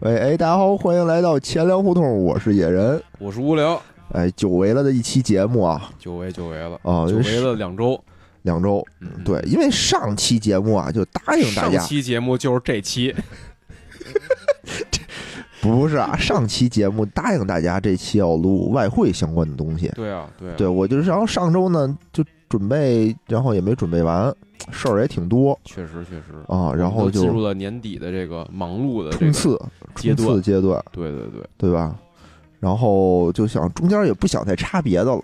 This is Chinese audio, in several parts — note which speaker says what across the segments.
Speaker 1: 哎哎，大家好，欢迎来到钱粮胡同，我是野人。
Speaker 2: 我是无聊，
Speaker 1: 哎，久违了的一期节目啊，
Speaker 2: 久违久违了，
Speaker 1: 哦，
Speaker 2: 久
Speaker 1: 就
Speaker 2: 违
Speaker 1: 是
Speaker 2: 了两周。
Speaker 1: 两周。
Speaker 2: 嗯，
Speaker 1: 对，因为上期节目啊，就答应大
Speaker 2: 上
Speaker 1: 家，
Speaker 2: 期节目就是这期，
Speaker 1: 不是啊，上期节目答应大家，这期要录外汇相关的东西。
Speaker 2: 对啊，对啊，
Speaker 1: 对，我就是，然后上周呢就准备，然后也没准备完，事儿也挺多
Speaker 2: 确实确实，
Speaker 1: 啊，然
Speaker 2: 我
Speaker 1: 后
Speaker 2: 们都进
Speaker 1: 就
Speaker 2: 入了年底的这个忙碌的这
Speaker 1: 冲
Speaker 2: 个，
Speaker 1: 刺
Speaker 2: 阶
Speaker 1: 冲
Speaker 2: 段
Speaker 1: 刺阶段，
Speaker 2: 对对对，
Speaker 1: 对吧？然后就想中间也不想再插别的了，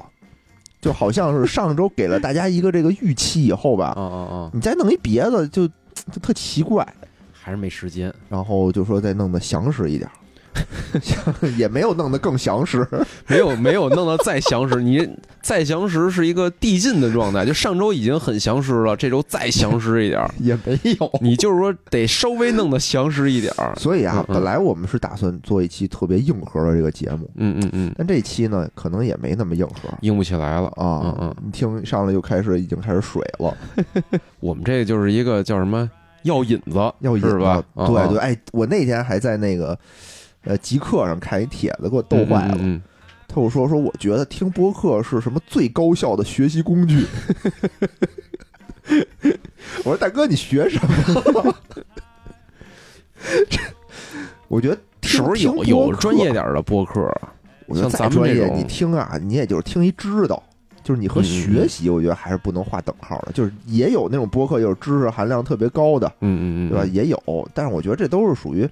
Speaker 1: 就好像是上周给了大家一个这个预期以后吧
Speaker 2: 啊，啊啊，
Speaker 1: 你再弄一别的就就特奇怪，
Speaker 2: 嗯还是没时间，
Speaker 1: 然后就说再弄得详实一点儿， 也没有弄得更详实。
Speaker 2: 没有没有弄得再详实， 你再详实是一个递进的状态，就上周已经很详实了，这周再详实一点 儿，
Speaker 1: 也没有。
Speaker 2: 你就是说得稍微弄得详实一点儿，
Speaker 1: 所以啊
Speaker 2: 嗯，嗯
Speaker 1: 本来我们是打算做一期特别硬核的这个节目，
Speaker 2: 嗯嗯嗯，
Speaker 1: 但这期呢，可能也没那么硬核
Speaker 2: 硬不起来了。嗯
Speaker 1: 啊
Speaker 2: 嗯。
Speaker 1: 你听上来就开始已经开始水了，
Speaker 2: 我们这个就是一个叫什么药引子，
Speaker 1: 要引
Speaker 2: 是吧？
Speaker 1: 了
Speaker 2: 啊
Speaker 1: 对
Speaker 2: 啊
Speaker 1: 对，哎，我那天还在那个呃极客上看一帖子，给我逗坏了
Speaker 2: 嗯。嗯嗯
Speaker 1: 他就说说，我觉得听播客是什么最高效的学习工具。 我说大哥，你学什么了？ 这我觉得听
Speaker 2: 是不是有
Speaker 1: 听播
Speaker 2: 有
Speaker 1: 客
Speaker 2: 专业点儿的播客啊？
Speaker 1: 我觉得
Speaker 2: 像
Speaker 1: 再
Speaker 2: 咱们
Speaker 1: 专
Speaker 2: 这
Speaker 1: 业，
Speaker 2: 种
Speaker 1: 你听啊，你也就是听一知道，就是你和
Speaker 2: 嗯嗯
Speaker 1: 学习，我觉得还是不能划等号的。就是也有那种播客，就是知识含量特别高的，
Speaker 2: 嗯嗯嗯，
Speaker 1: 对吧？？也有，但是我觉得这都是属于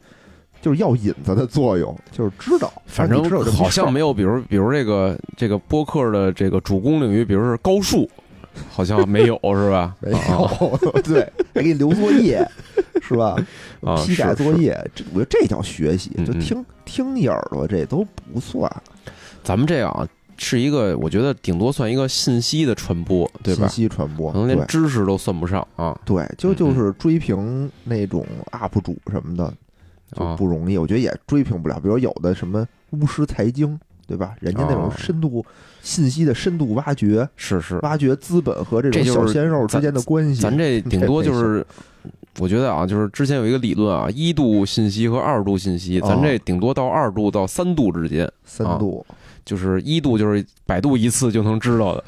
Speaker 1: 就是药引子的作用，就是知道，
Speaker 2: 反
Speaker 1: 让你
Speaker 2: 正
Speaker 1: 知道这么
Speaker 2: 好
Speaker 1: 事儿
Speaker 2: 像没有，比如比如这个这个播客的这个主攻领域，比如是高数，好像没有是吧？
Speaker 1: 没
Speaker 2: 啊啊
Speaker 1: 有，对，还给你留作业，是吧？
Speaker 2: 啊
Speaker 1: 批改
Speaker 2: 是
Speaker 1: 作业，这我觉得这叫学习，
Speaker 2: 嗯
Speaker 1: 就
Speaker 2: 嗯
Speaker 1: 听听你耳朵，这都不算，
Speaker 2: 咱们这样啊，是一个我觉得顶多算一个信息的传播，对
Speaker 1: 信
Speaker 2: 吧？
Speaker 1: 息传播，
Speaker 2: 可能连
Speaker 1: 对
Speaker 2: 知识都算不上啊
Speaker 1: 对，就
Speaker 2: 嗯
Speaker 1: 就
Speaker 2: 嗯
Speaker 1: 是追评那种 UP 主什么的就
Speaker 2: 啊
Speaker 1: 不容易，我觉得也追评不了。比如有的什么巫师财经，对吧？人家那种
Speaker 2: 哦
Speaker 1: 深度信息的深度挖掘，
Speaker 2: 是是，
Speaker 1: 挖掘资本和这种
Speaker 2: 这就
Speaker 1: 小
Speaker 2: 是
Speaker 1: 鲜肉之
Speaker 2: 咱
Speaker 1: 间的关系。
Speaker 2: 咱 这顶多就是，我觉得啊，就是之前有一个理论啊，一度信息和二度信息，咱
Speaker 1: 哦
Speaker 2: 这顶多到二度到三度之间。
Speaker 1: 深
Speaker 2: 啊
Speaker 1: 度，
Speaker 2: 就是一度就是百度一次就能知 道的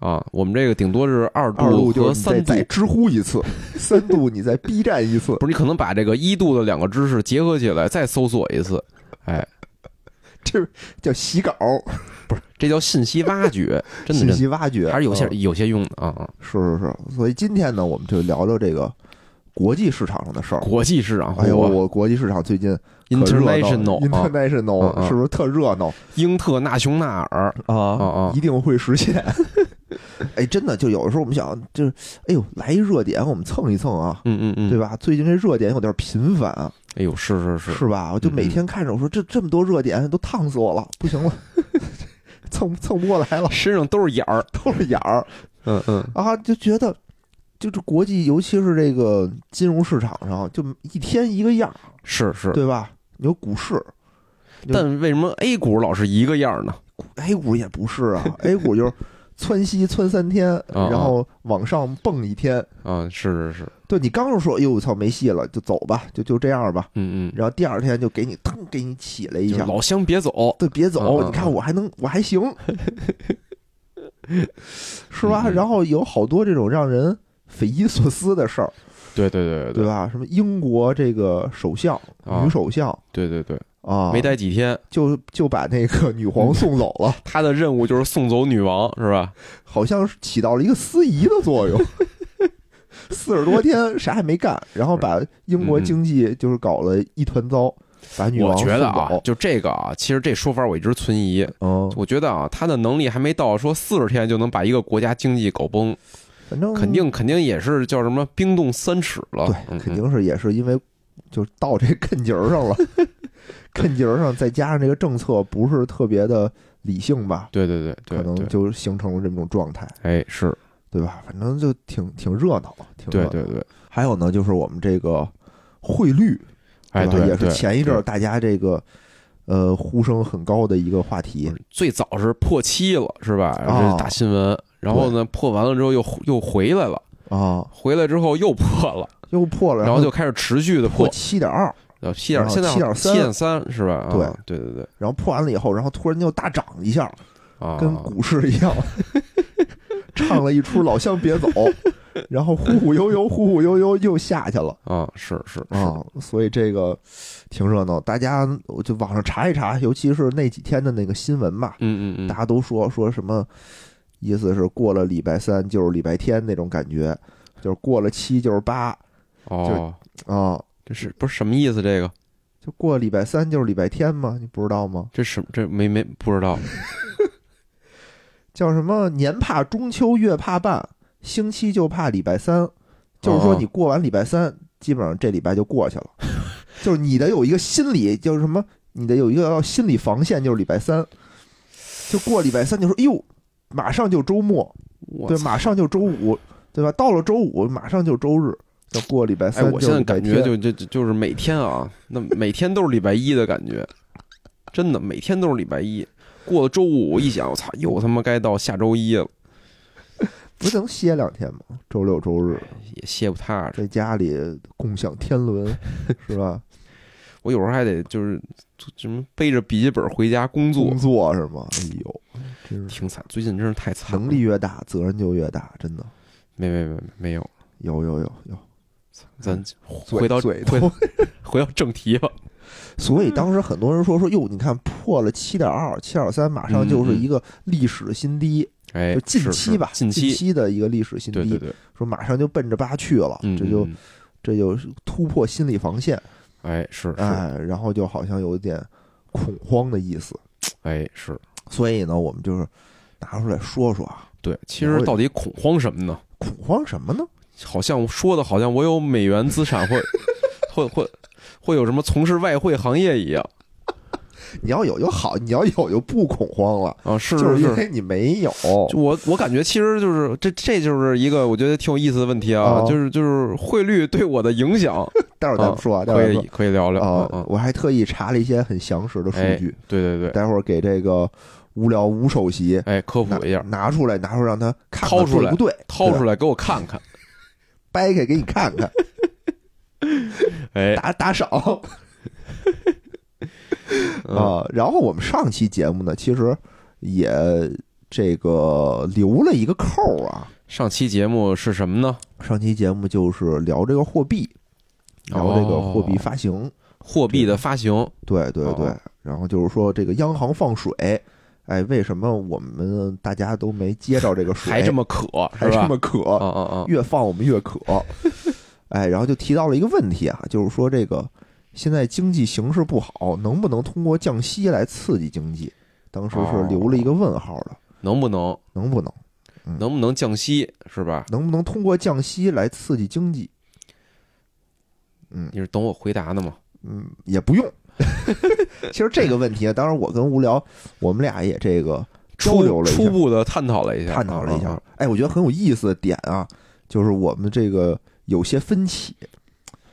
Speaker 2: 啊。我们这个顶多是二
Speaker 1: 二度
Speaker 2: 度
Speaker 1: 就
Speaker 2: 和
Speaker 1: 是你再
Speaker 2: 三度，
Speaker 1: 再知乎一次， 三度你再 B 站一次，
Speaker 2: 不是你可能把这个一度的两个知识结合起来再搜索一次，哎，
Speaker 1: 这叫洗稿，
Speaker 2: 这叫信息挖掘， 真的
Speaker 1: 信
Speaker 2: 真的
Speaker 1: 息挖掘，
Speaker 2: 还是有些
Speaker 1: 嗯
Speaker 2: 有些用的啊啊。
Speaker 1: 是是是。所以今天呢，我们就聊聊这个国际市场上的事儿。
Speaker 2: 国际市场，
Speaker 1: 哎呦，
Speaker 2: 嚯
Speaker 1: 我国际市场最近可热闹了
Speaker 2: international 啊，
Speaker 1: international
Speaker 2: 嗯嗯
Speaker 1: 是不是特热闹
Speaker 2: 英特
Speaker 1: 嗯
Speaker 2: 纳雄纳尔，
Speaker 1: 啊
Speaker 2: 啊
Speaker 1: 一定会实现。 哎，真的，就有的时候我们想，就是哎呦，来一热点，我们蹭一蹭啊，
Speaker 2: 嗯嗯嗯，
Speaker 1: 对
Speaker 2: 吧？
Speaker 1: 吧？最近这热点有点频繁啊，
Speaker 2: 哎呦，是是是，
Speaker 1: 是吧？我就每天看着，我说这这么多热点都烫死我了，不行了， 蹭蹭不过来了，
Speaker 2: 身上都是眼儿，
Speaker 1: 都是眼儿。
Speaker 2: 嗯嗯，
Speaker 1: 啊，就觉得就是国际，尤其是这个金融市场上，就一天一个样儿，
Speaker 2: 是是。
Speaker 1: 对吧？有股市就
Speaker 2: 但为什么 A 股老是一个样儿呢？
Speaker 1: ，A 股也不是 啊，A 股就是窜息窜三天，
Speaker 2: 啊
Speaker 1: 然后往上蹦一天。
Speaker 2: 啊，是是是，
Speaker 1: 对你刚说，哎呦我操，没戏了，就走吧，就就这样吧。
Speaker 2: 嗯嗯，
Speaker 1: 然后第二天就给你腾给你起了一
Speaker 2: 就
Speaker 1: 下，
Speaker 2: 老乡别走，
Speaker 1: 对，别走，
Speaker 2: 嗯嗯
Speaker 1: 你看我还能，我还 行，是吧？
Speaker 2: 嗯嗯
Speaker 1: 然后有好多这种让人匪夷所思的事儿。
Speaker 2: 对对对
Speaker 1: 对
Speaker 2: 对
Speaker 1: 吧？什么英国这个首相，
Speaker 2: 啊
Speaker 1: 女首相
Speaker 2: 对对对，
Speaker 1: 啊，
Speaker 2: 没待几天，
Speaker 1: 就就把那个女皇送走 了，
Speaker 2: 他的任务就是送走女王，是吧？
Speaker 1: 好像是起到了一个司仪的作 用。四十多天啥也没干，然后把英国经济就是搞了一团糟，把女
Speaker 2: 嗯我
Speaker 1: 王
Speaker 2: 觉
Speaker 1: 送
Speaker 2: 得啊
Speaker 1: 走，。
Speaker 2: 就这个啊，其实这说法我一直存疑。
Speaker 1: 嗯，
Speaker 2: 我觉得啊，他的能力还没到说四十天就能把一个国家经济搞崩，
Speaker 1: 反正
Speaker 2: 肯定肯定也是叫什么冰冻三尺了。
Speaker 1: 嗯对，
Speaker 2: 嗯
Speaker 1: 肯。定是也是因为就是到这根节儿上 了，根节儿上再加上这个政策不是特别的理性吧，
Speaker 2: 对对对对
Speaker 1: 可能
Speaker 2: 对，
Speaker 1: 就形成了这么种状态。
Speaker 2: 哎，是
Speaker 1: 对吧？反正就挺挺热闹，挺热
Speaker 2: 对
Speaker 1: 闹。
Speaker 2: 对对，
Speaker 1: 还有呢，就是我们这个汇率，
Speaker 2: 哎，
Speaker 1: 对吧？
Speaker 2: 对，
Speaker 1: 也是
Speaker 2: 对
Speaker 1: 前一阵儿
Speaker 2: 对
Speaker 1: 大家这个呃呼声很高的一个话题
Speaker 2: 不。是最早是破七了，是吧？这
Speaker 1: 啊
Speaker 2: 是大新闻。然后呢，破完了之后又又回来了，
Speaker 1: 啊，
Speaker 2: 回来之后又破了，
Speaker 1: 又破了，
Speaker 2: 然后就开始持续的
Speaker 1: 破
Speaker 2: 破。
Speaker 1: 七点二，
Speaker 2: 呃，七点
Speaker 1: 啊
Speaker 2: 现在好像
Speaker 1: 7.3
Speaker 2: 七点三是吧？啊对对对
Speaker 1: 然后破完了以后，然后突然就大涨一下，
Speaker 2: 啊，
Speaker 1: 跟股市一样， 唱了一出《老乡别 走》，然后忽忽悠悠，忽忽悠悠又下去了
Speaker 2: 啊是是是
Speaker 1: 啊、所以这个挺热闹，大家我就网上查一查，尤其是那几天的那个新闻吧，
Speaker 2: 嗯嗯嗯
Speaker 1: 大家都说说什么，意思是过了礼拜三就是礼拜天那种感觉，就是过了七就是八
Speaker 2: 哦，
Speaker 1: 啊，
Speaker 2: 这是不是什么意思？这个
Speaker 1: 就过礼拜三就是礼拜天嘛，你不知道吗？
Speaker 2: 这什这没没不知道
Speaker 1: 叫什么年怕中秋，月怕半，星期就怕礼拜三，就是说
Speaker 2: 哦
Speaker 1: 你过完礼拜三，基本上这礼拜就过去了，就是你得有一个心理，就是什么，你得有一个心理防线，就是礼拜三，就过礼拜三就说，哎呦，马上就周末，
Speaker 2: 我
Speaker 1: 对，
Speaker 2: 操
Speaker 1: 马上就周五，对吧？到了周五，马上就周日，要过礼拜
Speaker 2: 哎，
Speaker 1: 三就
Speaker 2: 我
Speaker 1: 是
Speaker 2: 现在
Speaker 1: 礼拜
Speaker 2: 感
Speaker 1: 天，
Speaker 2: 觉就就就就是每天啊，那每天都是礼拜一的感觉，真的每天都是礼拜一。过了周五，我一想，我操，又他妈该到下周一了，
Speaker 1: 不能歇两天吗？周六周日
Speaker 2: 也歇不踏实。
Speaker 1: 在家里共享天伦， 是吧？
Speaker 2: 我有时候还得就是就什么背着笔记本回家工作
Speaker 1: 工，作是吗？哎呦，真是
Speaker 2: 挺惨。最近真是太惨了。
Speaker 1: 能力越大，责任就越
Speaker 2: 嗯
Speaker 1: 大，真的
Speaker 2: 没没没没有，
Speaker 1: 有有有有。
Speaker 2: 咱
Speaker 1: 嗯嘴
Speaker 2: 回到
Speaker 1: 嘴
Speaker 2: 回
Speaker 1: 头，
Speaker 2: 回到正题吧。
Speaker 1: 所以当时很多人说说哟，你看破了七点二、七点三，马上就是一个历史新低，
Speaker 2: 嗯哎，
Speaker 1: 就近
Speaker 2: 是
Speaker 1: 期吧，
Speaker 2: 是近
Speaker 1: 期
Speaker 2: 期，
Speaker 1: 的一个历史新低，
Speaker 2: 对对对，
Speaker 1: 说马上就奔着八去了，
Speaker 2: 嗯，
Speaker 1: 这就
Speaker 2: 嗯嗯
Speaker 1: 这就是突破心理防线，
Speaker 2: 哎是是
Speaker 1: 哎，然后就好像有点恐慌的意思，
Speaker 2: 哎是
Speaker 1: 所以呢，我们就是拿出来说说啊，
Speaker 2: 对。其实到底恐慌什么呢？
Speaker 1: 恐慌什么呢？
Speaker 2: 好像说的好像我有美元资产会会会会有什么从事外汇行业一样
Speaker 1: 你要有就好，你要有就不恐慌了，
Speaker 2: 啊，是
Speaker 1: 就是因
Speaker 2: 是。
Speaker 1: 为你没有，
Speaker 2: 就我我感觉其实就是这这就是一个我觉得挺有意思的问题啊，
Speaker 1: 哦
Speaker 2: 就是就是汇率对我的影响，
Speaker 1: 待会儿咱
Speaker 2: 啊
Speaker 1: 们说啊，待会
Speaker 2: 可
Speaker 1: 儿说
Speaker 2: 以可以聊聊
Speaker 1: 啊、
Speaker 2: 嗯嗯
Speaker 1: 我还特意查了一些很详实的数
Speaker 2: 哎
Speaker 1: 据，
Speaker 2: 对对对，
Speaker 1: 待会儿给这个无聊吴首席
Speaker 2: 哎科
Speaker 1: 拿
Speaker 2: 普一下，
Speaker 1: 拿出来，拿出来让他看
Speaker 2: 掏
Speaker 1: 看
Speaker 2: 出
Speaker 1: 对
Speaker 2: 来
Speaker 1: 不对，
Speaker 2: 掏出
Speaker 1: 来
Speaker 2: 来给我看看，
Speaker 1: 掰开给你看看，
Speaker 2: 哎
Speaker 1: 打打赏啊、
Speaker 2: 嗯
Speaker 1: 然后我们上期节目呢，其实也这个留了一个扣儿啊。
Speaker 2: 上期节目是什么呢？
Speaker 1: 上期节目就是聊这个货币，聊这个货币
Speaker 2: 哦
Speaker 1: 发行，
Speaker 2: 货币的发行，
Speaker 1: 对对对。
Speaker 2: 哦
Speaker 1: 然后就是说这个央行放水，哎，为什么我们大家都没接着这个水？
Speaker 2: 还这么渴，
Speaker 1: 还
Speaker 2: 是
Speaker 1: 这
Speaker 2: 吧？
Speaker 1: 么渴，
Speaker 2: 啊啊啊！
Speaker 1: 越放我们越渴。哎，然后就提到了一个问题啊，就是说这个现在经济形势不好，能不能通过降息来刺激经济？当时
Speaker 2: 哦
Speaker 1: 是留了一个问号的，
Speaker 2: 能不能
Speaker 1: 能不能
Speaker 2: 能不能降息，是吧？
Speaker 1: 能不能通过降息来刺激经济？嗯
Speaker 2: 你是等我回答呢吗？
Speaker 1: 嗯，也不用。 其实这个问题啊，当然我跟无聊，我们俩也这个交流
Speaker 2: 初
Speaker 1: 了一下
Speaker 2: 初步的探讨了一下，
Speaker 1: 探讨了一
Speaker 2: 啊
Speaker 1: 下。哎，我觉得很有意思的点啊，就是我们这个有些分歧，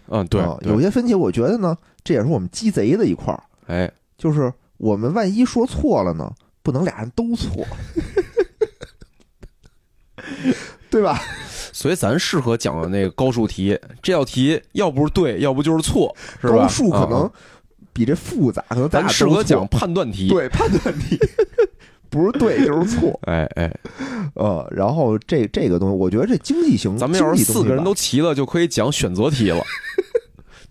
Speaker 2: 嗯，对
Speaker 1: 啊，，
Speaker 2: 对
Speaker 1: 有些分歧，我觉得呢，这也是我们鸡贼的一块儿，
Speaker 2: 哎，
Speaker 1: 就是我们万一说错了呢，不能俩人都错，对吧？
Speaker 2: 所以咱适合讲那个高数题，这道题要不是对，要不就是错，是吧？
Speaker 1: 高数可
Speaker 2: 啊
Speaker 1: 能
Speaker 2: 啊
Speaker 1: 比这复杂，可能咱
Speaker 2: 咱
Speaker 1: 俩
Speaker 2: 适
Speaker 1: 都
Speaker 2: 合
Speaker 1: 错
Speaker 2: 讲判断题，，
Speaker 1: 对判断题，不是对就是错，
Speaker 2: 哎哎，
Speaker 1: 呃，然后这这个东西，我觉得这经济型，
Speaker 2: 咱们要是
Speaker 1: 经济东
Speaker 2: 四
Speaker 1: 西
Speaker 2: 个人
Speaker 1: 吧
Speaker 2: 都齐了，就可以讲选择题了。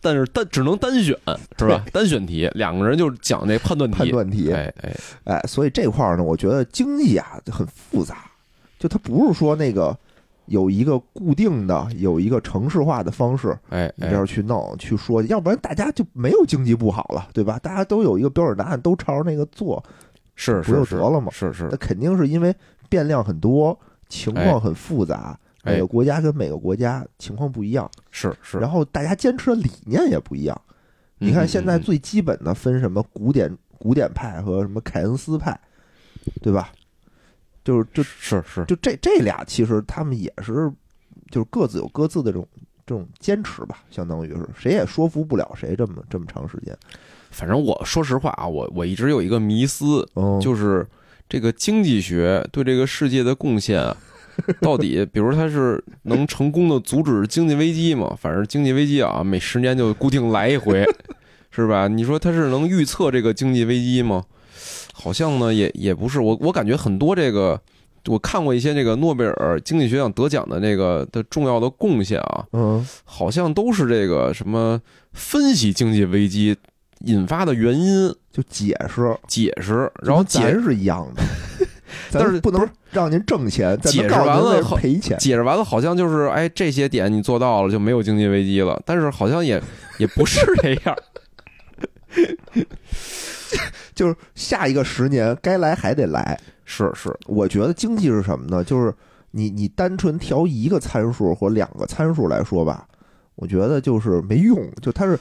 Speaker 2: 但是单只能单选是吧？单选题，两个人就讲那判断题。
Speaker 1: 判断题，
Speaker 2: 哎哎，
Speaker 1: 哎，所以这块儿呢，我觉得经济啊很复杂，就它不是说那个有一个固定的、有一个城市化的方式，
Speaker 2: 哎
Speaker 1: 你这
Speaker 2: 哎，
Speaker 1: 样去弄、去说，要不然大家就没有经济不好了，对吧？大家都有一个标准答案，都朝着那个做，
Speaker 2: 是
Speaker 1: 不就是
Speaker 2: 是
Speaker 1: 得了吗？
Speaker 2: 是是
Speaker 1: 那，肯定是因为变量很多，情
Speaker 2: 哎
Speaker 1: 况很复杂，
Speaker 2: 哎
Speaker 1: 每个国家跟每个国家情况不一样，
Speaker 2: 是是。
Speaker 1: 然后大家坚持的理念也不一样。你
Speaker 2: 嗯
Speaker 1: 看
Speaker 2: 嗯
Speaker 1: 现在
Speaker 2: 嗯
Speaker 1: 最基本的分什么古典古典派和什么凯恩斯派，对吧？就是就是
Speaker 2: 是
Speaker 1: 就这这俩，其实他们也是就是各自有各自的这种这种坚持吧，相当于是谁也说服不了谁这么这么长时间。
Speaker 2: 反正我说实话啊，我我一直有一个迷思，
Speaker 1: 嗯，
Speaker 2: 就是这个经济学对这个世界的贡献啊，到底，比如它是能成功的阻止经济危机吗？反正经济危机啊，每十年就固定来一回。 是吧？你说它是能预测这个经济危机吗？好像呢，也也不是。我我感觉很多这个，我看过一些这个诺贝尔经济学奖得奖的那个的重要的贡献啊，
Speaker 1: 嗯，
Speaker 2: 好像都是这个什么分析经济危机引发的原因
Speaker 1: 就解释，
Speaker 2: 解释，然后解
Speaker 1: 咱是一样 的，
Speaker 2: 但
Speaker 1: 咱
Speaker 2: 是
Speaker 1: 不
Speaker 2: 不
Speaker 1: 能
Speaker 2: 是
Speaker 1: 让您挣钱，咱
Speaker 2: 解释
Speaker 1: 告诉
Speaker 2: 完
Speaker 1: 您
Speaker 2: 了
Speaker 1: 那是
Speaker 2: 后
Speaker 1: 赔钱。
Speaker 2: 解释完了，好像就是哎，这些点你做到了就没有经济危机了，但是好像也 也不是这 样。
Speaker 1: 就是下一个十年该来还得来。
Speaker 2: 是是，
Speaker 1: 我觉得经济是什么呢？就是你你单纯调一个参数或两个参数来说吧，我觉得就是没用，就它是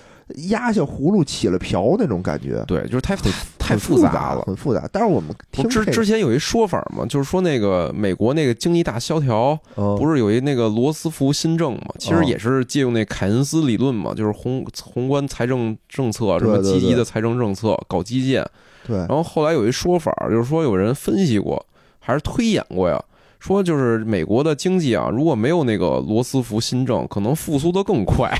Speaker 1: 压下葫芦起了瓢那种感觉，
Speaker 2: 对，就是太太太
Speaker 1: 很
Speaker 2: 复
Speaker 1: 复
Speaker 2: 杂了。
Speaker 1: 很复杂。但是我们
Speaker 2: 不
Speaker 1: 听
Speaker 2: 之
Speaker 1: 这
Speaker 2: 之
Speaker 1: 个，
Speaker 2: 前有一说法嘛，就是说那个美国那个经济大萧条，
Speaker 1: 嗯
Speaker 2: 不是有一那个罗斯福新政嘛？
Speaker 1: 哦
Speaker 2: 其实也是借用那凯恩斯理论嘛，就是宏宏观财政政策，什么
Speaker 1: 对对对
Speaker 2: 积极的财政政策，搞基建。
Speaker 1: 对
Speaker 2: 然后后来有一说法，就是说有人分析过，还是推演过呀，说就是美国的经济啊，如果没有那个罗斯福新政，可能复苏的更快。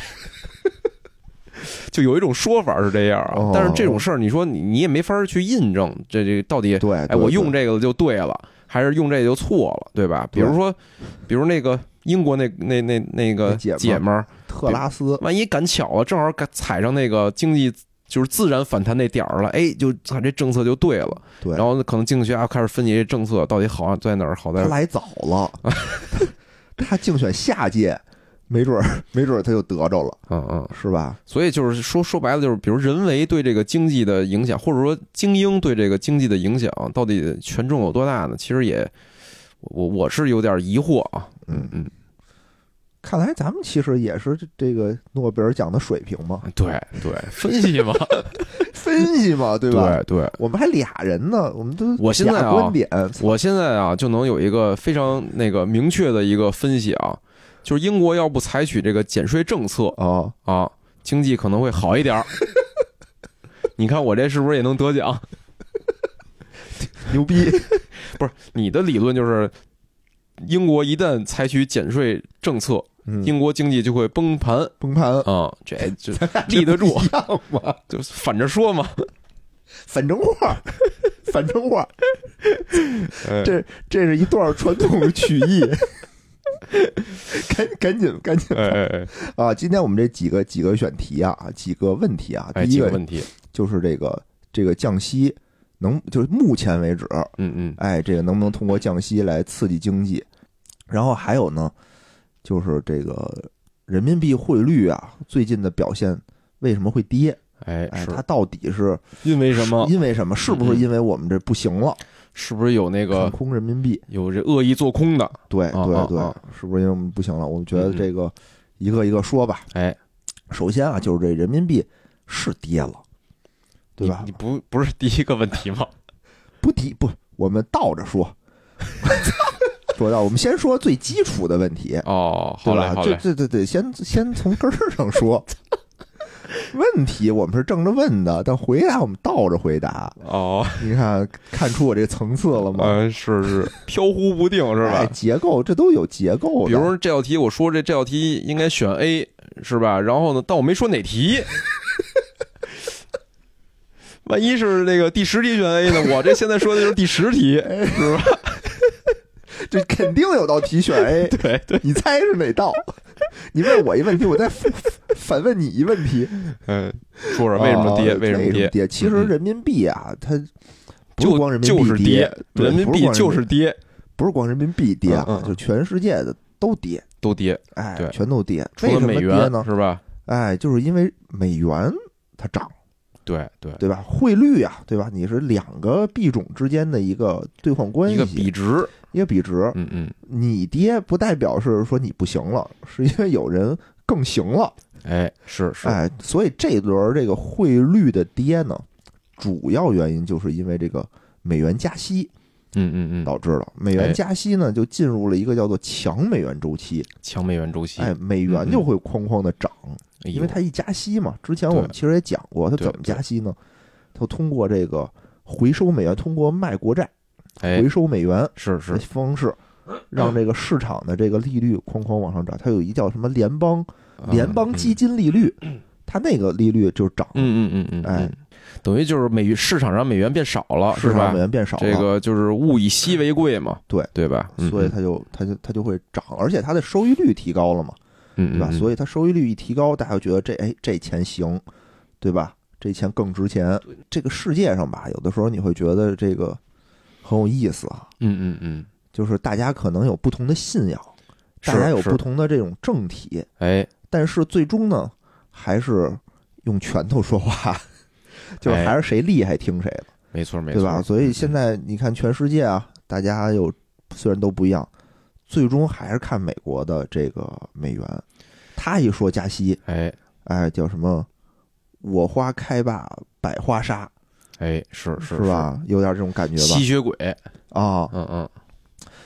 Speaker 2: 就有一种说法是这样啊
Speaker 1: 哦，
Speaker 2: 但是这种事儿，你说你你也没法儿去印证，这这到底
Speaker 1: 对，
Speaker 2: 哎，
Speaker 1: 对
Speaker 2: 我用
Speaker 1: 对
Speaker 2: 这个就对了，还是用这个就错了，对吧？比
Speaker 1: 对
Speaker 2: 如说，比如那个英国那那那那个
Speaker 1: 那姐们儿
Speaker 2: 姐们儿，
Speaker 1: 特拉斯，
Speaker 2: 万一赶巧啊了，正好赶踩上那个经济就是自然反弹那点儿了，哎，就他这政策就对了。
Speaker 1: 对，
Speaker 2: 然后可能经济学家开始分析这政策到底好啊在哪儿，好在
Speaker 1: 他
Speaker 2: 哪儿
Speaker 1: 来早了， 他他竞选下届，没准儿没准儿他就得着了，
Speaker 2: 嗯嗯。
Speaker 1: 是吧？
Speaker 2: 所以就是说说白了，就是比如人为对这个经济的影响，或者说精英对这个经济的影响，到底权重有多大呢？其实也，我我是有点疑惑啊。
Speaker 1: 嗯
Speaker 2: 嗯。
Speaker 1: 看来咱们其实也是这这个诺贝尔奖的水平 嘛，
Speaker 2: 嗯对对，分析嘛，
Speaker 1: 分析嘛，对吧？
Speaker 2: 对对。
Speaker 1: 我们还俩人呢，我们都
Speaker 2: 我现在啊
Speaker 1: 俩观点，
Speaker 2: 我现在啊，就能有一个非常那个明确的一个分析啊，就是英国要不采取这个减税政策
Speaker 1: 哦，
Speaker 2: 啊，经济可能会好一点儿。 你看我这是不是也能得奖？
Speaker 1: 牛逼，
Speaker 2: 你的理论就是，英国一旦采取减税政策，
Speaker 1: 嗯，
Speaker 2: 英国经济就会崩盘
Speaker 1: 崩盘
Speaker 2: 啊、这 这立得住
Speaker 1: 一，样嘛，
Speaker 2: 就是反着说嘛。
Speaker 1: 反正 话，反正话，
Speaker 2: 哎
Speaker 1: 这这是一段传统曲 艺。赶赶紧赶紧
Speaker 2: 哎哎
Speaker 1: 啊！今天我们这几个几个选题啊，几个问题啊，
Speaker 2: 哎，
Speaker 1: 第一
Speaker 2: 几个
Speaker 1: 个
Speaker 2: 问题，
Speaker 1: 就是这个这个降息能就是目前为止，
Speaker 2: 嗯嗯，
Speaker 1: 哎，这个能不能通过降息来刺激经济？然后还有呢，就是这个人民币汇率啊，最近的表现为什么会跌？
Speaker 2: 哎
Speaker 1: 哎，
Speaker 2: 是
Speaker 1: 它到底是
Speaker 2: 因为什么？
Speaker 1: 因为什么？是不是
Speaker 2: 嗯
Speaker 1: 因为我们这不行了，
Speaker 2: 是不是有那
Speaker 1: 看
Speaker 2: 个
Speaker 1: 空人民币？
Speaker 2: 有这恶意做空的？
Speaker 1: 对
Speaker 2: 啊
Speaker 1: 对
Speaker 2: 啊
Speaker 1: 对
Speaker 2: 啊，
Speaker 1: 是不是因为我们不行了？我们觉
Speaker 2: 嗯
Speaker 1: 得
Speaker 2: 嗯
Speaker 1: 这个一个一个说吧。
Speaker 2: 哎，
Speaker 1: 首先啊，就是这人民币是跌了，对吧
Speaker 2: 你你？不不是第一个问题吗？
Speaker 1: 不低不，我们倒着说， 说到我们先说最基础的问题。
Speaker 2: 哦，好
Speaker 1: 对
Speaker 2: 嘞
Speaker 1: 吧？
Speaker 2: 好
Speaker 1: 这
Speaker 2: 嘞，
Speaker 1: 这这得先先从根儿上说。问题我们是正着问的，但回答我们倒着回答。
Speaker 2: 哦，
Speaker 1: 你看看出我这层次了吗？
Speaker 2: 呃，是是，飘忽不定呃是
Speaker 1: 哎
Speaker 2: 吧？
Speaker 1: 结构这都有结构的，
Speaker 2: 比如说这道题，我说这这道题应该选 A 是吧？然后呢，但我没说哪 题，万一是那个第十题选 A 呢？我这现在说的就是第十题，是 吧？
Speaker 1: 这肯定有道题选 A，
Speaker 2: 对 对，
Speaker 1: 你猜是哪道？你问我一问题，我再反 反问你一问题，
Speaker 2: 嗯，说说为什么跌？
Speaker 1: 啊
Speaker 2: 哦为什么
Speaker 1: 么
Speaker 2: 跌？
Speaker 1: 跌？其实
Speaker 2: 嗯嗯
Speaker 1: 人民币啊，它不是光
Speaker 2: 就
Speaker 1: 人民币
Speaker 2: 就是跌，
Speaker 1: 对
Speaker 2: 人民
Speaker 1: 不是
Speaker 2: 币
Speaker 1: 光人
Speaker 2: 就是跌，
Speaker 1: 不是光人民币跌
Speaker 2: 嗯
Speaker 1: 啊
Speaker 2: 嗯，嗯
Speaker 1: 就全世界的都跌，
Speaker 2: 都跌，
Speaker 1: 哎
Speaker 2: 对，
Speaker 1: 全都跌。
Speaker 2: 除
Speaker 1: 为
Speaker 2: 了
Speaker 1: 什么
Speaker 2: 美
Speaker 1: 跌
Speaker 2: 元
Speaker 1: 呢？
Speaker 2: 是吧？
Speaker 1: 哎，就是因为美元它涨，
Speaker 2: 对对，
Speaker 1: 对吧？汇率啊，对吧？你是两个币种之间的一个兑换关系，
Speaker 2: 一个比值，
Speaker 1: 一个比值。
Speaker 2: 嗯嗯，
Speaker 1: 你跌不代表是说你不行了，是因为有人更行了。
Speaker 2: 哎，是是，
Speaker 1: 哎，所以这一轮儿这个汇率的跌呢，主要原因就是因为这个美元加息
Speaker 2: 嗯嗯嗯，
Speaker 1: 导致了。美
Speaker 2: 哎
Speaker 1: 元加息呢，就进入了一个叫做强美元周期。
Speaker 2: 强美元周期，嗯
Speaker 1: 哎，美元就会哐哐的涨，
Speaker 2: 哎呦
Speaker 1: 因为它一加息嘛。之前我们
Speaker 2: 对
Speaker 1: 其实也讲过，它
Speaker 2: 对
Speaker 1: 怎么加息呢？它通过这个回收美元，通过卖国债
Speaker 2: 哎
Speaker 1: 回收美元
Speaker 2: 是
Speaker 1: 的
Speaker 2: 是，
Speaker 1: 方式，让这个市呃场的这个利率哐哐往上涨。它有一叫什么联邦
Speaker 2: 嗯
Speaker 1: 联邦基金利率，它那个利率就涨，
Speaker 2: 嗯嗯嗯嗯，
Speaker 1: 哎
Speaker 2: 嗯，等于就是美市场上美元变少了，
Speaker 1: 市
Speaker 2: 是
Speaker 1: 场
Speaker 2: 吧
Speaker 1: 美？元变少了，
Speaker 2: 这个就是物以稀为贵嘛，
Speaker 1: 对
Speaker 2: 对吧？嗯
Speaker 1: 所以它就它就它就会涨，而且它的收益率提高了嘛，
Speaker 2: 嗯
Speaker 1: 对吧？
Speaker 2: 以
Speaker 1: 所以它收益率一提高，大家就觉得这哎这钱行，对吧？这钱更值钱。这个世界上吧，有的时候你会觉得这个很有意思啊，
Speaker 2: 嗯嗯嗯，
Speaker 1: 就是大家可能有不同的信仰，
Speaker 2: 是
Speaker 1: 大家有
Speaker 2: 是
Speaker 1: 不同的这种政体，
Speaker 2: 哎，
Speaker 1: 但是最终呢，还是用拳头说话， 就是还是谁厉害听谁的，
Speaker 2: 没错哎没错，嗯
Speaker 1: 对吧？所以现在你看全世界啊，大家有虽然都不一样，最终还是看美国的这个美元。他一说加息，
Speaker 2: 哎
Speaker 1: 哎，叫什么？我花开吧，百花杀，
Speaker 2: 哎是
Speaker 1: 是
Speaker 2: 是？
Speaker 1: 吧？有点这种感觉吧
Speaker 2: 吸？血鬼，
Speaker 1: 啊、
Speaker 2: 嗯嗯，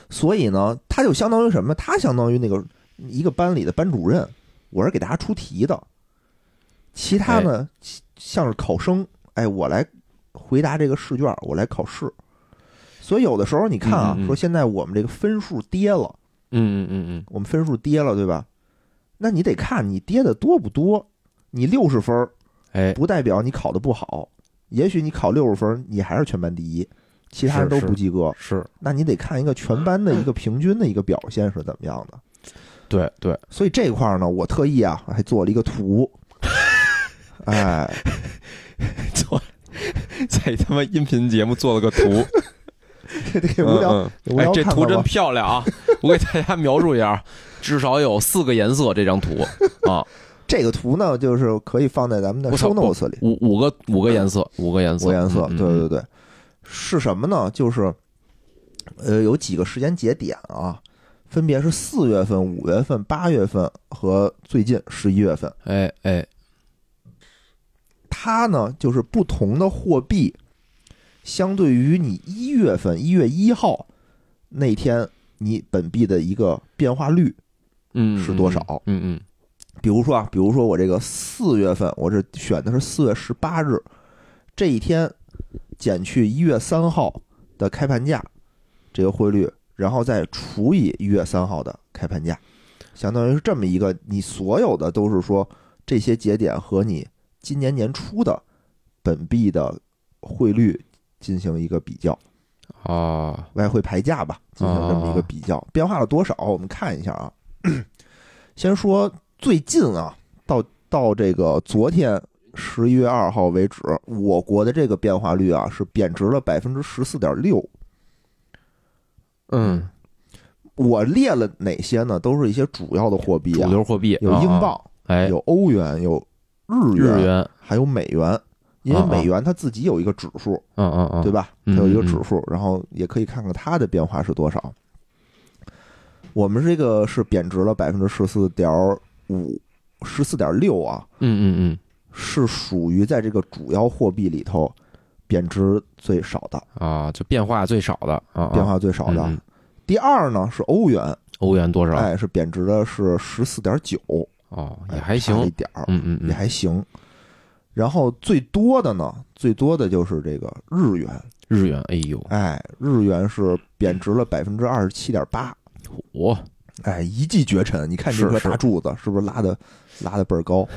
Speaker 1: 所以呢，他就相当于什么？他相当于那个一个班里的班主任，我是给大家出题的，其他
Speaker 2: 哎
Speaker 1: 呢、其像是考生，哎，我来回答这个试卷，我来考试。所以有的时候你看啊，
Speaker 2: 嗯嗯嗯
Speaker 1: 说现在我们这个分数跌了，
Speaker 2: 嗯嗯嗯
Speaker 1: 我们分数跌了，对吧？那你得看你跌的多不多。你六十分儿
Speaker 2: 嗯，哎，
Speaker 1: 不代表你考的不好，也许你考六十分儿，你还是全班第一，其他人都
Speaker 2: 是是
Speaker 1: 不及格。
Speaker 2: 是
Speaker 1: 那你得看一个全班的一个平均的一个表现是怎么样的。
Speaker 2: 对对，
Speaker 1: 所以这块儿呢，我特意啊还做了一个图，哎，
Speaker 2: 做 在他妈音频节目做了个 图，
Speaker 1: 这得无聊
Speaker 2: 嗯
Speaker 1: 无
Speaker 2: 嗯哎
Speaker 1: 聊，
Speaker 2: 这
Speaker 1: 看
Speaker 2: 图
Speaker 1: 看
Speaker 2: 真
Speaker 1: 吧。
Speaker 2: 漂亮啊！我给大家描述一下， 至少有四个颜色这张图啊，
Speaker 1: 这个图呢，就是可以放在咱们的
Speaker 2: 我操
Speaker 1: show notes 里，
Speaker 2: 五五个五个颜色，五个颜色，
Speaker 1: 五颜色。
Speaker 2: 嗯
Speaker 1: 对
Speaker 2: 嗯
Speaker 1: 对对，是什么呢？就是呃，有几个时间节点啊，分别是四月份、五月份、八月份和最近十一月份。
Speaker 2: 哎哎，
Speaker 1: 它呢，就是不同的货币，相对于你一月份一月一号那天你本币的一个变化率，
Speaker 2: 嗯，
Speaker 1: 是多少
Speaker 2: 嗯嗯，
Speaker 1: 比如说啊，比如说我这个四月份，我这选的是四月十八日这一天，减去一月三号的开盘价，这个汇率，然后再除以一月三号的开盘价，相当于是这么一个，你所有的都是说这些节点和你今年年初的本币的汇率进行一个比较，
Speaker 2: 嗯啊，
Speaker 1: 外汇牌价吧，进行这么
Speaker 2: 哦
Speaker 1: 一个比较，变化了多少？我们看一下啊。先说最近啊，到到这个昨天十一月二号为止，我国的这个变化率啊是贬值了百分之十四点六。
Speaker 2: 嗯，
Speaker 1: 我列了哪些呢？都是一些主要的货币
Speaker 2: 主
Speaker 1: 啊，
Speaker 2: 流货币
Speaker 1: 有
Speaker 2: 啊
Speaker 1: 英
Speaker 2: 啊
Speaker 1: 镑，
Speaker 2: 哎，
Speaker 1: 有欧元，有日
Speaker 2: 日
Speaker 1: 元，
Speaker 2: 元，
Speaker 1: 还有美元。因为
Speaker 2: 啊啊
Speaker 1: 美元它自己有一个指数，
Speaker 2: 嗯嗯嗯，
Speaker 1: 对
Speaker 2: 吧？
Speaker 1: 吧？它有一个
Speaker 2: 嗯嗯
Speaker 1: 指数，然后也可以看看它的变化是多少。我们这个是贬值了百分之十四点五，十四点六啊，
Speaker 2: 嗯嗯
Speaker 1: 是属于在这个主要货币里头贬值最少的，
Speaker 2: 嗯，啊，就变化最少的啊，啊
Speaker 1: 变化最少的。
Speaker 2: 嗯嗯
Speaker 1: 第二呢是欧元，
Speaker 2: 欧元多少？
Speaker 1: 哎，是贬值的是十四点九，
Speaker 2: 哦，
Speaker 1: 哎
Speaker 2: 也还
Speaker 1: 差了一
Speaker 2: 行，
Speaker 1: 点儿，
Speaker 2: 嗯嗯
Speaker 1: 也
Speaker 2: 嗯，
Speaker 1: 还行。然后最多的呢，最多的就是这个日元，
Speaker 2: 日元，哎呦，
Speaker 1: 哎，日元是贬值了百分之二十七点八，
Speaker 2: 我
Speaker 1: 哎，一骑绝尘！你看这
Speaker 2: 是
Speaker 1: 颗
Speaker 2: 是嗯
Speaker 1: 大柱子是不是拉的拉的倍儿高？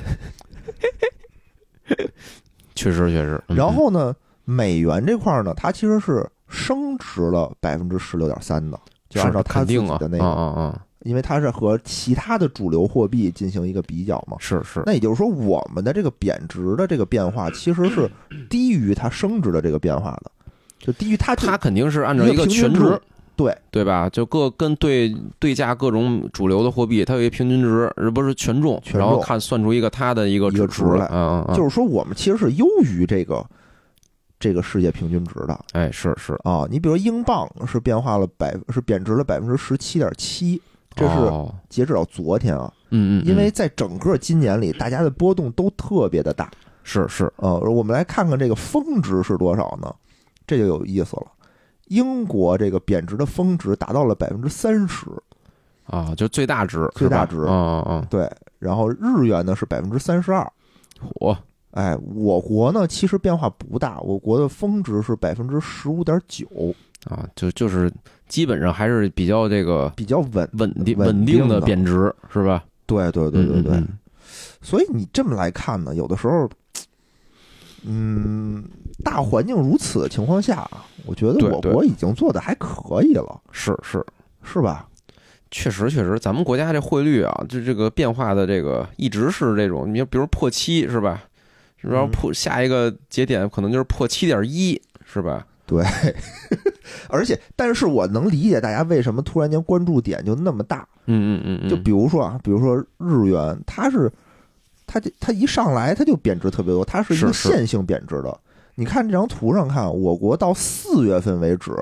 Speaker 2: 确实确实，嗯
Speaker 1: 然后呢，美元这块儿呢，它其实是升值了百分之十六点三的，就按照
Speaker 2: 是
Speaker 1: 它
Speaker 2: 肯
Speaker 1: 自己
Speaker 2: 定啊
Speaker 1: 的那，
Speaker 2: 啊
Speaker 1: 个，
Speaker 2: 啊啊，
Speaker 1: 因为它是和其他的主流货币进行一个比较嘛。
Speaker 2: 是是，
Speaker 1: 那也就是说，我们的这个贬值的这个变化其实是低于它升值的这个变化的，就低于它这
Speaker 2: 它肯定是按照一
Speaker 1: 一个
Speaker 2: 个
Speaker 1: 平均
Speaker 2: 权
Speaker 1: 值
Speaker 2: 重，
Speaker 1: 对
Speaker 2: 对吧？就各跟对对价各种主流的货币，它有一个平均值，而不是权重，
Speaker 1: 权重
Speaker 2: 然后看算出一个它的一个
Speaker 1: 一个
Speaker 2: 指
Speaker 1: 值
Speaker 2: 数
Speaker 1: 来
Speaker 2: 嗯嗯嗯，
Speaker 1: 就是说我们其实是优于这个这个世界平均值的。
Speaker 2: 哎，是是，
Speaker 1: 啊，你比如英镑是变化了百是贬值了百分之十七点七，这是
Speaker 2: 哦
Speaker 1: 截止到昨天啊，
Speaker 2: 嗯嗯，嗯
Speaker 1: 因为在整个今年里，大家的波动都特别的大。
Speaker 2: 是是，
Speaker 1: 呃，我们来看看这个峰值是多少呢？这就有意思了。英国这个贬值的峰值达到了百分之三十，
Speaker 2: 啊，就最大值，
Speaker 1: 最大值
Speaker 2: 是吧嗯嗯
Speaker 1: 对，然后日元呢是百分之三十二。
Speaker 2: 嗯，我
Speaker 1: 哎，我国呢其实变化不大，我国的峰值是百分之十五点九，
Speaker 2: 啊，就就是基本上还是比较这个
Speaker 1: 比较稳。
Speaker 2: 稳定
Speaker 1: 稳
Speaker 2: 稳
Speaker 1: 定
Speaker 2: 定的
Speaker 1: 的
Speaker 2: 贬值，是吧？
Speaker 1: 对对对对对，
Speaker 2: 嗯嗯嗯
Speaker 1: 所以你这么来看呢，有的时候，嗯，大环境如此的情况下啊，我觉得
Speaker 2: 对
Speaker 1: 我
Speaker 2: 对
Speaker 1: 国已经做的还可以了，
Speaker 2: 是是，
Speaker 1: 是吧？
Speaker 2: 确实确实，咱们国家这汇率啊，就这个变化的这个一直是这种，你比如破七是吧？是吧？
Speaker 1: 嗯
Speaker 2: 破下一个节点可能就是破七点一是吧？
Speaker 1: 而且，但是我能理解大家为什么突然间关注点就那么大，
Speaker 2: 嗯嗯嗯嗯，
Speaker 1: 就比如说啊，比如说日元，它是它这它一上来它就贬值特别多，它是一个
Speaker 2: 是是
Speaker 1: 线性贬值的。你看这张图上看，我国到四月份为止，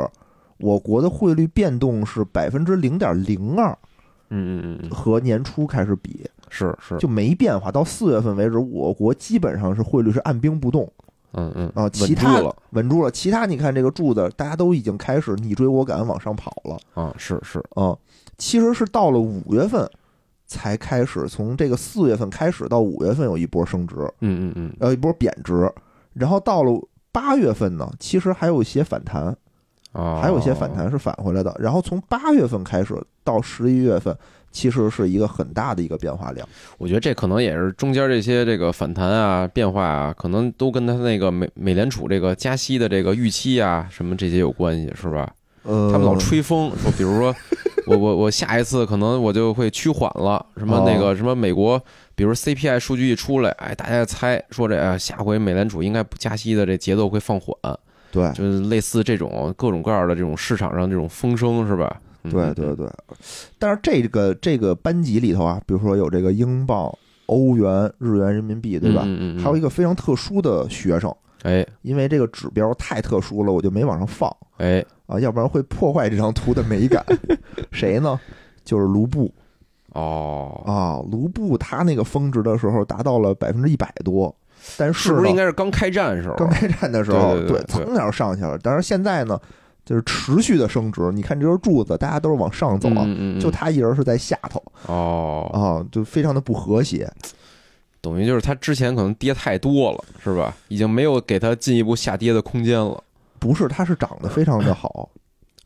Speaker 1: 我国的汇率变动是百分之零点零二，
Speaker 2: 嗯嗯嗯嗯，
Speaker 1: 和年初开始比
Speaker 2: 是是，
Speaker 1: 就没变化。到四月份为止，我国基本上是汇率是按兵不动
Speaker 2: 嗯嗯
Speaker 1: 啊，
Speaker 2: 稳
Speaker 1: 其
Speaker 2: 住
Speaker 1: 他
Speaker 2: 了
Speaker 1: 稳住了。其他你看这个柱子，大家都已经开始你追我赶往上跑了。
Speaker 2: 啊，是是，
Speaker 1: 啊，其实是到了五月份才开始，从这个四月份开始到五月份有一波升值，
Speaker 2: 嗯嗯嗯，
Speaker 1: 呃，一波贬值，然后到了八月份呢，其实还有一些反弹，
Speaker 2: 啊，
Speaker 1: 还有一些反弹是返回来的，然后从八月份开始到十一月份，其实是一个很大的一个变化量，
Speaker 2: 我觉得这可能也是中间这些这个反弹啊、变化啊，可能都跟他那个美美联储这个加息的这个预期啊什么这些有关系，是吧？
Speaker 1: 呃，
Speaker 2: 他们老吹风说，比 如说我我我下一次可能我就会趋缓了，什么那
Speaker 1: 哦
Speaker 2: 个什么美国，比如 CPI 数据一出来，哎，大家猜说这哎下回美联储应该不加息的这节奏会放缓，
Speaker 1: 呃对。
Speaker 2: 就是类似这种各种各样的这种市场上这种风声，是吧？嗯
Speaker 1: 对对，对，但是这个这个班级里头啊，比如说有这个英镑、欧元、日元、人民币，对吧？
Speaker 2: 嗯嗯嗯嗯
Speaker 1: 还有一个非常特殊的学生，
Speaker 2: 哎
Speaker 1: 因为这个指标太特殊了，我就没往上放
Speaker 2: 哎
Speaker 1: 啊，要不然会破坏这张图的美 感。谁呢？就是卢布
Speaker 2: 哦，
Speaker 1: 啊，卢布它那个峰值的时候达到了百分之一百多，但
Speaker 2: 是
Speaker 1: 呢
Speaker 2: 不是应该是刚开战时候？啊
Speaker 1: 刚开战的时候，
Speaker 2: 对对对对
Speaker 1: 蹭点上去了。但是现在呢，就是持续的升值。你看这根柱子，大家都是往上走啊，
Speaker 2: 嗯嗯嗯
Speaker 1: 就他一人是在下头
Speaker 2: 哦，
Speaker 1: 啊，就非常的不和谐。
Speaker 2: 等于就是它之前可能跌太多了，是吧？已经没有给它进一步下跌的空间了。
Speaker 1: 不是，它是长得非常的好，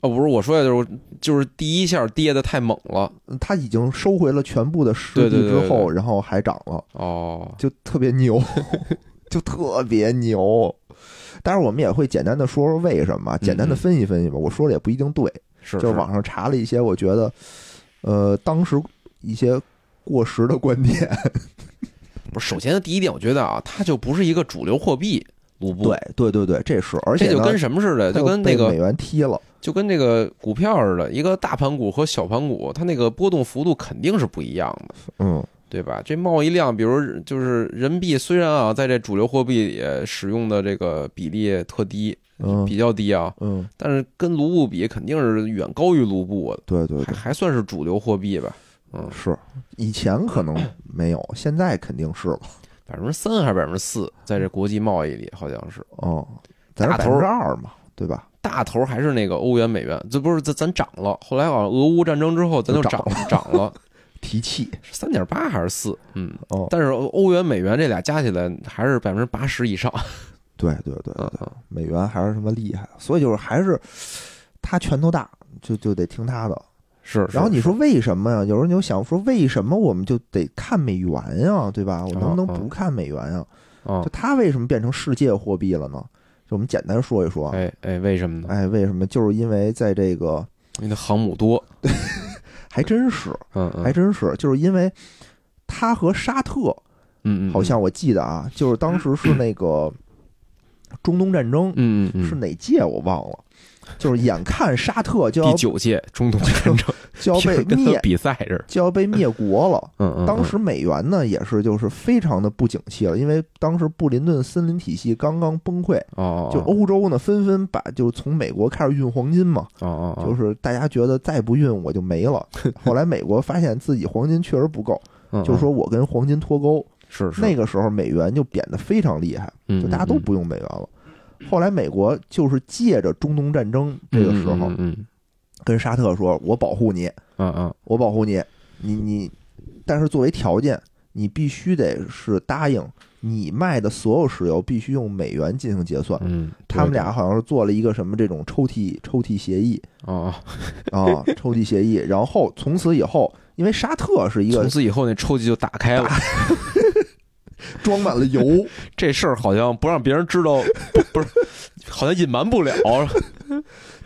Speaker 2: 哦，不是，我说的就是就是第一下跌的太猛了。
Speaker 1: 它已经收回了全部的湿
Speaker 2: 对
Speaker 1: 地
Speaker 2: 对对
Speaker 1: 之
Speaker 2: 对
Speaker 1: 后，
Speaker 2: 对
Speaker 1: 然后还涨了。
Speaker 2: 哦，
Speaker 1: 就特别牛， 就特别牛。但是我们也会简单的说说为什么，简单的分析分析吧。我说的也不一定对，
Speaker 2: 嗯是
Speaker 1: 就是网上查了一些，我觉得，呃，当时一些过时的观点。
Speaker 2: 是不是？首先第一点，我觉得啊，它就不是一个主流货币，卢布。，
Speaker 1: 对对对，这是，而
Speaker 2: 这
Speaker 1: 且
Speaker 2: 就
Speaker 1: 呢
Speaker 2: 跟什么似的，
Speaker 1: 它
Speaker 2: 就
Speaker 1: 又
Speaker 2: 跟
Speaker 1: 被
Speaker 2: 那个
Speaker 1: 美元踢了，
Speaker 2: 就跟那个股票似的，一个大盘股和小盘股，它那个波动幅度肯定是不一样的，
Speaker 1: 嗯，
Speaker 2: 对吧？这贸易量，比如就是人民币，虽然啊，在这主流货币里使用的这个比例特低，
Speaker 1: 嗯
Speaker 2: 比较低啊，
Speaker 1: 嗯，
Speaker 2: 但是跟卢布比，肯定是远高于卢布的，
Speaker 1: 对对
Speaker 2: 还
Speaker 1: 对，
Speaker 2: 还算是主流货币吧。嗯，
Speaker 1: 是以前可能没 有，现在肯定是了。
Speaker 2: 百分之三还是百分之四，在这国际贸易里好像是
Speaker 1: 哦，咱是
Speaker 2: 大
Speaker 1: 百
Speaker 2: 头
Speaker 1: 分
Speaker 2: 儿
Speaker 1: 之二嘛，对吧？
Speaker 2: 大头还是那个欧元美元，这不是咱咱涨了，后来好像俄乌战争之后咱就
Speaker 1: 就
Speaker 2: 涨
Speaker 1: 涨
Speaker 2: 涨了，
Speaker 1: 提气
Speaker 2: 是三点八还是四？嗯，
Speaker 1: 哦，
Speaker 2: 但是欧元美元这俩加起来还是百分之八十以上。
Speaker 1: 对对对对
Speaker 2: 嗯，嗯
Speaker 1: 美元还是什么厉害，所以就是还是他拳头大，就就得听他的。
Speaker 2: 是，
Speaker 1: 然后
Speaker 2: 是
Speaker 1: 你说为什么呀？有人就想说为什么我们就得看美元呀，对吧？我能不能
Speaker 2: 嗯嗯
Speaker 1: 不看美元呀？
Speaker 2: 啊
Speaker 1: 就，它为什么变成世界货币了呢？就我们简单说一说。啊
Speaker 2: 哎哎，为什么呢？
Speaker 1: 哎，为什么？就是因为在这个
Speaker 2: 你的航母多，
Speaker 1: 还真是
Speaker 2: 嗯嗯，
Speaker 1: 还真是，就是因为它和沙特
Speaker 2: 嗯嗯，
Speaker 1: 好像我记得啊，就是当时是那 个中东战争
Speaker 2: 嗯嗯嗯
Speaker 1: 是哪届我忘了，就是眼看沙特就要
Speaker 2: 第九届中东战 争
Speaker 1: 就 要被
Speaker 2: 跟他
Speaker 1: 灭，
Speaker 2: 比赛似的，
Speaker 1: 就要被灭国了。
Speaker 2: 嗯嗯，
Speaker 1: 当
Speaker 2: 嗯
Speaker 1: 时美元呢也是就是非常的不景气了，因为当时布林顿森林体系刚刚崩溃，
Speaker 2: 哦，
Speaker 1: 就
Speaker 2: 哦
Speaker 1: 欧洲呢纷纷把就从美国开始运黄金嘛，
Speaker 2: 哦哦，
Speaker 1: 就是大家觉得再不运我就没 了。后来美国发现自己黄金确实不够，
Speaker 2: 嗯
Speaker 1: 就
Speaker 2: 嗯
Speaker 1: 说我跟黄金脱钩，
Speaker 2: 是是
Speaker 1: 那个时候美元就贬得非常厉害，
Speaker 2: 嗯
Speaker 1: 就大家都不用美元了。后来美国就是借着中东战争这个时候
Speaker 2: 嗯，嗯
Speaker 1: 跟沙特说：“我保护你，
Speaker 2: 嗯嗯
Speaker 1: 我保护你，你你，但是作为条件，你必须得是答应你卖的所有石油必须用美元进行结算。
Speaker 2: 嗯，
Speaker 1: 他们俩好像是做了一个什么这种抽屉抽屉协议
Speaker 2: 哦，
Speaker 1: 啊，抽屉协议。然后从此以后，因为沙特是一
Speaker 2: 从
Speaker 1: 个
Speaker 2: 此以后那抽屉就打开了，
Speaker 1: 装满了油，
Speaker 2: 这事儿好像不让别人知道，不不是， 好像隐瞒 不了。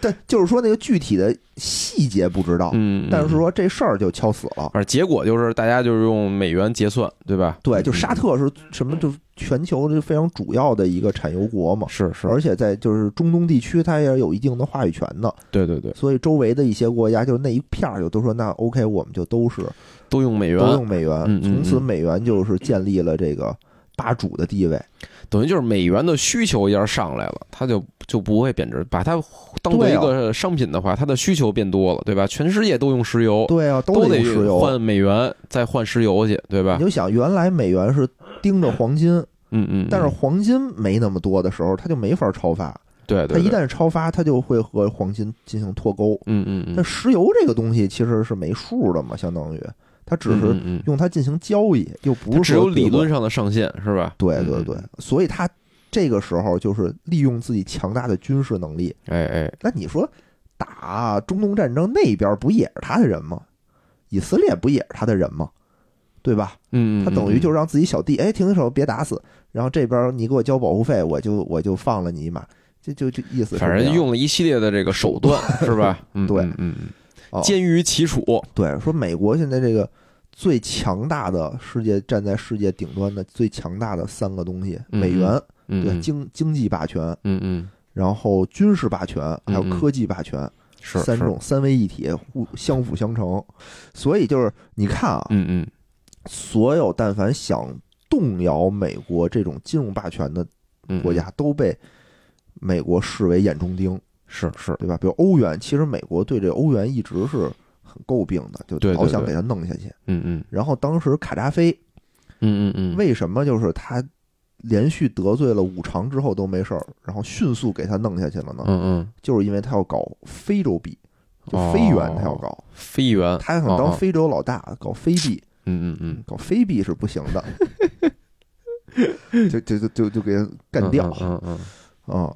Speaker 1: 但就是说那个具体的细节不知道，
Speaker 2: 嗯，
Speaker 1: 但是说这事儿就敲死了。
Speaker 2: 反正结果就是大家就是用美元结算，对吧？嗯
Speaker 1: 对，就沙
Speaker 2: 杀
Speaker 1: 特是什么？就是全球这非常主要的一个产油国嘛，
Speaker 2: 是是，
Speaker 1: 而且在就是中东地区，它也有一定的话语权的。
Speaker 2: 对对对，
Speaker 1: 所以周围的一些国家，就是那一片儿，就都说那 OK，我们就都是
Speaker 2: 都用美元，
Speaker 1: 都用美元。
Speaker 2: 嗯嗯
Speaker 1: 从此
Speaker 2: 嗯
Speaker 1: 美元就是建立了这个霸主的地位。
Speaker 2: 等于就是美元的需求一下上来了，它就就不会贬值。把它当做
Speaker 1: 对
Speaker 2: 一
Speaker 1: 啊
Speaker 2: 个商品的话，它的需求变多了，对吧？全世界都用石油，
Speaker 1: 对啊，
Speaker 2: 都
Speaker 1: 得用石油。
Speaker 2: 换美元再换石油去，对吧
Speaker 1: 你？就想，原来美元是盯着黄金，
Speaker 2: 嗯嗯，
Speaker 1: 但是
Speaker 2: 嗯
Speaker 1: 黄金没那么多的时候，它就没法超发。
Speaker 2: 对
Speaker 1: 它
Speaker 2: 对，
Speaker 1: 一
Speaker 2: 对
Speaker 1: 旦超发，它就会和黄金进行脱钩。
Speaker 2: 嗯嗯嗯
Speaker 1: 那，石油这个东西其实是没数的嘛，相当于它只是
Speaker 2: 嗯嗯嗯
Speaker 1: 用它进行交易，又不
Speaker 2: 它
Speaker 1: 是
Speaker 2: 只有
Speaker 1: 说
Speaker 2: 理
Speaker 1: 得
Speaker 2: 论上的上限是吧？
Speaker 1: 对
Speaker 2: 嗯
Speaker 1: 对对，，所以他这个时候就是利用自己强大的军事能力。
Speaker 2: 哎哎，
Speaker 1: 那你说打中东战争那边不也是他的人吗？以色列不也是他的人吗？对吧？
Speaker 2: 嗯，嗯
Speaker 1: 他等于
Speaker 2: 嗯
Speaker 1: 就是让自己小弟哎停手，别打死，然后这边你给我交保护费，我就我就放了你一马，就就就意思是
Speaker 2: 反
Speaker 1: 这
Speaker 2: 正
Speaker 1: 样
Speaker 2: 用了一系列的这个手段是吧？嗯，
Speaker 1: 对
Speaker 2: 嗯嗯，
Speaker 1: 哦
Speaker 2: 嗯坚于其楚，
Speaker 1: 对说美国现在这个最强大的世界站在世界顶端的最强大的三个东西，
Speaker 2: 嗯
Speaker 1: 美元
Speaker 2: 嗯
Speaker 1: 对
Speaker 2: 嗯
Speaker 1: 经经济霸权，
Speaker 2: 嗯嗯，
Speaker 1: 然后军事霸权，还有
Speaker 2: 嗯嗯
Speaker 1: 科技霸权，
Speaker 2: 是
Speaker 1: 三，
Speaker 2: 是
Speaker 1: 种三位一体，互相辅相成。所以就是你看啊，
Speaker 2: 嗯嗯，
Speaker 1: 所有但凡想动摇美国这种金融霸权的
Speaker 2: 嗯
Speaker 1: 国家，都被美国视为眼中钉，
Speaker 2: 是是，
Speaker 1: 对吧？比如欧元，其实美国对这欧元一直是很诟病的，
Speaker 2: 对
Speaker 1: 就
Speaker 2: 对
Speaker 1: 老想
Speaker 2: 对
Speaker 1: 给它弄下去。
Speaker 2: 嗯嗯
Speaker 1: 然后当时卡扎菲
Speaker 2: 嗯嗯嗯，
Speaker 1: 为什么就是他连续得罪了五常之后都没事儿，然后迅速给他弄下去了呢？
Speaker 2: 嗯嗯，
Speaker 1: 就是因为他要搞非洲币，就
Speaker 2: 哦
Speaker 1: 非元他要搞。
Speaker 2: 非元，
Speaker 1: 他想
Speaker 2: 哦
Speaker 1: 当
Speaker 2: 哦
Speaker 1: 非洲老大，搞非币，
Speaker 2: 嗯嗯嗯，
Speaker 1: 搞非币是不行 的，就就就就就给人干掉啊、
Speaker 2: 嗯嗯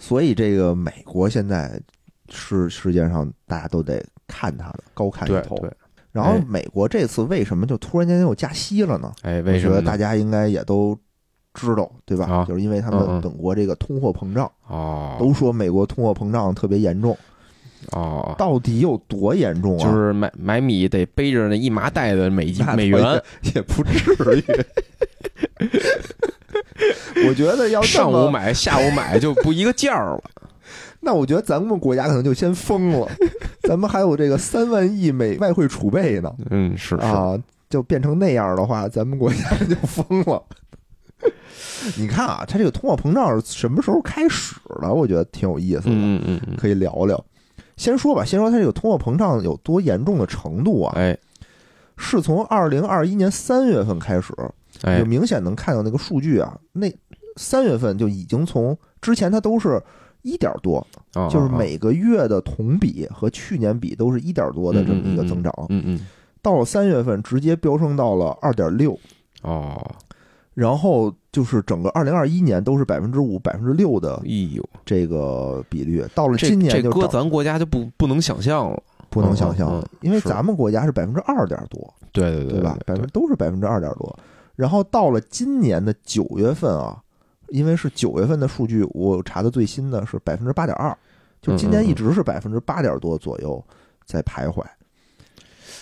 Speaker 1: 所以这个美国现在是世界上大家都得看他的，高看
Speaker 2: 嗯，
Speaker 1: 一
Speaker 2: 对
Speaker 1: 头。
Speaker 2: 对，
Speaker 1: 然后
Speaker 2: 哎
Speaker 1: 美国这次为什么就突然间又加息了呢？
Speaker 2: 哎，
Speaker 1: 我
Speaker 2: 为什
Speaker 1: 觉
Speaker 2: 么
Speaker 1: 得
Speaker 2: 呢
Speaker 1: 大家应该也都知道，对吧？
Speaker 2: 啊
Speaker 1: 就是因为他
Speaker 2: 嗯
Speaker 1: 们
Speaker 2: 嗯
Speaker 1: 本国这个通货膨胀，
Speaker 2: 哦
Speaker 1: 都说美国通货膨胀特别严重，
Speaker 2: 哦，
Speaker 1: 到底有多严重啊？
Speaker 2: 啊就是买买米得背着那一麻袋的美金
Speaker 1: 那
Speaker 2: 美
Speaker 1: 倒
Speaker 2: 元，
Speaker 1: 也也不至于。 我觉得要这
Speaker 2: 上午
Speaker 1: 么，
Speaker 2: 买下午买就不一个价儿 了。
Speaker 1: 那我觉得咱们国家可能就先疯了。 咱们还有这个三万亿美外汇储备呢，
Speaker 2: 嗯，是是，
Speaker 1: 啊，就变成那样的话，咱们国家就疯了。 你看啊，它这个通货膨胀是什么时候开始的？我觉得挺有意思的，
Speaker 2: 嗯嗯嗯，
Speaker 1: 可以聊聊。先说吧，先说它这个通货膨胀有多严重的程度啊？
Speaker 2: 哎
Speaker 1: 是从二零二一年三月份开始，
Speaker 2: 哎
Speaker 1: 就，明显能看到那个数据啊，那三月份就已经从之前它都是一点儿多，
Speaker 2: 哦
Speaker 1: 就是
Speaker 2: 哦哦
Speaker 1: 每个月的同比和去年比都是一点儿多的这么一个增长，
Speaker 2: 嗯嗯，
Speaker 1: 到了三月份直接飙升到了二点六，
Speaker 2: 哦，
Speaker 1: 然后就是整个二零二一年都是百分之五、百分之六的
Speaker 2: 哎呦，
Speaker 1: 这个比率，到了
Speaker 2: 这
Speaker 1: 啊今年
Speaker 2: 这
Speaker 1: 就
Speaker 2: 搁
Speaker 1: 涨
Speaker 2: 咱国家就不不能想象了。
Speaker 1: 不能想象
Speaker 2: 嗯嗯
Speaker 1: 了
Speaker 2: 嗯，
Speaker 1: 因为
Speaker 2: 是
Speaker 1: 咱们国家是百分之二点多，
Speaker 2: 对对
Speaker 1: 对吧？百
Speaker 2: 对
Speaker 1: 分都是百分之二点多。然后到了今年的九月份啊，因为是九月份的数据，我查的最新的是百分之八点二，就今
Speaker 2: 嗯
Speaker 1: 年一直是百分之八点多左右在徘徊。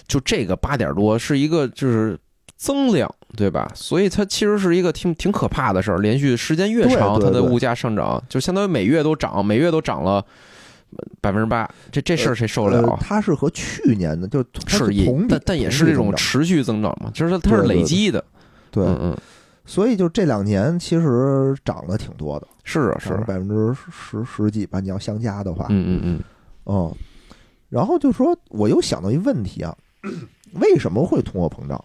Speaker 2: 就这个八点多是一个就是增量，对吧？所以它其实是一个挺挺可怕的事儿，连续时间越
Speaker 1: 对
Speaker 2: 长，
Speaker 1: 对
Speaker 2: 它的
Speaker 1: 对
Speaker 2: 物价上涨，就相当于每月都涨，每月都涨了百分之八，这这事儿谁受得了
Speaker 1: 呃
Speaker 2: 啊？，
Speaker 1: 它是和去年的，就它
Speaker 2: 是也
Speaker 1: 同比
Speaker 2: 但但也是这种
Speaker 1: 同比增长
Speaker 2: 持续增长嘛，就是它它是
Speaker 1: 对对
Speaker 2: 累积的，
Speaker 1: 对，
Speaker 2: 嗯嗯，
Speaker 1: 所以就这两年其实涨了挺多的，
Speaker 2: 是啊是
Speaker 1: 涨了
Speaker 2: 啊，
Speaker 1: 百分之十十几吧。你要相加的话，
Speaker 2: 嗯嗯嗯，
Speaker 1: 嗯，然后就说我又想到一问题啊，为什么会通货膨胀？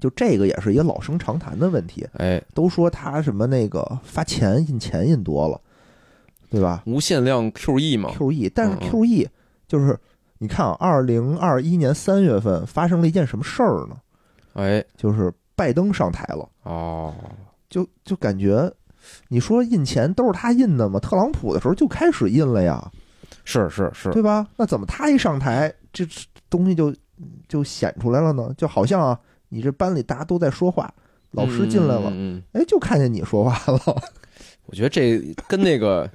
Speaker 1: 就这个也是一个老生常谈的问题，
Speaker 2: 哎，
Speaker 1: 都说他什么那个发钱印钱印多了，对吧
Speaker 2: 无限量 QE 嘛，
Speaker 1: ？QE，但是
Speaker 2: 嗯嗯
Speaker 1: QE 就是你看啊，二零二一年三月份发生了一件什么事儿呢？
Speaker 2: 哎
Speaker 1: 就是拜登上台了，
Speaker 2: 哦，
Speaker 1: 就就感觉你说印钱都是他印的吗？特朗普的时候就开始印了呀，
Speaker 2: 是是是，
Speaker 1: 对吧？那怎么他一上台，这东西就就显出来了呢？就好像啊，你这班里大家都在说话，老师进来了，
Speaker 2: 嗯嗯嗯嗯
Speaker 1: 哎，就看见你说话了。
Speaker 2: 我觉得这跟那个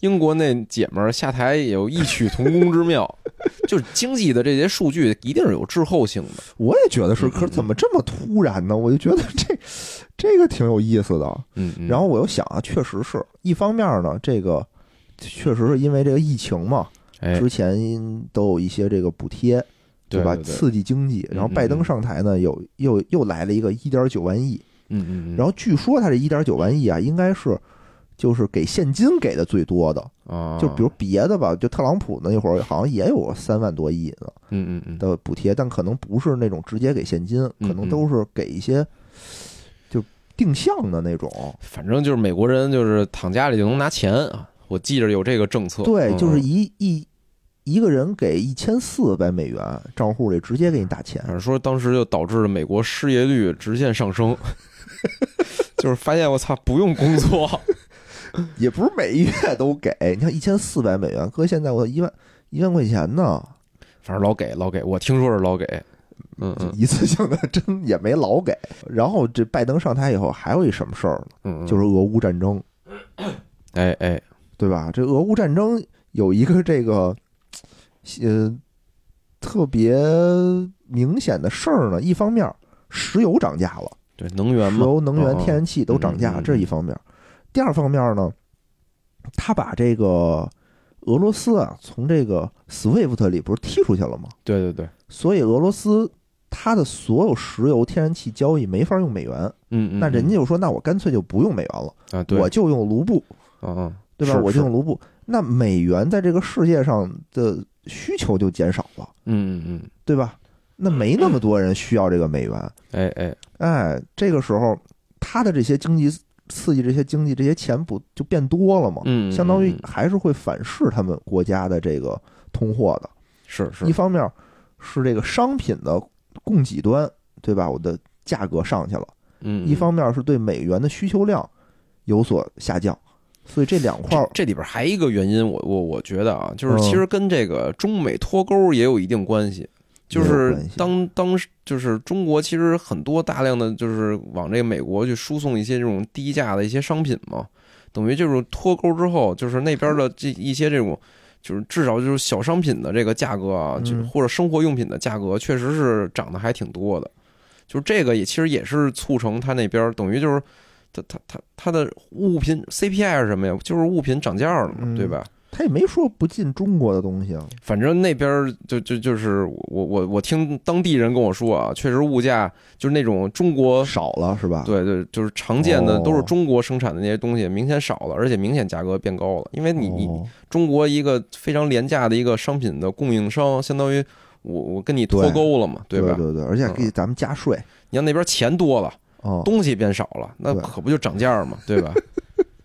Speaker 2: 英国那姐们儿下台有异曲同工之 妙，就是经济的这些数据一定是有滞后性的。
Speaker 1: 我也觉得是，
Speaker 2: 嗯嗯
Speaker 1: 可是怎么这么突然呢？我就觉得这这个挺有意思的。
Speaker 2: 嗯，嗯
Speaker 1: 然后我又想啊，确实是一方面呢，这个确实是因为这个疫情嘛，
Speaker 2: 哎，
Speaker 1: 之前都有一些这个补贴，
Speaker 2: 对
Speaker 1: 吧？
Speaker 2: 对对
Speaker 1: 刺激经济。
Speaker 2: 嗯
Speaker 1: 然后拜登上台呢，有又又来了一个一点九万亿，
Speaker 2: 嗯嗯嗯，
Speaker 1: 然后据说他这一点九万亿啊，应该是就是给现金给的最多的，
Speaker 2: 后啊，
Speaker 1: 就比如别的吧，就特朗普那会儿好像也有三万多亿呢。
Speaker 2: 嗯嗯嗯，
Speaker 1: 的补贴，但可能不是那种直接给现金，
Speaker 2: 嗯
Speaker 1: 可能都是给一些就定向的那种。
Speaker 2: 反正就是美国人就是躺家里就能拿钱啊，我记着有这个政策。
Speaker 1: 对，
Speaker 2: 嗯
Speaker 1: 就是一一一个人给一千四百美元，账户里直接给你打钱
Speaker 2: 反。正说当时就导致了美国失业率直线上升， 就是发现我操不用工作，
Speaker 1: 也不是每月都给，你看一千四百美元，搁现在我一万一万块钱呢，
Speaker 2: 反正老给老给，我听说是老给，嗯嗯
Speaker 1: 一次性的真也没老给。然后这拜登上台以后，还有一什么事儿呢？
Speaker 2: 嗯，嗯
Speaker 1: 就是俄乌战争，
Speaker 2: 哎哎，
Speaker 1: 对吧？这俄乌战争有一个这个，呃，特别明显的事儿呢。一方面，石油涨价了，
Speaker 2: 对能源
Speaker 1: 石
Speaker 2: 嘛，
Speaker 1: 油、能源、
Speaker 2: 嗯嗯
Speaker 1: 天然气都涨
Speaker 2: 嗯嗯
Speaker 1: 价，
Speaker 2: 嗯
Speaker 1: 这一方面。第二方面呢，他把这个俄罗斯啊从这个 SWIFT 里不是踢出去了吗？
Speaker 2: 对对对，
Speaker 1: 所以俄罗斯它的所有石油、天然气交易没法用美元，
Speaker 2: 嗯嗯，
Speaker 1: 那人
Speaker 2: 嗯
Speaker 1: 家就说，那我干脆就不用美元了，
Speaker 2: 啊，对，
Speaker 1: 我就用卢布。
Speaker 2: 嗯嗯，
Speaker 1: 对吧？
Speaker 2: 是
Speaker 1: 我就是用卢布，那美元在这个世界上的需求就减少了，
Speaker 2: 嗯嗯嗯，
Speaker 1: 对吧？那没那么多人需要这个美元，
Speaker 2: 哎哎，
Speaker 1: 哎，这个时候他的这些经济刺激，这些经济这些钱不就变多了吗？
Speaker 2: 嗯，
Speaker 1: 相当于
Speaker 2: 嗯嗯
Speaker 1: 还是会反噬他们国家的这个通货的。
Speaker 2: 嗯是是
Speaker 1: 一，方面是这个商品的供给端，对吧？我的价格上去了；
Speaker 2: 嗯，
Speaker 1: 一
Speaker 2: 嗯
Speaker 1: 方面是对美元的需求量有所下降，所以这两块儿
Speaker 2: 这里边还一个原因，我我我觉得啊，就是
Speaker 1: 嗯
Speaker 2: 其实跟这个中美脱钩也有一定关系。就
Speaker 1: 也有
Speaker 2: 是
Speaker 1: 关系
Speaker 2: 当当时就是中国其实很多大量的就是往这个美国去输送一些这种低价的一些商品嘛，等于就是脱钩之后，就是那边的这一些这种。就是至少就是小商品的这个价格啊，就
Speaker 1: 嗯
Speaker 2: 或者生活用品的价格，确实是涨得还挺多的。就是这个也其实也是促成它那边儿等于就是它它它它的物品 CPI 是什么呀？就是物品涨价了嘛，
Speaker 1: 嗯
Speaker 2: 对吧？
Speaker 1: 他也没说不进中国的东西啊。
Speaker 2: 反正那边儿就就就是我我我听当地人跟我说啊，确实物价就是那种中国
Speaker 1: 少了是吧？
Speaker 2: 对对，就是常见的
Speaker 1: 哦
Speaker 2: 都是中国生产的那些东西明显少了，而且明显价格变高了，因为你你
Speaker 1: 哦
Speaker 2: 中国一个非常廉价的一个商品的供应商，相当于我我跟你脱钩了嘛，
Speaker 1: 对
Speaker 2: 吧？
Speaker 1: 对对，而且还给咱们加税
Speaker 2: 你要那边钱多了，
Speaker 1: 哦，
Speaker 2: 东西变少了，那
Speaker 1: 对
Speaker 2: 可不就涨价嘛，对吧？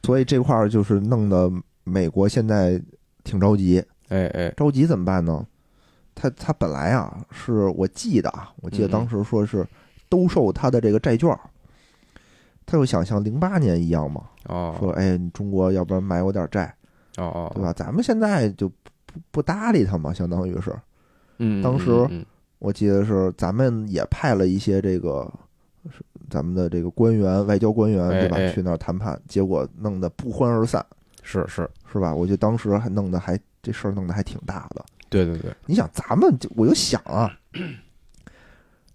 Speaker 1: 所以这块儿就是弄得美国现在挺着急，
Speaker 2: 哎哎，
Speaker 1: 着急怎么办呢？他他本来啊，是我记得啊，我记得
Speaker 2: 嗯嗯
Speaker 1: 当时说是兜售他的这个债券儿，他又想像零八年一样嘛，
Speaker 2: 哦
Speaker 1: 说哎，你中国要不然买我点儿债，
Speaker 2: 哦哦，
Speaker 1: 对吧？咱们现在就不不不搭理他嘛，相当于是，
Speaker 2: 嗯，嗯，
Speaker 1: 当时
Speaker 2: 嗯嗯
Speaker 1: 我记得是咱们也派了一些这个是咱们的这个官员、外交官员，
Speaker 2: 哎
Speaker 1: 对吧？
Speaker 2: 哎
Speaker 1: 去那儿谈判，结果弄得不欢而散，
Speaker 2: 是是，
Speaker 1: 是吧？我觉得当时还弄得还这事儿弄得还挺大的。
Speaker 2: 对对对，
Speaker 1: 你想，咱们就我就想啊，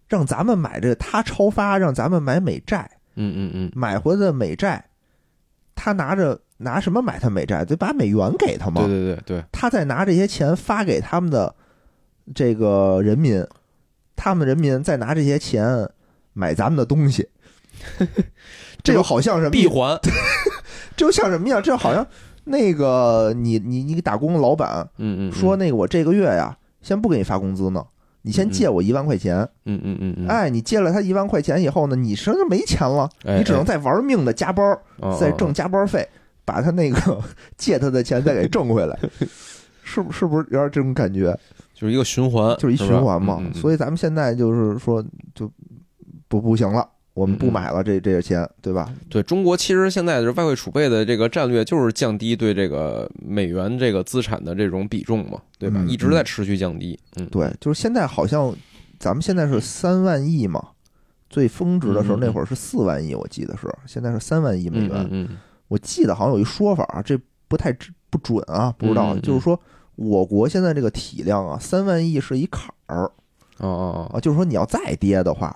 Speaker 1: 让咱们买这个他超发，让咱们买美债，
Speaker 2: 嗯嗯嗯，
Speaker 1: 买回来的美债，他拿着拿什么买他美债？得把美元给他嘛
Speaker 2: 对，对对对，
Speaker 1: 他再拿这些钱发给他们的这个人民，他们人民再拿这些钱买咱们的东 西，这就好像什么？
Speaker 2: 闭环，
Speaker 1: 这就像什么呀？这就好像那个你你你打工的老板
Speaker 2: 嗯嗯，嗯
Speaker 1: 说，那个我这个月呀，先不给你发工资呢。你先借我一万块钱，
Speaker 2: 嗯嗯嗯嗯，
Speaker 1: 哎，你借了他一万块钱以后呢，你身上没钱了，
Speaker 2: 哎，
Speaker 1: 你只能再玩命的加班，
Speaker 2: 哎
Speaker 1: 再挣，加班费，把他那 个借他的钱再给挣回来，是不是不是有点这种感觉？
Speaker 2: 哦哦就是一嗯个循环，
Speaker 1: 就是一循环嘛。所
Speaker 2: 以
Speaker 1: 以咱们现在就是说，就不不行了，我们
Speaker 2: 嗯
Speaker 1: 不买了这这些钱，对吧？
Speaker 2: 对中国其实现在就是外汇储备的这个战略，就是降低对这个美元这个资产的这种比重嘛，对吧？
Speaker 1: 嗯
Speaker 2: 一直在持续降低，嗯，
Speaker 1: 对，就是现在好像咱们现在是三万亿嘛，最峰值的时候，
Speaker 2: 嗯嗯嗯
Speaker 1: 那会儿是四万亿，我记得是，现在是三万亿美
Speaker 2: 嗯
Speaker 1: 元。
Speaker 2: 嗯嗯，
Speaker 1: 我记得好像有一说法啊，这不太知不准啊，不知道。
Speaker 2: 嗯嗯嗯
Speaker 1: 就是说，我国现在这个体量啊，三万亿是一坎儿
Speaker 2: 哦哦
Speaker 1: 啊，就是说你要再跌的话，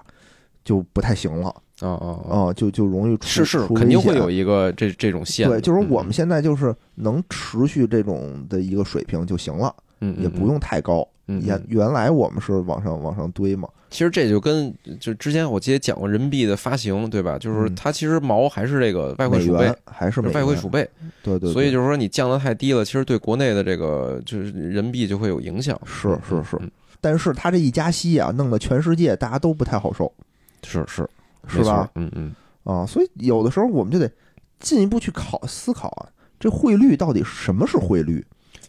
Speaker 1: 就不太行了
Speaker 2: 哦哦哦，
Speaker 1: 啊，就就容易出
Speaker 2: 是是，
Speaker 1: 出
Speaker 2: 肯定
Speaker 1: 危
Speaker 2: 会
Speaker 1: 险
Speaker 2: 有一个这这种线的，
Speaker 1: 啊对，就是说我们
Speaker 2: 嗯
Speaker 1: 现在就是能持续这种的一个水平就行了，
Speaker 2: 嗯嗯
Speaker 1: 也不用太高。
Speaker 2: 嗯嗯
Speaker 1: 原原来我们是往上往上堆嘛，
Speaker 2: 其实这就跟就之前我记得讲过人民币的发行，对吧？就是
Speaker 1: 嗯
Speaker 2: 它其实毛还是这个外汇
Speaker 1: 美
Speaker 2: 储备
Speaker 1: 元，还是
Speaker 2: 就
Speaker 1: 美
Speaker 2: 是外汇
Speaker 1: 元
Speaker 2: 储备，
Speaker 1: 对对，
Speaker 2: 所以
Speaker 1: 就
Speaker 2: 就是说你降得太低了，其实对国内的这个就是人民币就会有影响。
Speaker 1: 是是是
Speaker 2: 嗯，
Speaker 1: 但是他这一加息啊，弄得全世界大家都不太好受，
Speaker 2: 是是
Speaker 1: 是吧？？
Speaker 2: 没错嗯嗯，
Speaker 1: 啊，所以有的时候我们就得进一步去考思考啊，这汇率到底什么是汇率？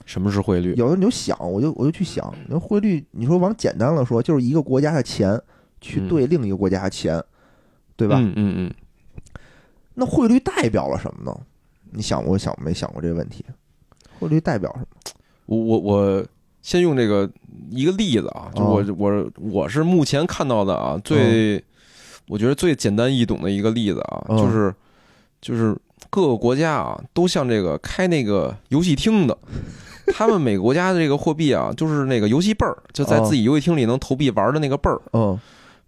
Speaker 2: 什么是汇率？
Speaker 1: 有的你就想，我就我就去想，那汇率，你说往简单了说，就是一个国家的钱去
Speaker 2: 嗯
Speaker 1: 兑另一个国家的钱，对
Speaker 2: 对
Speaker 1: 吧？
Speaker 2: 嗯嗯嗯，
Speaker 1: 那汇率代表了什么呢？你想过想没想过这个问题？汇率代表什么？
Speaker 2: 我我我先用这个一个例子啊，就
Speaker 1: 哦
Speaker 2: 我我我是目前看到的啊，最我觉得最简单易懂的一个例子啊，
Speaker 1: 嗯
Speaker 2: 就是就是各个国家啊都像这个开那个游戏 厅的。他们每个国家的这个货币啊，就是那个游戏倍儿，就在
Speaker 1: 哦
Speaker 2: 自己游戏厅里能投币玩的那个倍儿。
Speaker 1: 嗯，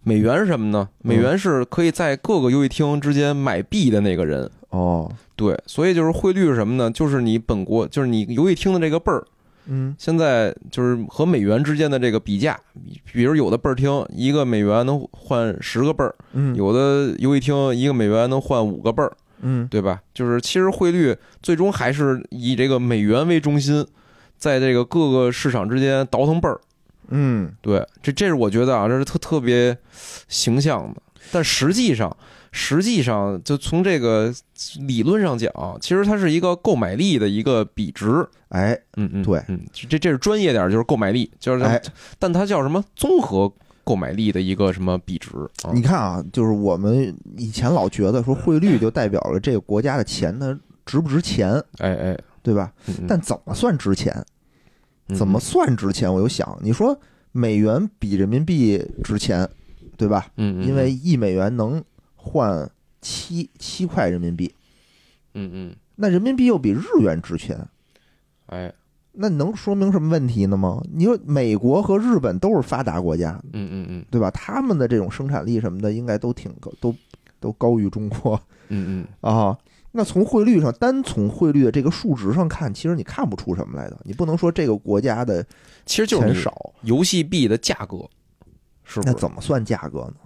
Speaker 2: 美元是什么呢？美元是可以在各个游戏厅之间买币的那个人。
Speaker 1: 哦，
Speaker 2: 对，所以就是汇率是什么呢？就是你本国，就是你游戏厅的这个倍儿，
Speaker 1: 嗯，
Speaker 2: 现在就是和美元之间的这个比价，比比如有的倍儿厅一个美元能换十个倍儿，
Speaker 1: 嗯，
Speaker 2: 有的游戏厅一个美元能换五个倍儿，
Speaker 1: 嗯，
Speaker 2: 对吧？就是其实汇率最终还是以这个美元为中心，在这个各个市场之间倒腾倍儿。
Speaker 1: 嗯，
Speaker 2: 对，这这是我觉得啊，这是特特别形象的。但实际上，实际上就从这个理论上讲，其实它是一个购买力的一个比值。
Speaker 1: 哎，
Speaker 2: 嗯嗯，
Speaker 1: 对
Speaker 2: 嗯，这这是专业点儿，就是购买力，就是它、
Speaker 1: 哎
Speaker 2: 但它叫什么综合购买力的一个什么比值啊？
Speaker 1: 你看啊，就是我们以前老觉得说汇率就代表了这个国家的钱它值不值钱，
Speaker 2: 哎哎，
Speaker 1: 对吧？
Speaker 2: 嗯嗯
Speaker 1: 但怎么算值钱？
Speaker 2: 嗯
Speaker 1: 怎么算值钱？我就想，你说美元比人民币值钱，对吧？
Speaker 2: 嗯嗯，
Speaker 1: 因为一美元能换七七块人民币，
Speaker 2: 嗯嗯，
Speaker 1: 那人民币又比日元值钱，
Speaker 2: 哎
Speaker 1: 那能说明什么问题呢吗？你说美国和日本都是发达国家，
Speaker 2: 嗯嗯嗯
Speaker 1: 对吧？他们的这种生产力什么的，应该都挺高，都都高于中国
Speaker 2: 嗯嗯，
Speaker 1: 啊。那从汇率上，单从汇率的这个数值上看，其实你看不出什么来的。你不能说这个国家的
Speaker 2: 其实就是
Speaker 1: 钱
Speaker 2: 你
Speaker 1: 少，
Speaker 2: 游戏币的价格，是不嗯是？
Speaker 1: 那怎么算价格呢？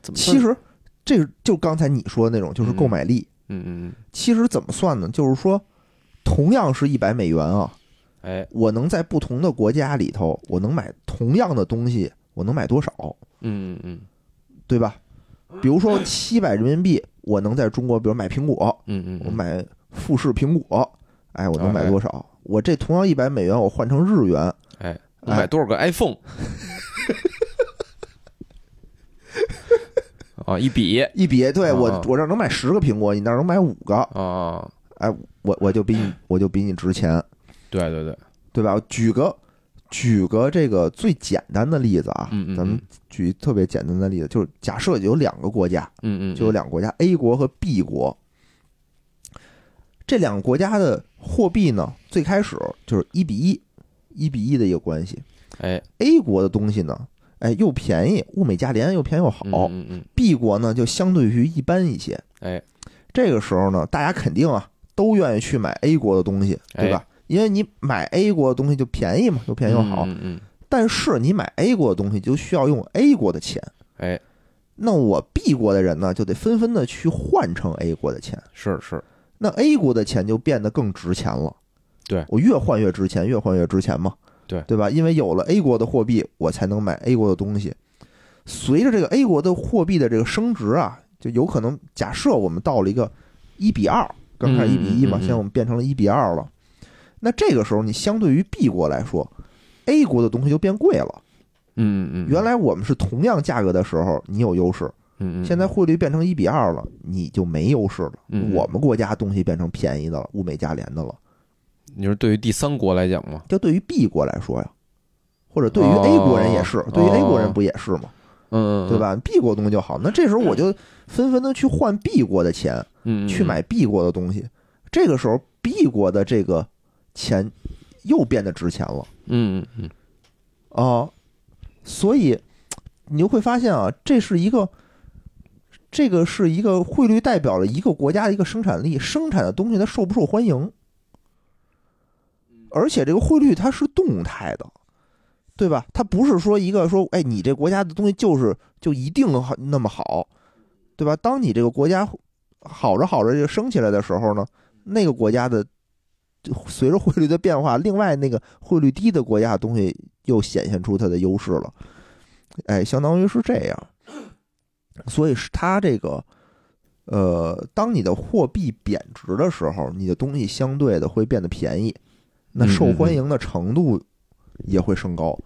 Speaker 2: 怎么算
Speaker 1: 其实这个就刚才你说的那种，就是购买力。
Speaker 2: 嗯嗯嗯，
Speaker 1: 其实怎么算呢？就是说，同样是一百美元啊，
Speaker 2: 哎
Speaker 1: 我能在不同的国家里头，我能买同样的东西，我能买多少，
Speaker 2: 嗯嗯嗯
Speaker 1: 对吧？比如说七百人民币，我能在中国，比如买苹果，
Speaker 2: 嗯嗯，
Speaker 1: 我买富士苹果，哎，我能买多少？我这同样一百美元，我换成日元，
Speaker 2: 哎，我买多少个 iPhone？啊，一比
Speaker 1: 一比，对我
Speaker 2: 啊
Speaker 1: 我这儿能买十个苹果，你那儿能买五个，哎
Speaker 2: 啊，
Speaker 1: 我我就比 你我就比你值钱。
Speaker 2: 对对对，
Speaker 1: 对吧？举个举个这个最简单的例子啊，
Speaker 2: 嗯嗯嗯
Speaker 1: 咱们举特别简单的例子，就是假设有两个国家，
Speaker 2: 嗯嗯，
Speaker 1: 就有两个国家、A 国和 B 国，这两个国家的货币呢，最开始就是一比一，一比一的一个关系。
Speaker 2: 哎，
Speaker 1: A 国的东西呢，哎，又便宜，物美价廉，又便宜又好。
Speaker 2: 嗯嗯嗯，
Speaker 1: B 国呢，就相对于一般一些。
Speaker 2: 哎，
Speaker 1: 这个时候呢，大家肯定啊都愿意去买 A 国的东西，
Speaker 2: 哎
Speaker 1: 对吧？因为你买 A 国的东西就便宜嘛，又便宜又好。
Speaker 2: 嗯嗯，
Speaker 1: 但是你买 A 国的东西就需要用 A 国的钱，
Speaker 2: 哎，
Speaker 1: 那我 B 国的人呢就得纷纷的去换成 A 国的钱，
Speaker 2: 是是，
Speaker 1: 那 A 国的钱就变得更值钱了。
Speaker 2: 对
Speaker 1: 我越换越值钱，越换越值钱嘛。
Speaker 2: 对
Speaker 1: 对吧？因为有了 A 国的货币，我才能买 A 国的东西。随着这个 A 国的货币的这个升值啊，就有可能假设我们到了一个一比二，刚开始一比一嘛，
Speaker 2: 嗯嗯嗯嗯
Speaker 1: 现在我们变成了一比二了。那这个时候，你相对于 B 国来说，A 国的东西就变贵了。
Speaker 2: 嗯嗯，
Speaker 1: 原来我们是同样价格的时候，你有优势，
Speaker 2: 嗯嗯，
Speaker 1: 现在汇率变成一比二了，你就没优势了。
Speaker 2: 嗯嗯
Speaker 1: 我们国家东西变成便宜的了，物美价廉的了。
Speaker 2: 你说对于第三国来讲嘛，
Speaker 1: 这对于 B 国来说呀，或者对于
Speaker 2: 哦
Speaker 1: A 国人也是，对于
Speaker 2: 哦
Speaker 1: A 国人不也是吗？
Speaker 2: 嗯，嗯嗯
Speaker 1: 对？吧？B 国东西就好，那这时候我就纷纷的去换 B 国的钱，
Speaker 2: 嗯，嗯
Speaker 1: 去，买 B 国的东西。这个时候 B 国的这个钱又变得值钱了
Speaker 2: 嗯嗯
Speaker 1: 啊、所以你就会发现啊，这是一个。这个是一个汇率代表了一个国家的一个生产力，生产的东西它受不受欢迎，而且这个汇率它是动态的，对吧？它不是说一个说，哎，你这国家的东西就是就一定好那么好，对吧？当你这个国家好着好着就升起来的时候呢，那个国家的就随着汇率的变化，另外那个汇率低的国家的东西又显现出它的优势了，哎，相当于是这样。所以是它这个，呃，当你的货币贬值的时候，你的东西相对的会变得便宜，那受欢迎的程度也会升高。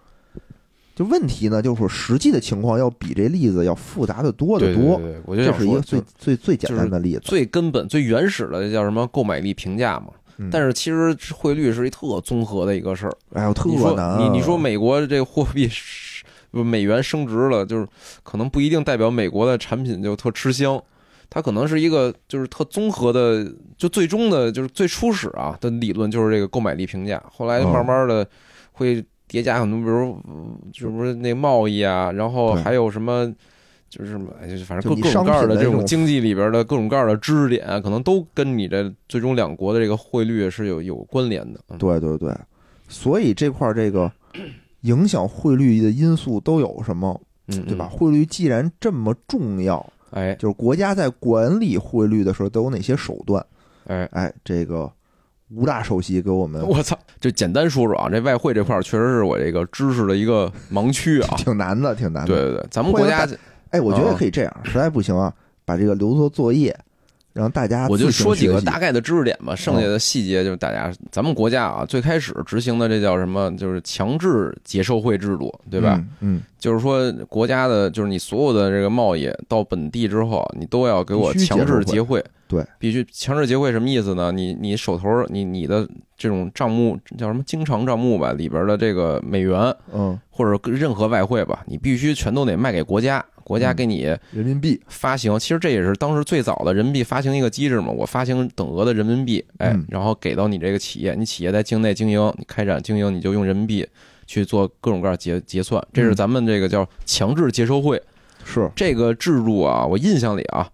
Speaker 1: 就问题呢，就是实际的情况要比这例子要复杂的多
Speaker 2: 嗯，
Speaker 1: 得
Speaker 2: 对
Speaker 1: 多。
Speaker 2: 对对，我就
Speaker 1: 这
Speaker 2: 想
Speaker 1: 是一
Speaker 2: 说
Speaker 1: 个，最
Speaker 2: 就是
Speaker 1: 最最简单的例子。
Speaker 2: 最根本、最原始的叫什么购买力评价嘛。
Speaker 1: 嗯
Speaker 2: 但是其实汇率是一特综合的一个事儿。
Speaker 1: 哎呦，特
Speaker 2: 你说
Speaker 1: 难啊。
Speaker 2: 你你说美国这货币是不美元升值了，就是可能不一定代表美国的产品就特吃香，它可能是一个就是特综合的，就最终的就是最初始啊的理论就是这个购买力评价，后来
Speaker 1: 嗯
Speaker 2: 慢慢的会叠加很多，比如嗯就是不是那贸易啊，然后
Speaker 1: 对
Speaker 2: 还有什么。就是什么，哎就是反正
Speaker 1: 就
Speaker 2: 各
Speaker 1: 你
Speaker 2: 各种
Speaker 1: 商
Speaker 2: 各样
Speaker 1: 品
Speaker 2: 的
Speaker 1: 的
Speaker 2: 这
Speaker 1: 一
Speaker 2: 种
Speaker 1: 种
Speaker 2: 经济里边的各种各样的知识点，啊可能都跟你这最终两国的这个汇率是有有关联的。嗯
Speaker 1: 对对对，所以这块儿这 个影响汇率的因素都有什么，
Speaker 2: 嗯，
Speaker 1: 对吧？汇率既然这么重要，
Speaker 2: 嗯？哎
Speaker 1: 就是国家在管理汇率的时候都有哪些手段？
Speaker 2: 哎，
Speaker 1: 哎，这个吴大首席给 我们。
Speaker 2: 我操，嗯就简单说说啊，这外汇这块儿确实是我这个知识的一个盲区啊
Speaker 1: 挺难的，挺难
Speaker 2: 对
Speaker 1: 的。
Speaker 2: 对对，咱们国家，
Speaker 1: 哎，我觉
Speaker 2: 啊
Speaker 1: 得可以这样，实在不行啊，把这个留作作业，让大家
Speaker 2: 我就
Speaker 1: 自行
Speaker 2: 说几个
Speaker 1: 学习
Speaker 2: 大概的知识点吧，剩下的细节就是大家，咱们国家啊，最开始执行的这叫什么？就是强制结售汇制度，对吧？？
Speaker 1: 嗯，嗯
Speaker 2: 就是说国家的，就是你所有的这个贸易到本地之后，你都要给我
Speaker 1: 必须
Speaker 2: 强制结
Speaker 1: 结
Speaker 2: 汇。
Speaker 1: 对，
Speaker 2: 必须强制结汇什么意思呢？你你手头儿你你的这种账目叫什么经常账目吧，里边的这个美元，
Speaker 1: 嗯，
Speaker 2: 或者跟任何外汇吧，你必须全都得卖给国家，国家给你
Speaker 1: 人民币，
Speaker 2: 发行。其实这也是当时最早的人民币发行一个机制嘛，我发行等额的人民币，哎
Speaker 1: 嗯，
Speaker 2: 然后给到你这个企业，你企业在境内经营，你开展经营，你就用人民币去做各种各样结结算，这是咱们这个叫强制结售汇
Speaker 1: 是
Speaker 2: 这个制度啊。我印象里啊，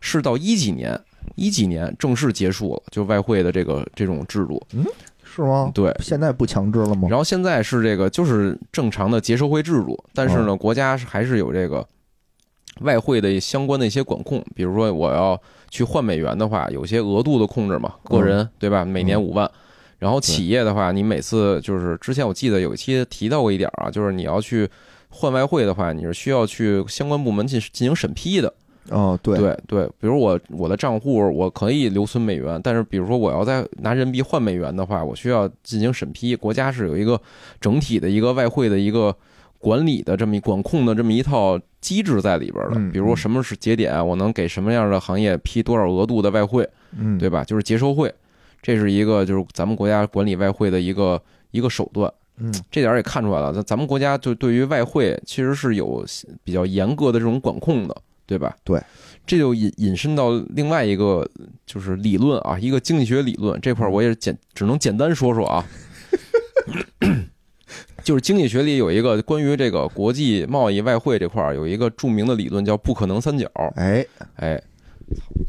Speaker 2: 是到一几年。一几年正式结束了，就外汇的这个这种制度，
Speaker 1: 是吗？
Speaker 2: 对，
Speaker 1: 现在不强制了吗？
Speaker 2: 然后现在是这个就是正常的结售汇制度，但是呢，国家是还是有这个外汇的相关的一些管控，比如说我要去换美元的话，有些额度的控制嘛，个人对吧？每年五万。然后企业的话，你每次就是之前我记得有一期提到过一点啊，就是你要去换外汇的话，你是需要去相关部门进进行审批的。
Speaker 1: 哦，对，
Speaker 2: 对对，比如我我的账户我可以留存美元，但是比如说我要再拿人民币换美元的话，我需要进行审批，国家是有一个整体的一个外汇的一个管理的这么一管控的这么一套机制在里边的。
Speaker 1: 嗯
Speaker 2: 比如说
Speaker 1: 嗯
Speaker 2: 什么是节点，我能给什么样的行业批多少额度的外汇，
Speaker 1: 嗯，
Speaker 2: 对吧？就是结售汇，这是一个就是咱们国家管理外汇的一个一个手段。
Speaker 1: 嗯，
Speaker 2: 这点儿也看出来了，咱咱们国家就对于外汇其实是有比较严格的这种管控的，对吧？
Speaker 1: 对，
Speaker 2: 这就引引申到另外一个就是理论啊，一个经济学理论这块，我也简只能简单说 说啊。就是经济学里有一个关于这个国际贸易外汇这块儿有一个著名的理论叫不可能三角，
Speaker 1: 哎，
Speaker 2: 哎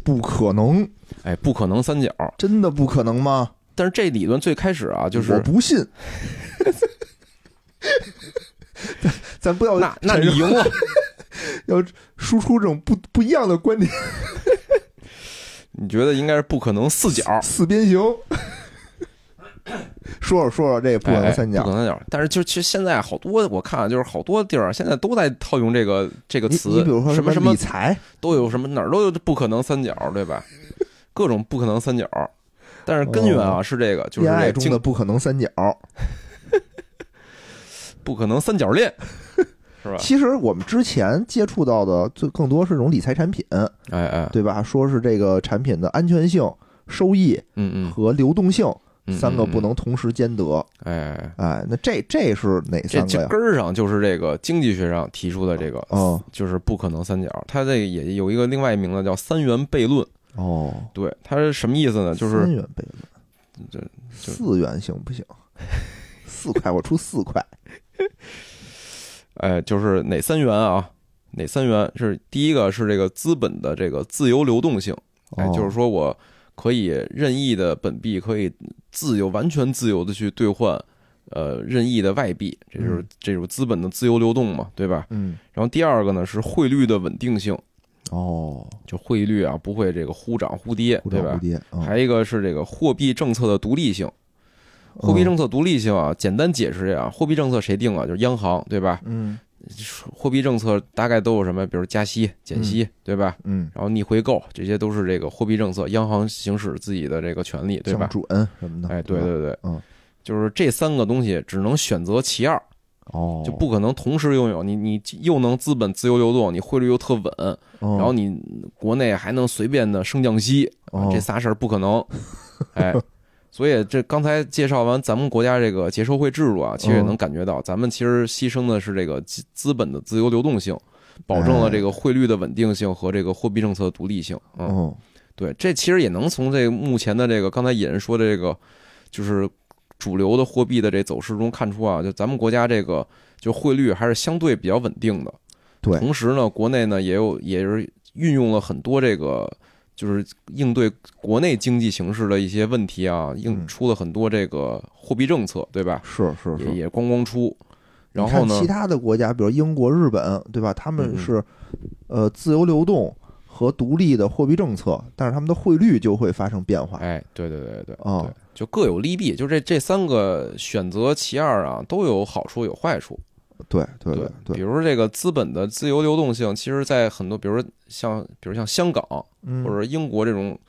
Speaker 1: 不可能，
Speaker 2: 哎，不可能三角。
Speaker 1: 真的不可能吗？
Speaker 2: 但是这理论最开始啊，就是
Speaker 1: 我不信。 咱不要
Speaker 2: 那那你赢了，
Speaker 1: 要输出这种不不一样的观点，
Speaker 2: 你觉得应该是不可能四角，
Speaker 1: 四边形。说说说说这不可能三
Speaker 2: 哎哎
Speaker 1: 角
Speaker 2: 不，可能三角。但是就其实现在好多我看就是好多地儿现在都在套用这个这个
Speaker 1: 你
Speaker 2: 词，
Speaker 1: 你比如说
Speaker 2: 什么什
Speaker 1: 理
Speaker 2: 么
Speaker 1: 财，
Speaker 2: 都有什么哪儿都有不可能三角，对吧？各种不可能三角，但是根源啊、是这个，就是
Speaker 1: 恋
Speaker 2: 这
Speaker 1: 爱
Speaker 2: 个
Speaker 1: 中
Speaker 2: 经啊
Speaker 1: 的不可能三角。
Speaker 2: 不可能三角恋，是吧？
Speaker 1: 其实我们之前接触到的最更多是这种理财产品，
Speaker 2: 哎哎，
Speaker 1: 对吧？说是这个产品的安全性、收益
Speaker 2: 嗯嗯，
Speaker 1: 和流动性
Speaker 2: 嗯
Speaker 1: 三个
Speaker 2: 嗯
Speaker 1: 不能同时兼得。
Speaker 2: 哎，
Speaker 1: 哎，那这这是哪
Speaker 2: 这
Speaker 1: 三
Speaker 2: 这
Speaker 1: 个呀？
Speaker 2: 根儿上就是这个经济学上提出的这个，
Speaker 1: 哦
Speaker 2: 就是不可能三角。它这个也有一个另外一名字叫三元悖论。
Speaker 1: 哦，
Speaker 2: 对，它是什么意思呢？呃就是
Speaker 1: 三元悖论，
Speaker 2: 这就
Speaker 1: 四元行不 行？四块，我出四块。
Speaker 2: 哎，就是哪三元啊？哪三元是第一个是这个资本的这个自由流动性，哎，
Speaker 1: 哦
Speaker 2: 就是说我可以任意的本币可以自由完全自由的去兑换，呃，任意的外币，这就是
Speaker 1: 嗯
Speaker 2: 这种资本的自由流动嘛，对吧？
Speaker 1: 嗯
Speaker 2: 然后第二个呢是汇率的稳定性，
Speaker 1: 哦，
Speaker 2: 就汇率啊不会这个忽涨忽跌，
Speaker 1: 忽
Speaker 2: 对
Speaker 1: 涨忽
Speaker 2: 吧？
Speaker 1: 跌。嗯
Speaker 2: 还有一个是这个货币政策的独立性，
Speaker 1: 嗯
Speaker 2: 货币政策独立性啊，简单解释一下，货币政策谁定啊？就是央行，对吧？
Speaker 1: 嗯
Speaker 2: 货币政策大概都有什么？比如加息、减息，对吧？
Speaker 1: 嗯，
Speaker 2: 然后逆回购，这些都是这个货币政策，央行行使自己的这个权利，对
Speaker 1: 降
Speaker 2: 吧？
Speaker 1: 准什么的。
Speaker 2: 哎，对
Speaker 1: 吧
Speaker 2: 对对，
Speaker 1: 嗯，
Speaker 2: 就是这三个东西只能选择其二，
Speaker 1: 哦，
Speaker 2: 就不可能同时拥有。你你又能资本自由流动，你汇率又特稳，
Speaker 1: 哦，
Speaker 2: 然后你国内还能随便的升降息，啊
Speaker 1: 哦，
Speaker 2: 这仨事儿不 可能。哎，所以这刚才介绍完咱们国家这个结售汇制度啊，
Speaker 1: 嗯
Speaker 2: 其实也能感觉到，咱们其实牺牲的是这个资资本的自由流动性，保证
Speaker 1: 哎
Speaker 2: 了这个汇率的稳定性和这个货币政策的独立性。嗯，
Speaker 1: 哦，
Speaker 2: 对，这其实也能从这个目前的这个刚才野人说的这个，就是主流的货币的这走势中看出啊，就咱们国家这个就汇率还是相对比较稳定的。
Speaker 1: 对
Speaker 2: 同时呢，国内呢也有也是运用了很多这个，就是应对国内经济形势的一些问题啊，应
Speaker 1: 嗯
Speaker 2: 出了很多这个货币政策，对吧？
Speaker 1: 是是
Speaker 2: 也
Speaker 1: 是。
Speaker 2: 也咣咣出。然
Speaker 1: 你
Speaker 2: 后
Speaker 1: 看
Speaker 2: 呢
Speaker 1: 其，他的国家，比如英国、日本，对吧？他
Speaker 2: 嗯
Speaker 1: 们
Speaker 2: 嗯
Speaker 1: 是呃自由流动和独立的货币政策，但是他们的汇率就会发生变化。
Speaker 2: 哎，对对对对
Speaker 1: 哦
Speaker 2: 对，就各有利弊，就这这三个选择其二啊，都有好处有坏处。
Speaker 1: 对对
Speaker 2: 对比
Speaker 1: 对，
Speaker 2: 如说这个资本的自由流动性，其实，在很多，比如说像，比如像香港
Speaker 1: 嗯
Speaker 2: 或者英国这种，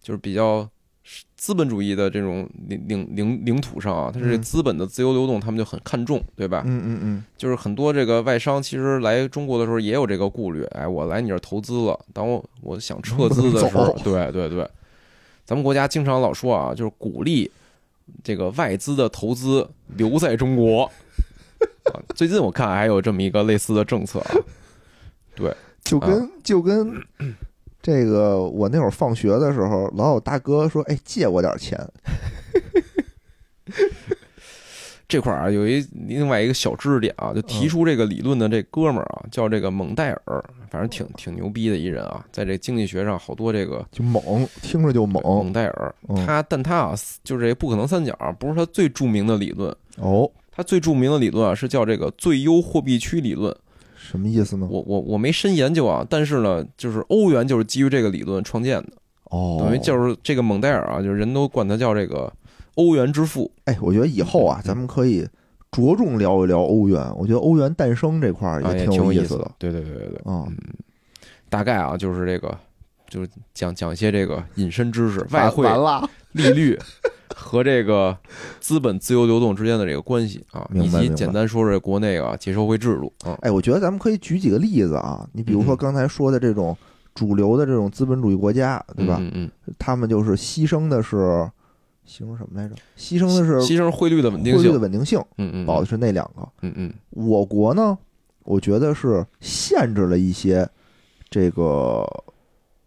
Speaker 2: 就是比较资本主义的这种领领领领土上啊，它是
Speaker 1: 嗯
Speaker 2: 资本的自由流动，他们就很看重，对吧？
Speaker 1: 嗯嗯嗯，
Speaker 2: 就是很多这个外商其实来中国的时候也有这个顾虑，哎，我来你这儿投资了，当我我想撤资的时候
Speaker 1: 能不，
Speaker 2: 对对对，咱们国家经常老说啊，就是鼓励这个外资的投资留在中国。啊最近我看还有这么一个类似的政策啊，
Speaker 1: 就跟就 跟这个我那会儿放学的时候，老有大哥说：“哎，借我点钱。
Speaker 2: 这块儿啊有一另外一个小知识点啊，就提出这个理论的这哥们儿啊，叫这个蒙代尔，反正挺挺牛逼的一人啊，在这经济学上好多这个”
Speaker 1: 就猛，听着就猛
Speaker 2: 蒙代尔，
Speaker 1: 嗯
Speaker 2: 他但他啊，就是这不可能三角啊，不是他最著名的理论，
Speaker 1: 哦，
Speaker 2: 他最著名的理论啊是叫这个最优货币区理论。
Speaker 1: 什么意思呢？
Speaker 2: 我我我没深研究啊，但是呢，就是欧元就是基于这个理论创建的，
Speaker 1: 哦，
Speaker 2: 等于就是这个蒙代尔啊，就是人都管他叫这个欧元之父。
Speaker 1: 哎，我觉得以后啊
Speaker 2: 嗯，
Speaker 1: 咱们可以着重聊一聊欧元。我觉得欧元诞生这块儿
Speaker 2: 啊，也
Speaker 1: 挺
Speaker 2: 有
Speaker 1: 意
Speaker 2: 思
Speaker 1: 的。。
Speaker 2: 对对对对对，
Speaker 1: 嗯，
Speaker 2: 大概啊就是这个，就是讲讲一些这个隐身知识，外汇
Speaker 1: 完、 了，
Speaker 2: 利率和这个资本自由流动之间的这个关系啊，
Speaker 1: 明白
Speaker 2: 以及
Speaker 1: 明白
Speaker 2: 简单说说国内啊结售汇制度啊，
Speaker 1: 哎，我觉得咱们可以举几个例子啊。你比如说
Speaker 2: 嗯
Speaker 1: 刚才说的这种主流的这种资本主义国家，对吧？
Speaker 2: 嗯嗯，
Speaker 1: 他们就是牺牲的是牺牲什么来着？牺牲
Speaker 2: 嗯
Speaker 1: 的是
Speaker 2: 牺牲汇率的稳定
Speaker 1: 汇率
Speaker 2: 性
Speaker 1: 的，稳定性，
Speaker 2: 嗯嗯，
Speaker 1: 保的是那两个。
Speaker 2: 嗯嗯
Speaker 1: 我国呢，我觉得是限制了一些这个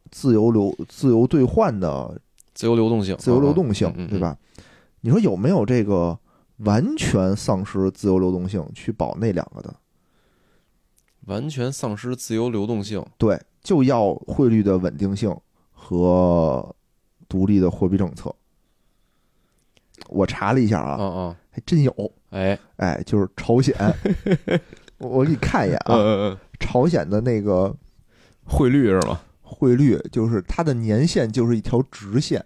Speaker 1: 自由流、自由兑换的
Speaker 2: 自由流动性，
Speaker 1: 自由流动性
Speaker 2: 嗯嗯嗯，嗯
Speaker 1: 对吧？你说有没有这个完全丧失自由流动性去保那两个的？
Speaker 2: 完全丧失自由流动性，
Speaker 1: 对，就要汇率的稳定性和独立的货币政策。我查了一下
Speaker 2: 啊
Speaker 1: 啊，
Speaker 2: 啊，
Speaker 1: 还真有。
Speaker 2: 哎，
Speaker 1: 哎，就是朝 鲜，我我给你看一眼
Speaker 2: 嗯
Speaker 1: 啊，
Speaker 2: 嗯嗯，
Speaker 1: 朝鲜的那个
Speaker 2: 汇率是吗？
Speaker 1: 汇率，就是它的年限就是一条直线。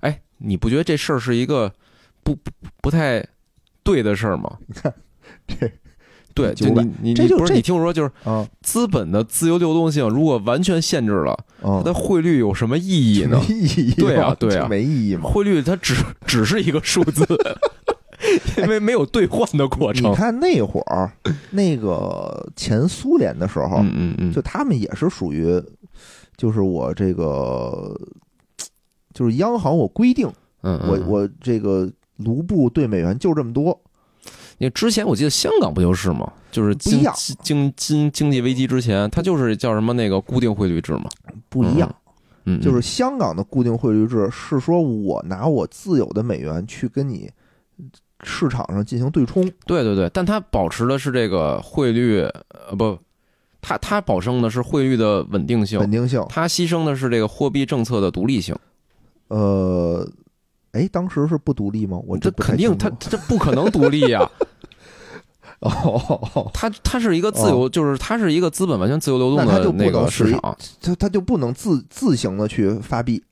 Speaker 2: 哎，你不觉得这事儿是一个不不不太对的事儿吗？你
Speaker 1: 看这。
Speaker 2: 对，
Speaker 1: 第
Speaker 2: 就
Speaker 1: 九
Speaker 2: 你你
Speaker 1: 这
Speaker 2: 你
Speaker 1: 就
Speaker 2: 不是
Speaker 1: 这
Speaker 2: 你听我说，就是
Speaker 1: 啊，
Speaker 2: 资本的自由流动性如果完全限制了，它
Speaker 1: 嗯，
Speaker 2: 的汇率有什么意义
Speaker 1: 这
Speaker 2: 呢
Speaker 1: 没？意义吗，
Speaker 2: 对啊对啊
Speaker 1: 这没意义嘛。
Speaker 2: 汇率它只只是一个数字， 因为没有兑换的过程
Speaker 1: 你。看那会儿，那个前苏联的时候，
Speaker 2: 嗯嗯嗯，
Speaker 1: 哦就他们也是属于，就是我这个，就是央行我规定
Speaker 2: 嗯，嗯
Speaker 1: 我
Speaker 2: 嗯
Speaker 1: 我这个卢布对美元就这么多，
Speaker 2: 你之前我记得香港不就是吗？就是
Speaker 1: 不
Speaker 2: 经
Speaker 1: 一样
Speaker 2: 经经经经济危机之前，它就是叫什么那个固定汇率制嘛，
Speaker 1: 不一样。
Speaker 2: 嗯，嗯，
Speaker 1: 就是香港的固定汇率制是说我拿我自有的美元去跟你市场上进行对冲，
Speaker 2: 对对对，但它保持的是这个汇率，呃不，它它保证的是汇率的稳定性
Speaker 1: 稳，定性。
Speaker 2: 它牺牲的是这个货币政策的独立性。
Speaker 1: 呃，哎，当时是不独立吗？我这
Speaker 2: 这
Speaker 1: 不太
Speaker 2: 肯定
Speaker 1: 清
Speaker 2: 它
Speaker 1: 楚
Speaker 2: 这不可能独立 呀、
Speaker 1: 哦，
Speaker 2: 它它是一个自由，就是它是一个资本完全自由流动
Speaker 1: 那它就
Speaker 2: 的
Speaker 1: 不
Speaker 2: 那个
Speaker 1: 能
Speaker 2: 市
Speaker 1: 随
Speaker 2: 场，
Speaker 1: 他他就不能自自行的去发币，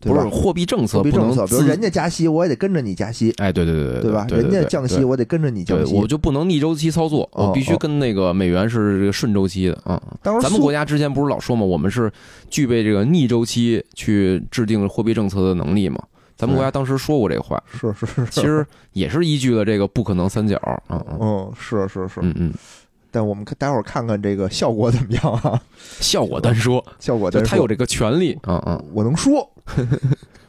Speaker 1: 对
Speaker 2: 不是
Speaker 1: 吧？
Speaker 2: 货币政策
Speaker 1: 货币
Speaker 2: 不
Speaker 1: 政策，
Speaker 2: 能
Speaker 1: 比如
Speaker 2: 自
Speaker 1: 人家加息，我也得跟着你加息，
Speaker 2: 哎对对对对
Speaker 1: 吧？
Speaker 2: 对对
Speaker 1: 人
Speaker 2: 对
Speaker 1: 家降
Speaker 2: 对
Speaker 1: 息，我得跟着你降
Speaker 2: 对，
Speaker 1: 息
Speaker 2: 我。就不能逆周期操作，
Speaker 1: 哦
Speaker 2: 我必须
Speaker 1: 哦
Speaker 2: 跟那个美元是这个顺周期的啊。嗯
Speaker 1: 当时
Speaker 2: 咱们
Speaker 1: 苏
Speaker 2: 国家之前不是老说嘛，我们是具备这个逆周期去制定货币政策的能力嘛？咱们国家当时说过这话，
Speaker 1: 是是是，
Speaker 2: 其实也是依据了这个不可能三角啊。嗯
Speaker 1: 嗯，是是是，
Speaker 2: 嗯嗯，
Speaker 1: 但我们看待会儿看看这个效果怎么样啊？
Speaker 2: 效果单说，
Speaker 1: 效果
Speaker 2: 就
Speaker 1: 再
Speaker 2: 他
Speaker 1: 说
Speaker 2: 有这个权利啊啊！嗯
Speaker 1: 我能说，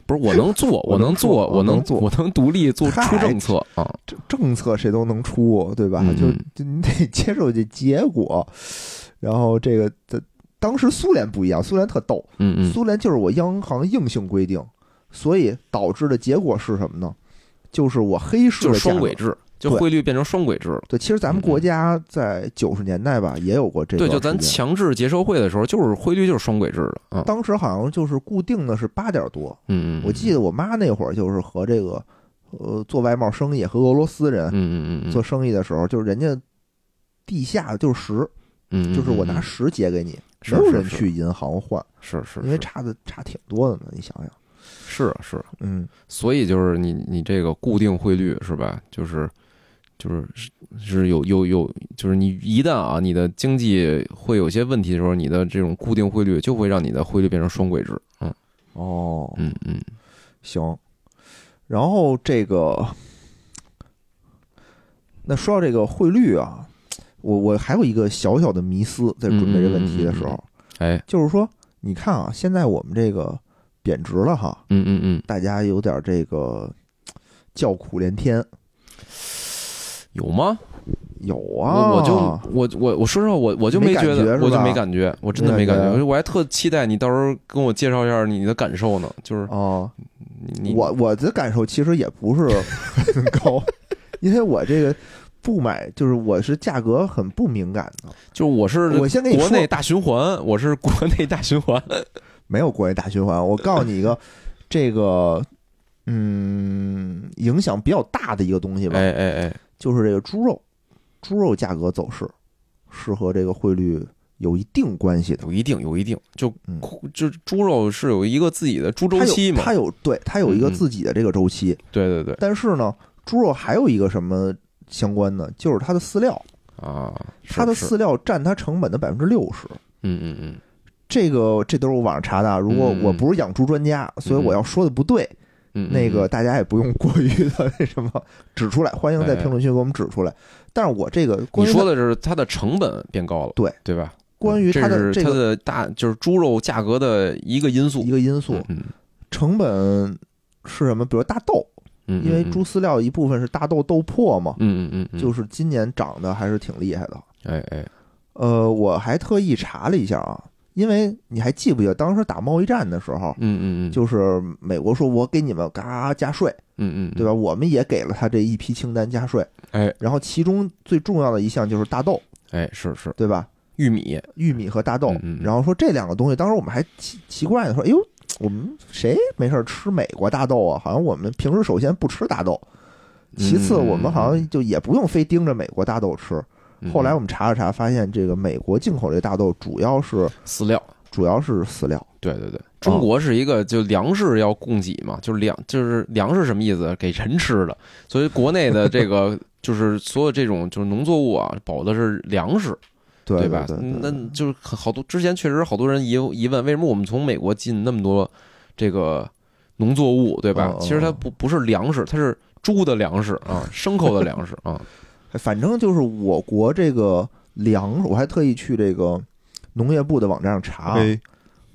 Speaker 2: 不是我能做，我
Speaker 1: 我
Speaker 2: 能
Speaker 1: 能
Speaker 2: 做，
Speaker 1: 做
Speaker 2: 我
Speaker 1: 我能
Speaker 2: 能
Speaker 1: 做
Speaker 2: 我能独立做出
Speaker 1: 嗨
Speaker 2: 政策啊！
Speaker 1: 这政策谁都能出，对吧？
Speaker 2: 嗯
Speaker 1: 就
Speaker 2: 嗯
Speaker 1: 就你得 接受这结果。然后这个这当时苏联不一样，苏联特逗，
Speaker 2: 嗯嗯
Speaker 1: 苏联就是我央行硬性规定，所以导致的结果是什么呢？就是我黑市
Speaker 2: 就
Speaker 1: 的
Speaker 2: 是
Speaker 1: 价
Speaker 2: 双
Speaker 1: 格
Speaker 2: 轨。制，就
Speaker 1: 对
Speaker 2: 汇率变成双轨制了。
Speaker 1: 对，其实咱们国家在九十年代吧，也有过这
Speaker 2: 对，
Speaker 1: 段
Speaker 2: 就咱
Speaker 1: 时间
Speaker 2: 强制结售汇的时候，就是汇率就是双轨制的啊。
Speaker 1: 当时好像就是固定的是八点多，
Speaker 2: 嗯嗯，嗯
Speaker 1: 我记得我妈那会儿就是和这个呃做外贸生意和俄罗斯人
Speaker 2: 嗯嗯嗯嗯，
Speaker 1: 做生意的时候，就是人家地下就是十，
Speaker 2: 嗯，嗯
Speaker 1: 就是我
Speaker 2: 嗯
Speaker 1: 拿
Speaker 2: 嗯
Speaker 1: 十结给你，
Speaker 2: 是
Speaker 1: 没有
Speaker 2: 是
Speaker 1: 人
Speaker 2: 是
Speaker 1: 去银行换，
Speaker 2: 是是，
Speaker 1: 因为
Speaker 2: 是
Speaker 1: 差的差挺多的呢。你想想，
Speaker 2: 是是，
Speaker 1: 嗯，
Speaker 2: 所以就是你你这个固定汇率是吧？就是就是是是有有有，就是你一旦啊你的经济会有些问题的时候，你的这种固定汇率就会让你的汇率变成双轨制。嗯
Speaker 1: 哦，
Speaker 2: 嗯嗯，
Speaker 1: 行。然后这个，那说到这个汇率啊，我我还有一个小小的迷思，在准备这问题的时候，
Speaker 2: 嗯嗯哎，
Speaker 1: 就是说，你看啊，现在我们这个贬值了哈，
Speaker 2: 嗯嗯嗯，
Speaker 1: 大家有点这个叫苦连天，
Speaker 2: 有吗？
Speaker 1: 有啊，
Speaker 2: 我我就我我我说实话，我我就
Speaker 1: 没
Speaker 2: 没觉
Speaker 1: 感觉
Speaker 2: 得，
Speaker 1: 是
Speaker 2: 我就
Speaker 1: 吧
Speaker 2: 没感觉，我真的没
Speaker 1: 没
Speaker 2: 感
Speaker 1: 感觉
Speaker 2: 觉，我还特期待你到时候跟我介绍一下你的感受呢。就是
Speaker 1: 哦，
Speaker 2: 你你
Speaker 1: 我我的感受其实也不是 很高，因为我这个不买，就是我是价格很不敏感的。
Speaker 2: 就是我是
Speaker 1: 我先跟你
Speaker 2: 国
Speaker 1: 说，
Speaker 2: 内大循环，我是国内大循环。
Speaker 1: 没有国内大循环。我告诉你一个，这个嗯，影响比较大的一个东西吧，
Speaker 2: 哎哎哎，
Speaker 1: 就是这个猪肉，猪肉价格走势是和这个汇率有一定关系的。
Speaker 2: 有一定，有一定，就
Speaker 1: 嗯
Speaker 2: 就猪肉是有一个自己的猪周
Speaker 1: 它
Speaker 2: 期
Speaker 1: 有
Speaker 2: 嘛。
Speaker 1: 它有对它有一个
Speaker 2: 嗯嗯
Speaker 1: 自己的这个周期，
Speaker 2: 对对对，
Speaker 1: 但是呢，猪肉还有一个什么相关呢？就是它的饲料，
Speaker 2: 啊，是
Speaker 1: 它的
Speaker 2: 是
Speaker 1: 饲料占它成本的百分之六十。
Speaker 2: 嗯嗯嗯，
Speaker 1: 这个这都是我网上查的啊，如果
Speaker 2: 嗯嗯
Speaker 1: 我不是养猪专家，所以我要说的不对，
Speaker 2: 嗯
Speaker 1: 那个
Speaker 2: 嗯
Speaker 1: 大家也不用过于的 那什么指出来，欢迎在评论区给我们指出来。但是我这个
Speaker 2: 哎你
Speaker 1: 关于它
Speaker 2: 说的是它的成本变高了，
Speaker 1: 对
Speaker 2: 对吧？
Speaker 1: 关于
Speaker 2: 这
Speaker 1: 它的
Speaker 2: 是
Speaker 1: 这
Speaker 2: 它
Speaker 1: 个
Speaker 2: 的大就是猪肉价格的一个因素
Speaker 1: 一，个因素，
Speaker 2: 嗯
Speaker 1: 成本是什么？比如大豆，
Speaker 2: 嗯，
Speaker 1: 因为
Speaker 2: 嗯
Speaker 1: 猪，饲料一部分是大豆豆粕嘛，
Speaker 2: 嗯嗯嗯嗯，
Speaker 1: 就是是今年涨得还是挺厉害的。
Speaker 2: 哎哎，
Speaker 1: 呃，我还特意查了一下啊，因为你还记不记得当时打贸易战的时候，
Speaker 2: 嗯嗯嗯，
Speaker 1: 就是美国说我给你们嘎加税，
Speaker 2: 嗯嗯
Speaker 1: 对
Speaker 2: 吧？
Speaker 1: 吧？我们也给了他这一批清单加税，
Speaker 2: 哎
Speaker 1: 然后其中最重要的一项就是大豆，
Speaker 2: 哎是是
Speaker 1: 对吧？
Speaker 2: 玉米，
Speaker 1: 玉米和大豆
Speaker 2: 嗯嗯嗯，
Speaker 1: 然后说这两个东西，当时我们还奇奇怪的说，哎呦，我们谁没事儿吃美国大豆啊？好像我们平时首先不吃大豆，其次
Speaker 2: 嗯
Speaker 1: 我们好像就也不用非盯着美国大豆吃。
Speaker 2: 嗯
Speaker 1: 后来
Speaker 2: 嗯
Speaker 1: 我们查了查，发现这个美国进口这大豆主要是
Speaker 2: 饲料。
Speaker 1: 主要是饲料，
Speaker 2: 对对
Speaker 1: 嗯
Speaker 2: 对，中国是一个就粮食要供给嘛，就是粮就是粮食什么意思？给人吃的，所以国内的这个 就是所有这种就是农作物啊，保的是粮食，
Speaker 1: 对
Speaker 2: 吧？嗯
Speaker 1: 对
Speaker 2: 那就是很好多之前确实好多人疑疑问，为什么我们从美国进那么多这个农作物，对吧
Speaker 1: 哦？哦
Speaker 2: 其实它不不是粮食，它是猪的粮食啊， 牲口的粮食啊，
Speaker 1: 哎反正就是我国这个粮，我还特意去这个农业部的网站
Speaker 2: 啊哎
Speaker 1: 上查啊，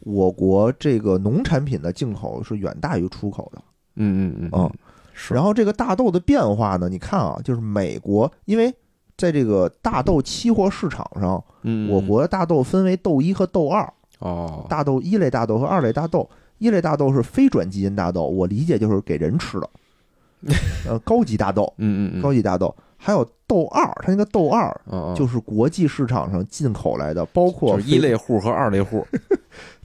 Speaker 1: 我国这个农产品的进口是远大于出口的。
Speaker 2: 嗯嗯嗯
Speaker 1: 嗯，
Speaker 2: 是，
Speaker 1: 然后这个大豆的变化呢，你看啊，就是美国，因为在这个大豆期货市场上，
Speaker 2: 嗯
Speaker 1: 我
Speaker 2: 嗯
Speaker 1: 国的大豆分为豆一和豆二，
Speaker 2: 哦，
Speaker 1: 大豆一类大豆和二类大豆。一类大豆是非转基因大豆，我理解就是给人 吃的，呃，高级大豆，
Speaker 2: 嗯嗯嗯，
Speaker 1: 高级大豆，还有豆二，它那个豆二
Speaker 2: 哦，哦
Speaker 1: 就是国际市场上进口来的，包括
Speaker 2: 就是一
Speaker 1: 非
Speaker 2: 类户和二类户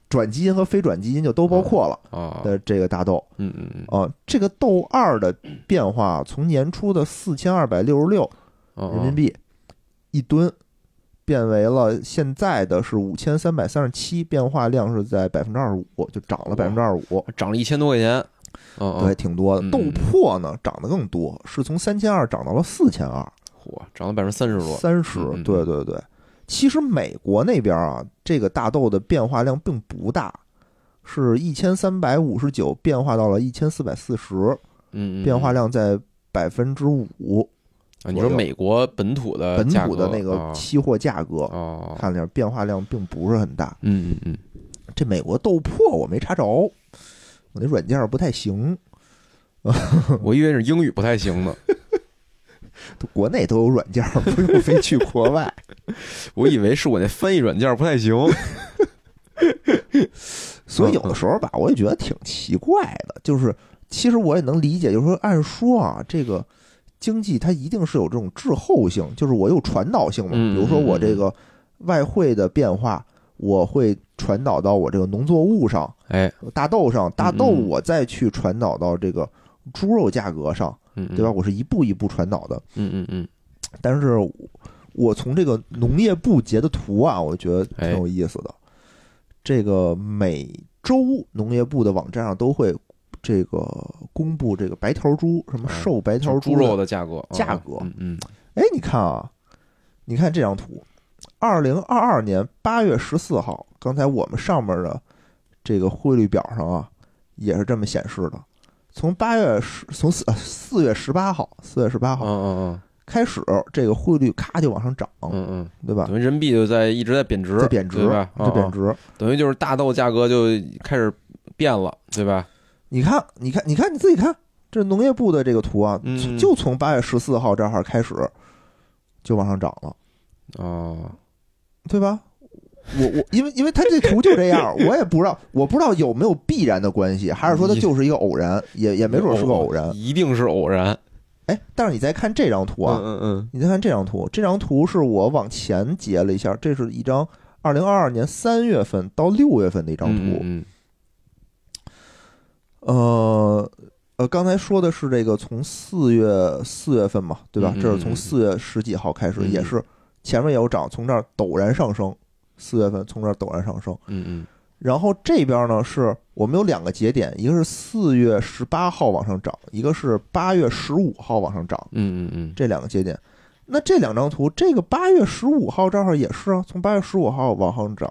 Speaker 1: 转基因和非转基因就都包括了
Speaker 2: 啊，
Speaker 1: 的这个大豆
Speaker 2: 嗯嗯嗯
Speaker 1: 啊、这个豆二的变化，从年初的四千二百六十六
Speaker 2: 哦，
Speaker 1: 人民
Speaker 2: 币
Speaker 1: 币一吨，变为了现在的是五千三百三十七，变化量是在百分之二十五，就涨了百分之二十五，
Speaker 2: 涨了一千多块钱，哦，
Speaker 1: 对，，挺多的。
Speaker 2: 嗯
Speaker 1: 豆粕呢涨得更多，是从三千二涨到了四千二，
Speaker 2: 嚯，涨了百分之三十多，
Speaker 1: 三十
Speaker 2: 嗯嗯，
Speaker 1: 对对对。其实美国那边啊，这个大豆的变化量并不大，是一千三百五十九变化到了一千四百四十，
Speaker 2: 嗯，嗯
Speaker 1: 变化
Speaker 2: 嗯
Speaker 1: 量在百分之五。
Speaker 2: 啊，你说
Speaker 1: 左右
Speaker 2: 美国本土的
Speaker 1: 本
Speaker 2: 价
Speaker 1: 土的
Speaker 2: 格
Speaker 1: 那个
Speaker 2: 啊
Speaker 1: 期货价格，
Speaker 2: 哦，
Speaker 1: 看了点变化量并不是很大。
Speaker 2: 嗯嗯嗯，
Speaker 1: 这美国豆粕我没查着，我那软件不太行，
Speaker 2: 我以为是英语不太行呢，
Speaker 1: 国内都有软件，不用 非 去国外。
Speaker 2: 我以为是我那翻译软件不太 行。
Speaker 1: 所以
Speaker 2: 嗯
Speaker 1: 有的时候吧，我也觉得挺奇怪的，就是其实我也能理解，就是说按说啊，这个经济它一定是有这种滞后性，就是我有传导性嘛，
Speaker 2: 嗯
Speaker 1: 比如说我这个外汇的变化，我会传导到我这个农作物上，
Speaker 2: 哎，
Speaker 1: 大豆上，大豆
Speaker 2: 嗯嗯
Speaker 1: 我再去传导到这个猪肉价格上，
Speaker 2: 嗯，嗯
Speaker 1: 对吧？？我是一步一步传导的，
Speaker 2: 嗯嗯嗯，
Speaker 1: 但是我我从这个农业部截的图啊，我觉得挺有意思的。这个每周农业部的网站上都会这个公布这个白条猪什么
Speaker 2: 啊
Speaker 1: 瘦白条
Speaker 2: 就是
Speaker 1: 猪
Speaker 2: 猪肉
Speaker 1: 的。
Speaker 2: 的价格，啊
Speaker 1: 价格
Speaker 2: 嗯嗯，
Speaker 1: 哎，你看啊，你看这张图，二零二二年八月十四号，刚才我们上面的这个汇率表上啊，也是这么显示的。从八月十，从四呃四月十八号，四月十八
Speaker 2: 嗯
Speaker 1: 号
Speaker 2: 嗯
Speaker 1: 开始，这个汇率咔就往上涨，
Speaker 2: 嗯嗯
Speaker 1: 对吧
Speaker 2: 嗯，？等于人民币就在一直在贬值，
Speaker 1: 哦在贬值，
Speaker 2: 对吧？哦
Speaker 1: 在贬
Speaker 2: 值，
Speaker 1: 值。
Speaker 2: 等于就是大豆价格就开始变了，对吧？
Speaker 1: 你看，你看，你看，你自己看，这农业部的这个图啊，
Speaker 2: 嗯
Speaker 1: 从就从八月十四号这号开始就往上涨了，
Speaker 2: 哦，
Speaker 1: 对吧？我我因为因为它这图就这样，我也不知道我不知道有没有必然的关系，还是说它就是一个偶然，也也没准是个偶然。
Speaker 2: 一定是偶然。
Speaker 1: 哎，但是你再看这张图啊，
Speaker 2: 嗯嗯
Speaker 1: 你再看这张图，这张图是我往前截了一下，这是一张二零二二年三月份到六月份的一
Speaker 2: 嗯，
Speaker 1: 张图。
Speaker 2: 嗯
Speaker 1: 呃呃，刚才说的是这个从四月四月份嘛，对吧？
Speaker 2: 嗯嗯
Speaker 1: 这是从
Speaker 2: 嗯
Speaker 1: 四月十几号开始，
Speaker 2: 嗯
Speaker 1: 也是前面也有涨，从这儿陡然上升。四月份从这儿陡然上升，
Speaker 2: 嗯嗯
Speaker 1: 然后这边呢是我们有两个节点，一个是四月十八号往上涨，一个是八月十五号往上涨，
Speaker 2: 嗯嗯嗯
Speaker 1: 这两个节点。那这两张图，这个八月十五号这儿也是啊，从八月十五号往上涨，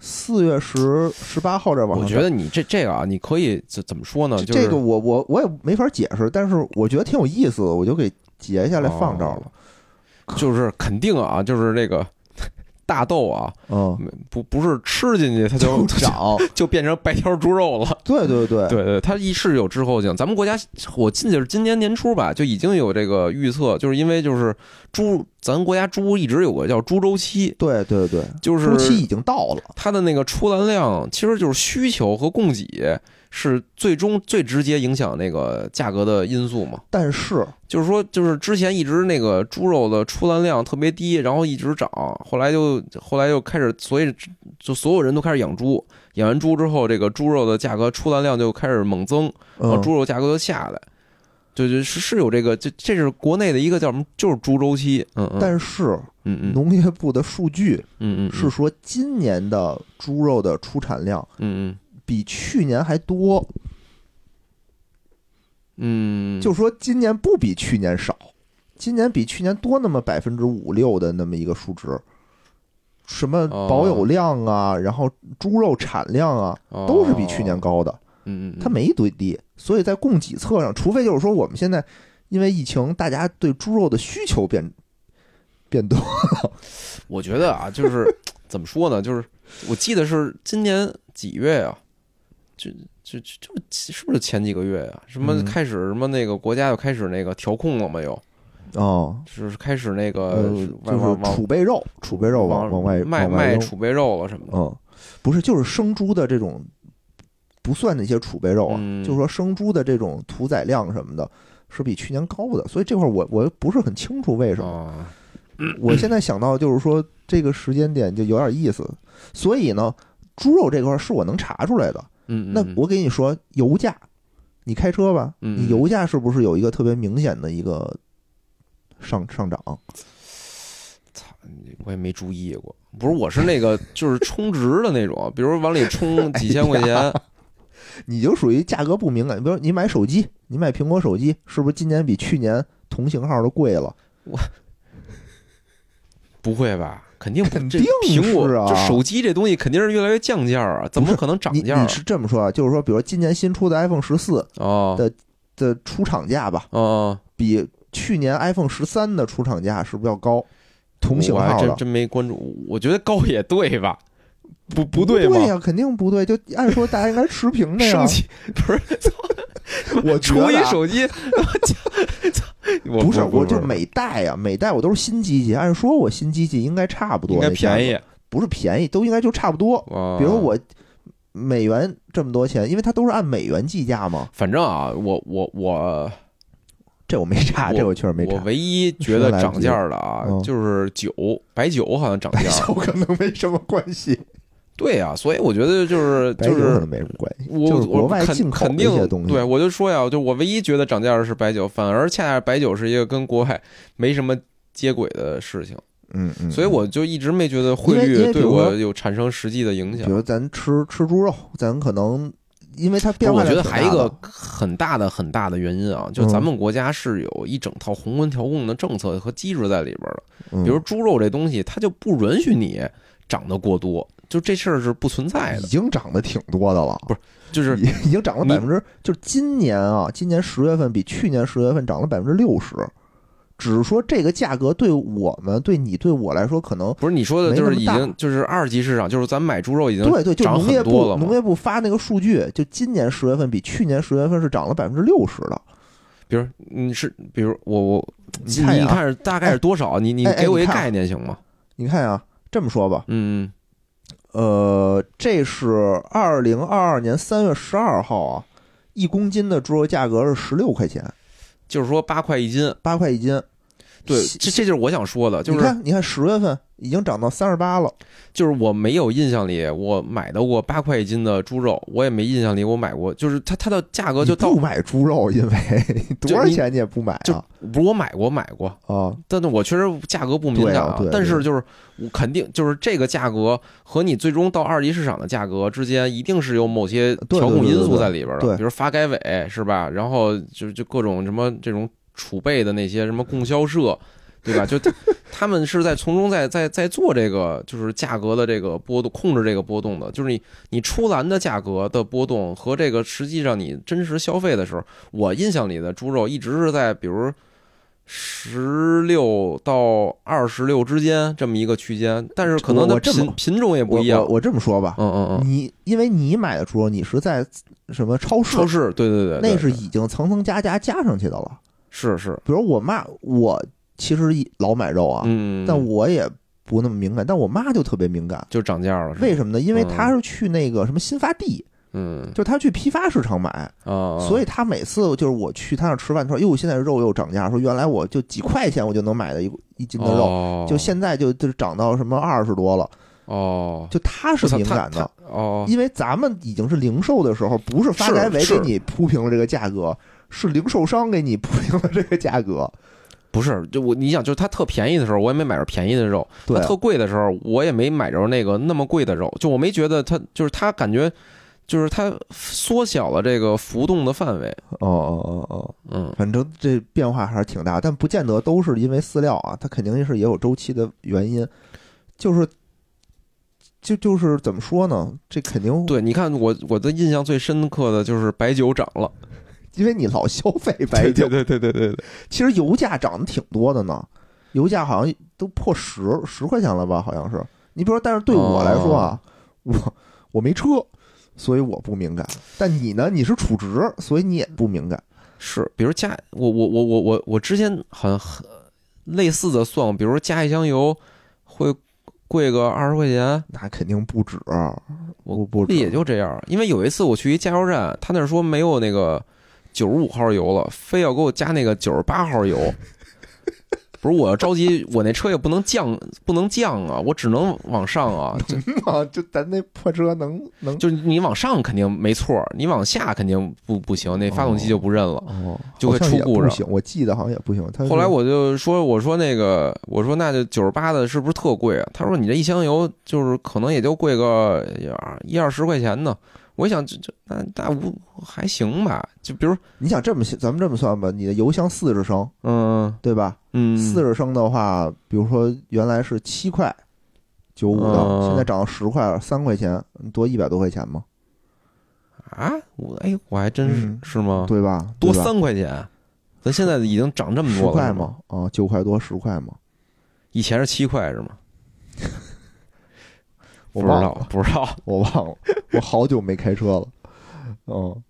Speaker 1: 四月十十八号这儿
Speaker 2: 嗯，
Speaker 1: 往
Speaker 2: 我
Speaker 1: 上涨
Speaker 2: 觉。得你这这个啊，你可以怎怎么说呢？
Speaker 1: 这
Speaker 2: 呃就是
Speaker 1: 这个我我我也没法解释，但是我觉得挺有意思的，我就给截下来放这儿了。
Speaker 2: 哦就是肯定啊，就是这个大豆啊，
Speaker 1: 嗯，
Speaker 2: 不不是吃进去 它就
Speaker 1: 涨，
Speaker 2: 就变成白条猪肉了。
Speaker 1: 对对 对，
Speaker 2: 对对，它一是有滞后性。咱们国家，我记得是今年年初吧，就已经有这个预测，就是因为就是猪，咱国家猪一直有个叫猪周期，
Speaker 1: 对对对，
Speaker 2: 就
Speaker 1: 周期
Speaker 2: 是
Speaker 1: 已经到了。
Speaker 2: 它的那个出栏量，其实就是需求和供给是最终最直接影响那个价格的因素嘛。
Speaker 1: 但是
Speaker 2: 就是说，就是之前一直那个猪肉的出栏量特别低，然后一直涨，后来就后来又开始，所以就所有人都开始养猪，养完猪之后，这个猪肉的价格出栏量就开始猛增，然后
Speaker 1: 嗯，
Speaker 2: 哦猪肉价格就下来，对对是是有这个，这这是国内的一个叫什么，就是猪周期，嗯嗯，
Speaker 1: 但是
Speaker 2: 嗯嗯嗯
Speaker 1: 农业部的数据
Speaker 2: 嗯嗯
Speaker 1: 是说，今年的猪肉的出产量
Speaker 2: 嗯
Speaker 1: 比去年还多，
Speaker 2: 嗯嗯
Speaker 1: 就说今年不比去年少，今年比去年多那么百分之五六的那么一个数值。什么
Speaker 2: 哦
Speaker 1: 保有量啊，然后猪肉产量啊，都是比去年，
Speaker 2: 哦
Speaker 1: 高的，
Speaker 2: 嗯嗯，
Speaker 1: 它没堆低，所以在供给侧上，除非就是说我们现在因为疫情，大家对猪肉的需求变变多，
Speaker 2: 我觉得啊，就是 怎么说呢，就是我记得是今年几月啊，就就就就是不是前几个月呀、什么
Speaker 1: 嗯
Speaker 2: 开始什么那个国家又开始那个调控了嘛？又
Speaker 1: 哦，
Speaker 2: 就是开始那个
Speaker 1: 呃，
Speaker 2: 往
Speaker 1: 就是储备肉，储备肉往
Speaker 2: 往
Speaker 1: 往外
Speaker 2: 卖
Speaker 1: 往外
Speaker 2: 卖
Speaker 1: 扔
Speaker 2: 储备肉了什么的。
Speaker 1: 嗯，不是，就是生猪的这种，不算那些储备肉啊，
Speaker 2: 嗯
Speaker 1: 就是说生猪的这种屠宰量什么的，是比去年高的，所以这块儿我我不是很清楚为什么。
Speaker 2: 啊，
Speaker 1: 我现在想到就是说这个时间点就有点意思，所以呢，猪肉这块儿是我能查出来的。
Speaker 2: 嗯，
Speaker 1: 那
Speaker 2: 嗯
Speaker 1: 我给你说油价，你开车吧，
Speaker 2: 嗯
Speaker 1: 你油价是不是有一个特别明显的一个上上涨？
Speaker 2: 嗯我也没注意过，不是，我是那个就是充值的那 种，啊比如往里充几千块
Speaker 1: 哎
Speaker 2: 钱，
Speaker 1: 你就属于价格不敏感。比如你买手机，你买苹果手机，是不是今年比去年同型号的贵了？
Speaker 2: 不会吧？肯定不
Speaker 1: 肯
Speaker 2: 这
Speaker 1: 定
Speaker 2: 苹果
Speaker 1: 是啊
Speaker 2: 这手机这东西肯定是越来越降价啊，怎么可能涨
Speaker 1: 你
Speaker 2: 价啊
Speaker 1: 你？是这么说啊？就是说，比如今年新出的 iPhone 十四
Speaker 2: 哦
Speaker 1: 对的出厂价吧，
Speaker 2: 哦，
Speaker 1: 比去年 iPhone 十三的出厂价是不是要高？同型
Speaker 2: 我还
Speaker 1: 号
Speaker 2: 真
Speaker 1: 的
Speaker 2: 真没关注，我觉得高也对吧？不不对
Speaker 1: 不
Speaker 2: 吗
Speaker 1: 对？呀、肯定不对。就按说大家应该持平的呀
Speaker 2: 生。气不是？
Speaker 1: 我觉
Speaker 2: 出
Speaker 1: 得
Speaker 2: 一
Speaker 1: 啊
Speaker 2: 手机， 我
Speaker 1: 不是，
Speaker 2: 我
Speaker 1: 我就每代呀、每代我都是新机器，按说我新机器应该差不多，
Speaker 2: 应该
Speaker 1: 那价格
Speaker 2: 便宜。
Speaker 1: 不是便宜，都应该就差不多。
Speaker 2: 啊
Speaker 1: 比如我美元这么多钱，因为它都是按美元计价嘛，
Speaker 2: 反正啊，我我我
Speaker 1: 这我没查，
Speaker 2: 我
Speaker 1: 这我确实没
Speaker 2: 我
Speaker 1: 查。
Speaker 2: 唯一觉得涨价的啊
Speaker 1: 嗯，
Speaker 2: 就是酒，白酒好像涨价
Speaker 1: 白。酒可能没什么关系，
Speaker 2: 对啊，所以我觉得就是
Speaker 1: 白酒
Speaker 2: 就
Speaker 1: 可
Speaker 2: 是
Speaker 1: 能没什么关系。
Speaker 2: 我
Speaker 1: 就是国
Speaker 2: 我
Speaker 1: 外
Speaker 2: 肯
Speaker 1: 进口的
Speaker 2: 肯
Speaker 1: 一
Speaker 2: 定
Speaker 1: 些东西
Speaker 2: 对，我就说呀，就我唯一觉得涨价的是白酒，反而恰恰白酒是一个跟国外没什么接轨的事情，
Speaker 1: 嗯嗯。
Speaker 2: 所以我就一直没觉得汇
Speaker 1: 因为因
Speaker 2: 率
Speaker 1: 为比
Speaker 2: 对
Speaker 1: 如说
Speaker 2: 我有产生实际的影
Speaker 1: 比
Speaker 2: 响。
Speaker 1: 如咱吃吃猪肉，咱可能因为它
Speaker 2: 不是
Speaker 1: 变化
Speaker 2: 我觉
Speaker 1: 量
Speaker 2: 得
Speaker 1: 挺
Speaker 2: 还有一
Speaker 1: 大的嗯
Speaker 2: 个很大的很大的原因啊，就咱们国家是有一整套宏观调控的政策和机制在里边的。
Speaker 1: 嗯
Speaker 2: 比如猪肉这东西，它就不允许你涨得过多，就这事儿是不存在
Speaker 1: 已
Speaker 2: 的。
Speaker 1: 经涨得挺多的了，
Speaker 2: 不就是
Speaker 1: 已已经涨了
Speaker 2: 你
Speaker 1: 百分之，就是今年啊，今年十月份比去年十月份涨了百分之六十。只是说这个价格对我们、对你、对我来说，可能
Speaker 2: 不是你说的，就是已
Speaker 1: 没那么
Speaker 2: 经就是二级市场，就是咱买猪肉已经
Speaker 1: 对对，就
Speaker 2: 涨
Speaker 1: 农
Speaker 2: 很
Speaker 1: 业
Speaker 2: 多了
Speaker 1: 部
Speaker 2: 嘛
Speaker 1: 农业部发那个数据，就今年十月份比去年十月份是涨了百分之六十的。
Speaker 2: 比如你是比如我我
Speaker 1: 你
Speaker 2: 你
Speaker 1: 看呀、
Speaker 2: 看是大概是多少？你你
Speaker 1: 哎哎
Speaker 2: 给我一
Speaker 1: 你看啊
Speaker 2: 概念行吗？
Speaker 1: 你看呀、这么说吧，
Speaker 2: 嗯，
Speaker 1: 呃，这是二零二二年三月十二号啊，一公斤的猪肉价格是十六块钱，
Speaker 2: 就是说八块一斤。
Speaker 1: 八块一斤。
Speaker 2: 对，
Speaker 1: 西
Speaker 2: 这这就是我想说的，就
Speaker 1: 你
Speaker 2: 是
Speaker 1: 看，你看十月份已经涨到三十八了，
Speaker 2: 就是我没有印象里我买到过八块一斤的猪肉，我也没印象里我买过，就是它它的价格就
Speaker 1: 你
Speaker 2: 到
Speaker 1: 不买猪肉，因为 多少
Speaker 2: 你
Speaker 1: 钱你也不买
Speaker 2: 就
Speaker 1: 啊
Speaker 2: 不是我买过我买过，
Speaker 1: 啊！
Speaker 2: 但是我确实价格不敏感
Speaker 1: 对啊对啊
Speaker 2: 但是就是我肯定就是这个价格和你最终到二级市场的价格之间，一定是有某些调控因素在里边
Speaker 1: 呃对对对
Speaker 2: 的，
Speaker 1: 对
Speaker 2: 比如发改委是吧？然后就就各种什么这种储备的那些什么供销社，对吧？就他们是在从中在在在做这个就是价格的这个波动，控制这个波动的，就是你你出栏的价格的波动和这个实际上你真实消费的时候，我印象里的猪肉一直是在比如十六到二十六之间这么一个区间，但是可能
Speaker 1: 我
Speaker 2: 它
Speaker 1: 我这么
Speaker 2: 品品种也不
Speaker 1: 我
Speaker 2: 一样
Speaker 1: 我。我这么说吧，
Speaker 2: 嗯嗯嗯，
Speaker 1: 你因为你买的猪肉，你是在什么超市？
Speaker 2: 超市对对对，对
Speaker 1: 那是啊已经层层加加加上去的了。
Speaker 2: 是是，
Speaker 1: 比如我妈，我其实也老买肉啊，
Speaker 2: 嗯，
Speaker 1: 但我也不那么敏感，但我妈就特别敏感。
Speaker 2: 就涨价了，是吧
Speaker 1: 为什么呢？因为
Speaker 2: 嗯
Speaker 1: 她是去那个什么新发地，
Speaker 2: 嗯
Speaker 1: 就是她去批发市场买，
Speaker 2: 啊，
Speaker 1: 所以她每次就是我去她那儿吃饭，她说：“哟，现在肉又涨价。”说原来我就几块钱我就能买到一一斤的肉，
Speaker 2: 哦
Speaker 1: 就现在就就涨到什么二十多了。
Speaker 2: 哦，
Speaker 1: 就她是
Speaker 2: 我操
Speaker 1: 敏
Speaker 2: 他
Speaker 1: 感的，
Speaker 2: 他哦，
Speaker 1: 因为咱们已经是零售的时候，不是发
Speaker 2: 是
Speaker 1: 改委给
Speaker 2: 是
Speaker 1: 你铺平了这个价格，是零售商给你铺平了这个价格。
Speaker 2: 不是，就我你想，就是它特便宜的时候，我也没买着便宜的肉；
Speaker 1: 对啊
Speaker 2: 它特贵的时候，我也没买着那个那么贵的肉。就我没觉得它就是它感觉就是它缩小了这个浮动的范围。
Speaker 1: 哦哦哦哦，
Speaker 2: 嗯，
Speaker 1: 反正这变化还是挺大，但不见得都是因为饲料啊，它肯定是也有周期的原因，就是。就就是怎么说呢？这肯定，
Speaker 2: 对，你看我我的印象最深刻的就是白酒涨了，
Speaker 1: 因为你老消费白酒。
Speaker 2: 对对对对对，
Speaker 1: 其实油价涨得挺多的呢，油价好像都破十
Speaker 2: 哦
Speaker 1: 十块钱了吧？好像是。你比如说，但是对我来说啊，我我没车，所以我不敏感。但你呢？你是储值，所以你也不敏感。
Speaker 2: 是，比如加我我我我我我之前好像很类似的算过，比如说加一箱油会贵个二十块钱，
Speaker 1: 那肯定不止，啊
Speaker 2: 我
Speaker 1: 不不止，
Speaker 2: 也就这样。因为有一次我去一加油站，他那儿说没有那个九十五号油了，非要给我加那个九十八号油。不是我着急，我那车也不能降，不能降啊，我只能往上啊。就
Speaker 1: 啊，就咱那破车能能
Speaker 2: 就是你往上肯定没错，你往下肯定不不行，那发动机就不认了。
Speaker 1: 哦，
Speaker 2: 就会
Speaker 1: 好像也
Speaker 2: 出故障
Speaker 1: 不行，我记得好像也不行。他
Speaker 2: 后来我就说，我说那个，我说那就九十八的是不是特贵啊？他说你这一箱油就是可能也就贵个一二十块钱呢。我一想，这这那那无还行吧？就比如，
Speaker 1: 你想这么咱们这么算吧，你的油箱四十升
Speaker 2: 嗯
Speaker 1: 对吧？
Speaker 2: 嗯，
Speaker 1: 四十升的话，比如说原来是七块九五的，
Speaker 2: 嗯
Speaker 1: 现在涨到十块了，三块钱，多一百多块钱嘛，
Speaker 2: 啊，我哎，我还真是、
Speaker 1: 嗯
Speaker 2: 是吗？
Speaker 1: 对吧？
Speaker 2: 啊多
Speaker 1: 对吧
Speaker 2: 三块钱，咱现在已经涨这么
Speaker 1: 十
Speaker 2: 多了，
Speaker 1: 块
Speaker 2: 是吗
Speaker 1: 嘛？，啊，九块多十块嘛，
Speaker 2: 以前是七块 是吗？
Speaker 1: 我
Speaker 2: 不知
Speaker 1: 忘
Speaker 2: 道
Speaker 1: 了，，
Speaker 2: 不知道。
Speaker 1: 我忘了，我好久没开车了，嗯，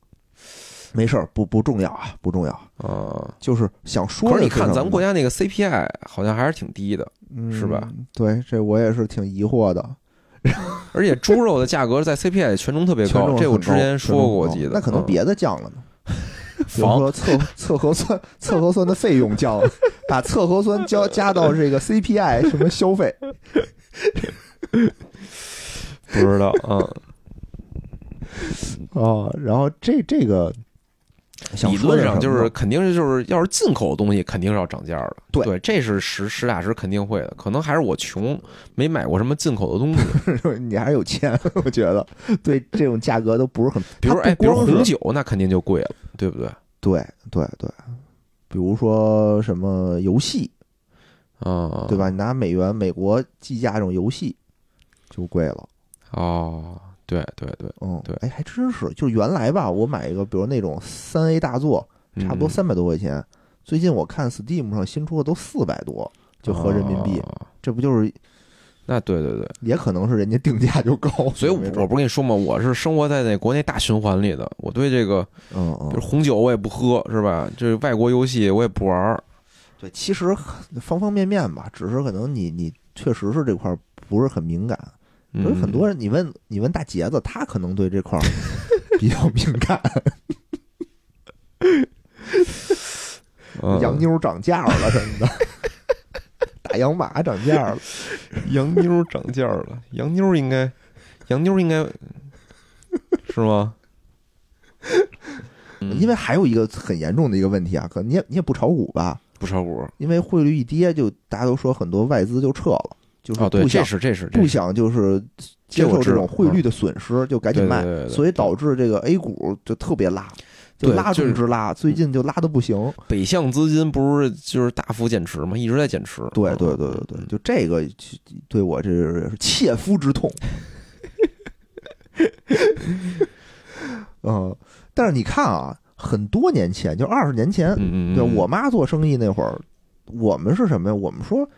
Speaker 1: 没事儿，不不重要啊，不重要，
Speaker 2: 嗯，
Speaker 1: 就是想说
Speaker 2: 可
Speaker 1: 的
Speaker 2: 是
Speaker 1: 是
Speaker 2: 你看，咱们国
Speaker 1: 家、
Speaker 2: 家那个 CPI 好像还是挺低的，
Speaker 1: 嗯
Speaker 2: 是吧？
Speaker 1: 对，这我也是挺疑惑的，
Speaker 2: 而且猪肉的价格在 CPI 权重特别
Speaker 1: 权
Speaker 2: 高，
Speaker 1: 重
Speaker 2: 这我
Speaker 1: 很
Speaker 2: 之
Speaker 1: 高
Speaker 2: 前说过，我
Speaker 1: 权重很
Speaker 2: 记
Speaker 1: 高
Speaker 2: 得。
Speaker 1: 那可能
Speaker 2: 嗯
Speaker 1: 别的降了 呢。比如
Speaker 2: 防
Speaker 1: 说测测核酸测核酸的费用降了， 把测核酸交加到这个 CPI 什么消费，
Speaker 2: 不 知道，嗯，
Speaker 1: 哦，然后这这个想
Speaker 2: 理
Speaker 1: 说
Speaker 2: 论
Speaker 1: 点
Speaker 2: 上
Speaker 1: 什
Speaker 2: 就
Speaker 1: 么
Speaker 2: 是
Speaker 1: 呢
Speaker 2: 肯定是就是要是进口的东西肯定是要涨价的，
Speaker 1: 对
Speaker 2: 这是实实打实肯定会的。可能还是我穷，没买过什么进口的东西，
Speaker 1: 你还是有钱，我觉得对这种价格都不是很，
Speaker 2: 比如
Speaker 1: 它不
Speaker 2: 哎，比如
Speaker 1: 光
Speaker 2: 红
Speaker 1: 是
Speaker 2: 酒那肯定就贵了，对不对？
Speaker 1: 对对对，比如说什么游戏
Speaker 2: 嗯，
Speaker 1: 对？吧？你拿美元美国计价这种游戏就贵了，
Speaker 2: 哦，对对对，
Speaker 1: 嗯，
Speaker 2: 对
Speaker 1: 哎，还真是，就是原来吧，我买一个，比如那种三 A 大作，
Speaker 2: 嗯
Speaker 1: 差不多三百多块钱，最近我看 Steam 上新出的都四百多，就合人民币，
Speaker 2: 哦
Speaker 1: 这不就是
Speaker 2: 那对对对，
Speaker 1: 也可能是人家定价就高，
Speaker 2: 所以我
Speaker 1: 没准
Speaker 2: 我不是跟你说嘛，我是生活在那国内大循环里的，我对这个
Speaker 1: 嗯
Speaker 2: 比
Speaker 1: 嗯，
Speaker 2: 如红酒我也不喝，是吧？这外国游戏我也不玩儿，
Speaker 1: 对，其实方方面面吧，只是可能你你确实是这块儿不是很敏感，
Speaker 2: 嗯
Speaker 1: 有很多人，你问你问大杰子，他可能对这块儿比较敏感。
Speaker 2: 嗯
Speaker 1: 洋妞涨价了什么的， 大洋马涨价了，
Speaker 2: 洋妞涨价了，洋妞应该，洋妞 应该是吗？嗯
Speaker 1: 因为还有一个很严重的一个问题啊，可能你也你也不炒股吧？
Speaker 2: 不炒股
Speaker 1: 因为汇率一跌，就大家都说很多外资就撤了，就是
Speaker 2: 哦，对，
Speaker 1: 不
Speaker 2: 这
Speaker 1: 想
Speaker 2: 是这是
Speaker 1: 不想就是接受这种汇率的损失，就赶紧卖
Speaker 2: 对对对，对
Speaker 1: 所以导致这个 A 股就特别拉，就
Speaker 2: 对
Speaker 1: 拉
Speaker 2: 就是嗯
Speaker 1: 动之拉，最近就拉的不行。
Speaker 2: 北向资金不是就是大幅减持吗？一直在减持。
Speaker 1: 对对对对
Speaker 2: 嗯
Speaker 1: 对，就这个对我这是切肤之痛。 嗯，但是你看啊，很多年前，就二十年前，
Speaker 2: 嗯嗯嗯，
Speaker 1: 对我妈做生意那会儿，我们是什么呀？我们说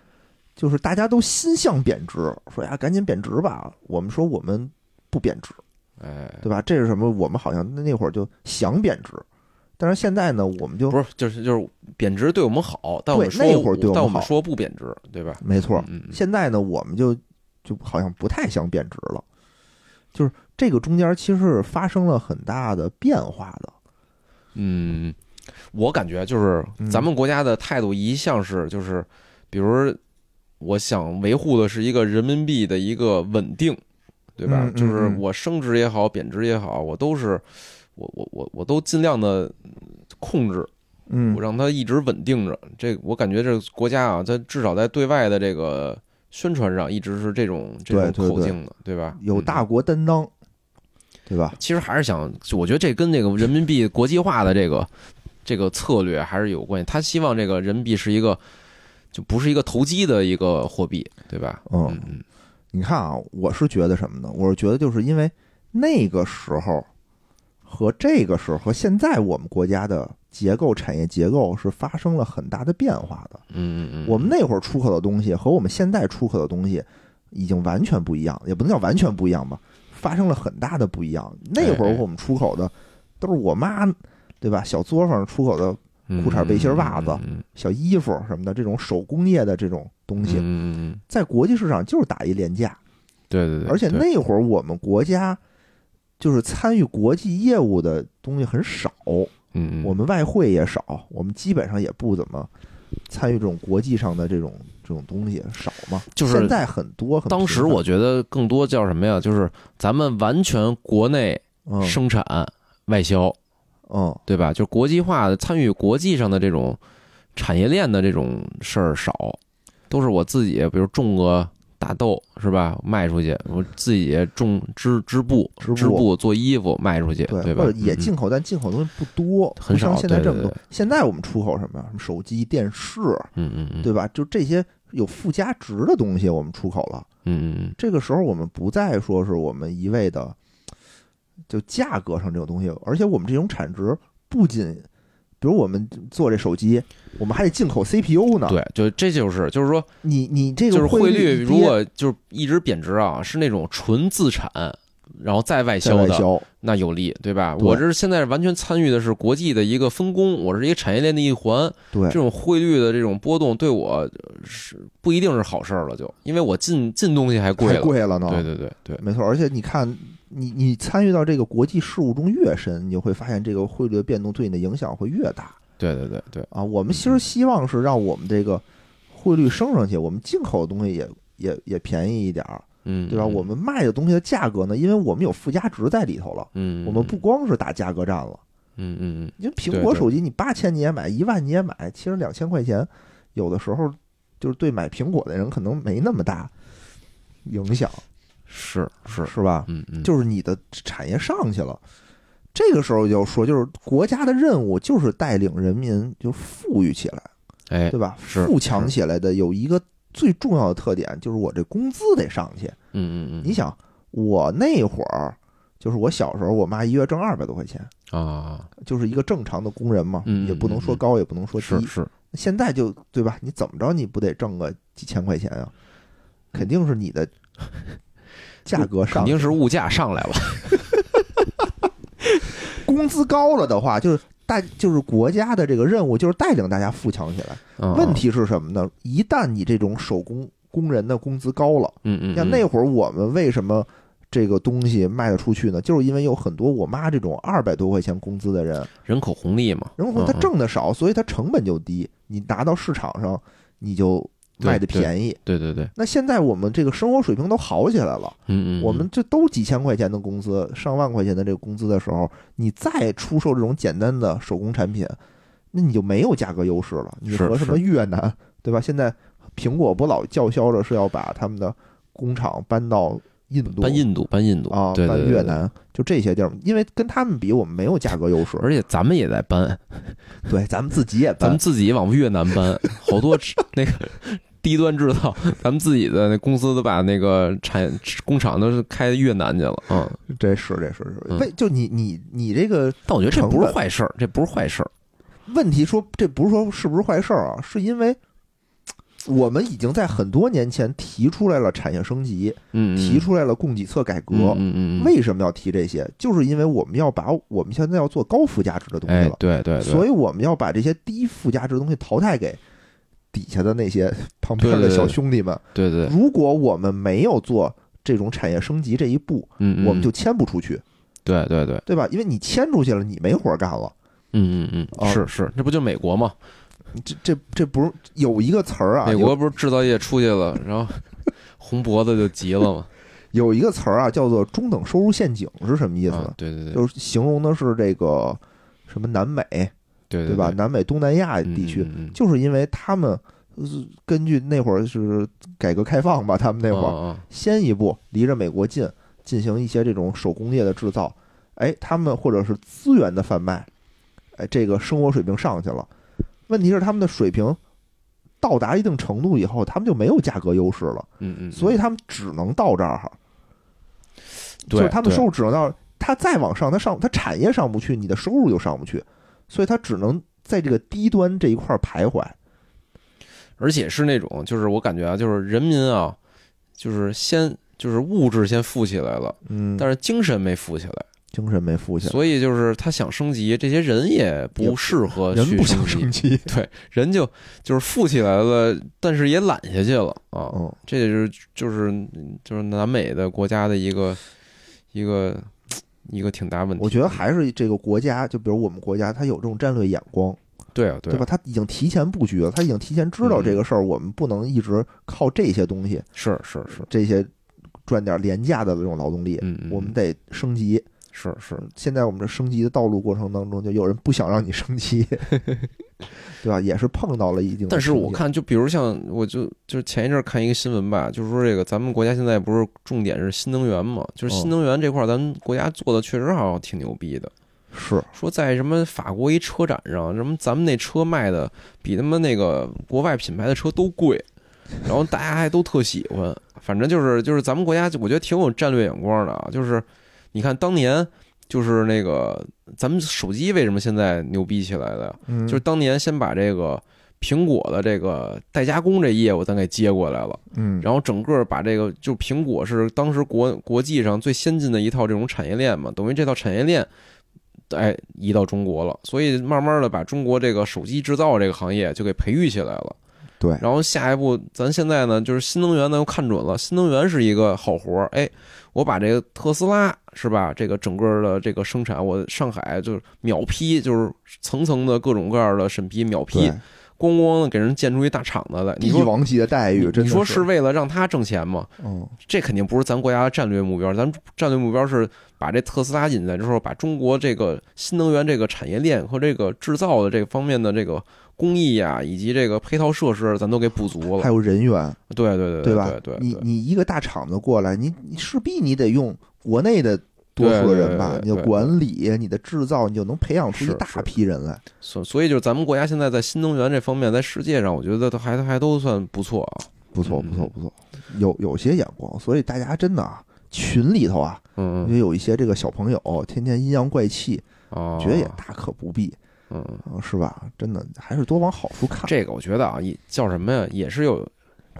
Speaker 1: 就是大家都心向贬值，说呀赶紧贬值吧。我们说我们不贬值，
Speaker 2: 哎，
Speaker 1: 对吧？这是什么？我们好像那会儿就想贬值，但是现在呢，我们就
Speaker 2: 不是就是就是贬值对我们好，但我们
Speaker 1: 对
Speaker 2: 说
Speaker 1: 那会儿对我们
Speaker 2: 但我
Speaker 1: 好
Speaker 2: 们说不贬值，对吧？
Speaker 1: 没错，
Speaker 2: 嗯，嗯
Speaker 1: 现在呢，我们就就好像不太想贬值了，就是这个中间其实是发生了很大的变化的。
Speaker 2: 嗯，我感觉就是
Speaker 1: 嗯
Speaker 2: 咱们国家的态度一向是就是，比如我想维护的是一个人民币的一个稳定，对吧？
Speaker 1: 嗯嗯
Speaker 2: 就是
Speaker 1: 嗯
Speaker 2: 我升值也好，贬值也好，我都是我我我我都尽量的控制，
Speaker 1: 嗯
Speaker 2: 我让它一直稳定着。这我感觉这个国家啊，它至少在对外的这个宣传上一直是这种这
Speaker 1: 对
Speaker 2: 种
Speaker 1: 对
Speaker 2: 口
Speaker 1: 对
Speaker 2: 径的，对吧？
Speaker 1: 有
Speaker 2: 嗯
Speaker 1: 大国担当，对吧？
Speaker 2: 其实还是想，就我觉得这跟这个人民币国际化的这个这个策略还是有关系。他希望这个人民币是一个，就不是一个投机的一个货币，对吧？
Speaker 1: 嗯
Speaker 2: 嗯嗯
Speaker 1: 你看啊，我是觉得什么呢？我是觉得就是因为那个时候和这个时候和现在我们国家的结构、产业结构是发生了很大的变化的。
Speaker 2: 嗯嗯，
Speaker 1: 我们那会儿出口的东西和我们现在出口的东西已经完全不一样，也不能叫完全不一样吧，发生了很大的不一样。那会
Speaker 2: 哎
Speaker 1: 儿
Speaker 2: 哎
Speaker 1: 我们出口的都是我妈，对吧？小作坊出口的裤衩背心袜子
Speaker 2: 嗯
Speaker 1: 小衣服什么的，这种手工业的这种东
Speaker 2: 嗯
Speaker 1: 西，
Speaker 2: 嗯嗯，
Speaker 1: 在国际市场就是打一廉价。
Speaker 2: 对对对，
Speaker 1: 而且
Speaker 2: 对
Speaker 1: 那会儿我们国家就是参与国际业务的东西很少，
Speaker 2: 嗯嗯
Speaker 1: 我们外汇也少，我们基本上也不怎么参与这种国际上的这种这种东西少嘛。
Speaker 2: 就是
Speaker 1: 现在很多，很
Speaker 2: 当时
Speaker 1: 频繁
Speaker 2: 我觉得更多叫什么呀？就是咱们完全国内
Speaker 1: 嗯
Speaker 2: 生产外销，
Speaker 1: 嗯
Speaker 2: 对吧？就是国际化的参与国际上的这种产业链的这种事儿少，都是我自己，比如种个大豆是吧，卖出去；我自己种织织布，
Speaker 1: 织布
Speaker 2: 织布做衣服卖出去，
Speaker 1: 对，
Speaker 2: 对吧
Speaker 1: 或者？也
Speaker 2: 嗯
Speaker 1: 进口，但进口东西不多，
Speaker 2: 很少
Speaker 1: 不像现在这么
Speaker 2: 对
Speaker 1: 多
Speaker 2: 对对。
Speaker 1: 现在我们出口什么呀？什么手机、电视，
Speaker 2: 嗯嗯嗯，
Speaker 1: 对吧？就这些有附加值的东西，我们出口了。
Speaker 2: 嗯嗯嗯，
Speaker 1: 这个时候我们不再说是我们一味的就价格上这种东西，而且我们这种产值不仅，比如我们做这手机，我们还得进口 CPU 呢。
Speaker 2: 对，就这就是就是说
Speaker 1: 你你这
Speaker 2: 就是
Speaker 1: 个
Speaker 2: 汇率
Speaker 1: 率一
Speaker 2: 如
Speaker 1: 跌
Speaker 2: 果就是一直贬值啊，是那种纯自产。然后再外
Speaker 1: 在
Speaker 2: 销
Speaker 1: 外
Speaker 2: 的，
Speaker 1: 销，
Speaker 2: 那有利，对吧？
Speaker 1: 对
Speaker 2: 我这是现在完全参与的是国际的一个分工，我是一个产业链的一环。
Speaker 1: 对
Speaker 2: 这种汇率的这种波动对我呃是不一定是好事儿了，就因为我进进东西还贵
Speaker 1: 太
Speaker 2: 了。
Speaker 1: 贵了呢。
Speaker 2: 对对对对，
Speaker 1: 没错，而且你看，你你参与到这个国际事务中越深，你就会发现这个汇率的变动对你的影响会越大
Speaker 2: 对对对对，
Speaker 1: 啊。我们
Speaker 2: 嗯
Speaker 1: 其实希望是让我们这个汇率升上去，我们进口的东西也也也便宜一点儿，
Speaker 2: 嗯，
Speaker 1: 对吧？我们卖的东西的价格呢，因为我们有附加值在里头了，
Speaker 2: 嗯，嗯
Speaker 1: 我们不，光是打价格战了。
Speaker 2: 嗯嗯嗯，
Speaker 1: 因为苹
Speaker 2: 对
Speaker 1: 果
Speaker 2: 对
Speaker 1: 手机你八千你也买，一万你也买，其实两千块钱，有的时候就是对买苹果的人可能没那么大影响，
Speaker 2: 是是，
Speaker 1: 是吧？
Speaker 2: 嗯嗯，
Speaker 1: 就是你的产业上去了。这个时候就要说，就是国家的任务就是带领人民就富裕起来，
Speaker 2: 哎，
Speaker 1: 对吧？
Speaker 2: 是
Speaker 1: 富强起来的有一个最重要的特点，就是我这工资得上去。
Speaker 2: 嗯嗯嗯，
Speaker 1: 你想，我那会儿就是我小时候，我妈一月挣二百多块钱，
Speaker 2: 啊，
Speaker 1: 就是一个正常的工人嘛，
Speaker 2: 嗯嗯
Speaker 1: 也不能说
Speaker 2: 嗯嗯
Speaker 1: 高，也不能说低
Speaker 2: 是。是，
Speaker 1: 现在就对吧？你怎么着，你不得挣个几千块钱啊？肯定是你 的价格上
Speaker 2: 嗯肯
Speaker 1: 去
Speaker 2: 定
Speaker 1: 了
Speaker 2: 是物价上来了。
Speaker 1: 工资高了的话，就是大就是国家的这个任务就是带领大家富强起来。
Speaker 2: 嗯
Speaker 1: 问，题是什么呢？一旦你这种手工工人的工资高了，
Speaker 2: 嗯嗯嗯，
Speaker 1: 像那会儿我们为什么？这个东西卖得出去呢，就是因为有很多我妈这种二百多块钱工资的人，
Speaker 2: 人口红利嘛，
Speaker 1: 然后他
Speaker 2: 嗯嗯
Speaker 1: 挣的少，所以他成本就低，你拿到市场上你就卖的
Speaker 2: 对对
Speaker 1: 便宜。
Speaker 2: 对对对，
Speaker 1: 那现在我们这个生活水平都好起来了，
Speaker 2: 嗯嗯，嗯
Speaker 1: 我们这都几千块钱的工资，上万块钱的这个工资的时候，你再出售这种简单的手工产品，那你就没有价格优势了。你
Speaker 2: 是
Speaker 1: 和什么越南，对吧？现在苹果不老叫嚣着是要把他们的工厂搬到印度、
Speaker 2: 搬印度，搬印度
Speaker 1: 啊，
Speaker 2: 对对
Speaker 1: 搬
Speaker 2: 对
Speaker 1: 越
Speaker 2: 对
Speaker 1: 南，就这些地儿，因为跟他们比，我们没有价格优势。
Speaker 2: 而且咱们也在搬，
Speaker 1: 对，咱们自己也
Speaker 2: 咱们
Speaker 1: 搬，
Speaker 2: 自己往越南搬，好多那个低端制造，咱们自己的那公司都把那个产工厂都开越南去了。嗯，
Speaker 1: 这是这是这
Speaker 2: 嗯
Speaker 1: 是。为就你你你这个
Speaker 2: 但我觉得这
Speaker 1: 成本
Speaker 2: 不是坏事儿，这不是坏事儿。
Speaker 1: 问题说这不是说是不是坏事儿啊，是因为我们已经在很多年前提出来了产业升级，
Speaker 2: 嗯，嗯
Speaker 1: 提出来了供给侧改革。
Speaker 2: 嗯嗯嗯，
Speaker 1: 为什么要提这些？就是因为我们要把我们现在要做高附加值的东西
Speaker 2: 哎
Speaker 1: 了，，
Speaker 2: 对对对，
Speaker 1: 所以我们要把这些低附加值的东西淘汰给底下的那些 旁边
Speaker 2: 对对
Speaker 1: 的
Speaker 2: 对
Speaker 1: 小兄弟们。
Speaker 2: 对对，
Speaker 1: 如果我们没有做这种产业升级这一步，
Speaker 2: 嗯，嗯
Speaker 1: 我们就迁不出去，
Speaker 2: 对对对，
Speaker 1: 对吧？因为你迁出去了，你没活儿干了。
Speaker 2: 嗯嗯嗯，
Speaker 1: 啊
Speaker 2: 是是，这不就美国嘛？
Speaker 1: 这这这不是有一个词儿啊？
Speaker 2: 美
Speaker 1: 有
Speaker 2: 国不是制造业出去了，然 后红脖子就急了嘛？
Speaker 1: 有一个词儿啊，叫做“中等收入陷阱”是什么意思
Speaker 2: 啊
Speaker 1: 呢？
Speaker 2: 对对对
Speaker 1: 就是形容的是这个什么南美，
Speaker 2: 对
Speaker 1: 对吧？
Speaker 2: 对
Speaker 1: 南美、东南亚
Speaker 2: 嗯
Speaker 1: 地区，
Speaker 2: 嗯嗯
Speaker 1: 就是因为他们呃根据那会儿是改革开放吧，他们那会儿
Speaker 2: 啊啊
Speaker 1: 先一步离着美国近，进行一些这种手工业的制造，哎，他们或者是资源的贩卖，哎，这个生活水平上去了。问题是他们的水平到达一定程度以后，他们就没有价格优势了。
Speaker 2: 嗯嗯，
Speaker 1: 所以他们只能到这儿哈，就
Speaker 2: 对
Speaker 1: 是他们
Speaker 2: 对
Speaker 1: 收入只能到，他再往上，他上他产业上不去，你的收入就上不去，所以他只能在这个低端这一块儿徘徊。
Speaker 2: 而且是那种，就是我感觉啊，就是人民啊，就是先就是物质先富起来了，
Speaker 1: 嗯，
Speaker 2: 但是精神没富起来，
Speaker 1: 精神没富起来，
Speaker 2: 所以就是他想升级，这些人也不适合
Speaker 1: 人
Speaker 2: 去
Speaker 1: 不想
Speaker 2: 级
Speaker 1: 升，级，
Speaker 2: 对，人就就是富起来了，但是也懒下去了啊，
Speaker 1: 嗯，
Speaker 2: 这也是就是就是南美的国家的一个一个一个挺大问题，
Speaker 1: 我觉得还是这个国家，就比如我们国家，它有这种战略眼光，
Speaker 2: 对啊，
Speaker 1: 对
Speaker 2: 啊
Speaker 1: 吧？它已经提前布局了，它已经提前知道
Speaker 2: 嗯
Speaker 1: 这个事儿，我们不能一直靠这些东西，
Speaker 2: 是是是，
Speaker 1: 这些赚点廉价的这种劳动力，
Speaker 2: 嗯，嗯
Speaker 1: 我们
Speaker 2: 嗯
Speaker 1: 得升级。
Speaker 2: 是是
Speaker 1: 现在我们这升级的道路过程当中，就有人不想让你升 级，对吧？也是碰到了一定的瓶颈，
Speaker 2: 但是我看，就比如像我就就是前一阵儿看一个新闻吧，就是说这个咱们国家现在不是重点是新能源嘛，就是新
Speaker 1: 嗯
Speaker 2: 能源这块，儿，咱们国家做的确实好像挺牛逼的。
Speaker 1: 是
Speaker 2: 说在什么法国一车展上，什么咱们那车卖的比他妈那个国外品牌的车都贵，然后大家还都特喜欢。反正就是就是咱们国家，我觉得挺有战略眼光的啊。就是你看当年就是那个咱们手机为什么现在牛逼起来的呀？
Speaker 1: 嗯
Speaker 2: 就是当年先把这个苹果的这个代加工这业务咱给接过来了，
Speaker 1: 嗯，
Speaker 2: 然后整个把这个就苹果是当时国国际上最先进的一套这种产业链嘛，等于这套产业链。哎，移到中国了，所以慢慢的把中国这个手机制造这个行业就给培育起来了。
Speaker 1: 对，
Speaker 2: 然后下一步，咱现在呢，就是新能源呢又看准了，新能源是一个好活儿。哎，我把这个特斯拉是吧，这个整个的这个生产，我上海就是秒批，就是层层的各种各样的审批秒批，
Speaker 1: 对，
Speaker 2: 咣咣的给人建出一大厂子来。你
Speaker 1: 帝
Speaker 2: 说
Speaker 1: 王级的待遇，
Speaker 2: 你
Speaker 1: 真
Speaker 2: 你
Speaker 1: 的
Speaker 2: 说
Speaker 1: 是
Speaker 2: 是，为了让他挣钱吗？
Speaker 1: 嗯，
Speaker 2: 这肯定不是咱国家的战略目标，咱战略目标是把这特斯拉引进来之后，把中国这个新能源这个产业链和这个制造的这方面的这个工艺呀、以及这个配套设施，咱都给补足了
Speaker 1: 还。有人员，
Speaker 2: 对对对
Speaker 1: 对吧？
Speaker 2: 对对，
Speaker 1: 你
Speaker 2: 对
Speaker 1: 你一个大厂子过来，你你势必你得用国内的多数的人吧
Speaker 2: 对对对对，
Speaker 1: 你的管理、你的制造，你就能培养出一
Speaker 2: 是
Speaker 1: 大
Speaker 2: 是
Speaker 1: 批人来。
Speaker 2: 所所以就是咱们国家现在在新能源这方面，在世界上我觉得都还还都算不错啊。
Speaker 1: 不错，不错，
Speaker 2: 嗯
Speaker 1: 不错，有有些眼光，所以大家真的啊，群里头啊，
Speaker 2: 嗯
Speaker 1: 因
Speaker 2: 嗯
Speaker 1: 为有一些这个小朋友天天阴阳怪气，
Speaker 2: 哦，
Speaker 1: 嗯觉得也大可不必，
Speaker 2: 嗯，嗯
Speaker 1: 啊是吧？真的还是多往好处看。
Speaker 2: 这个我觉得啊，也叫什么呀？也是有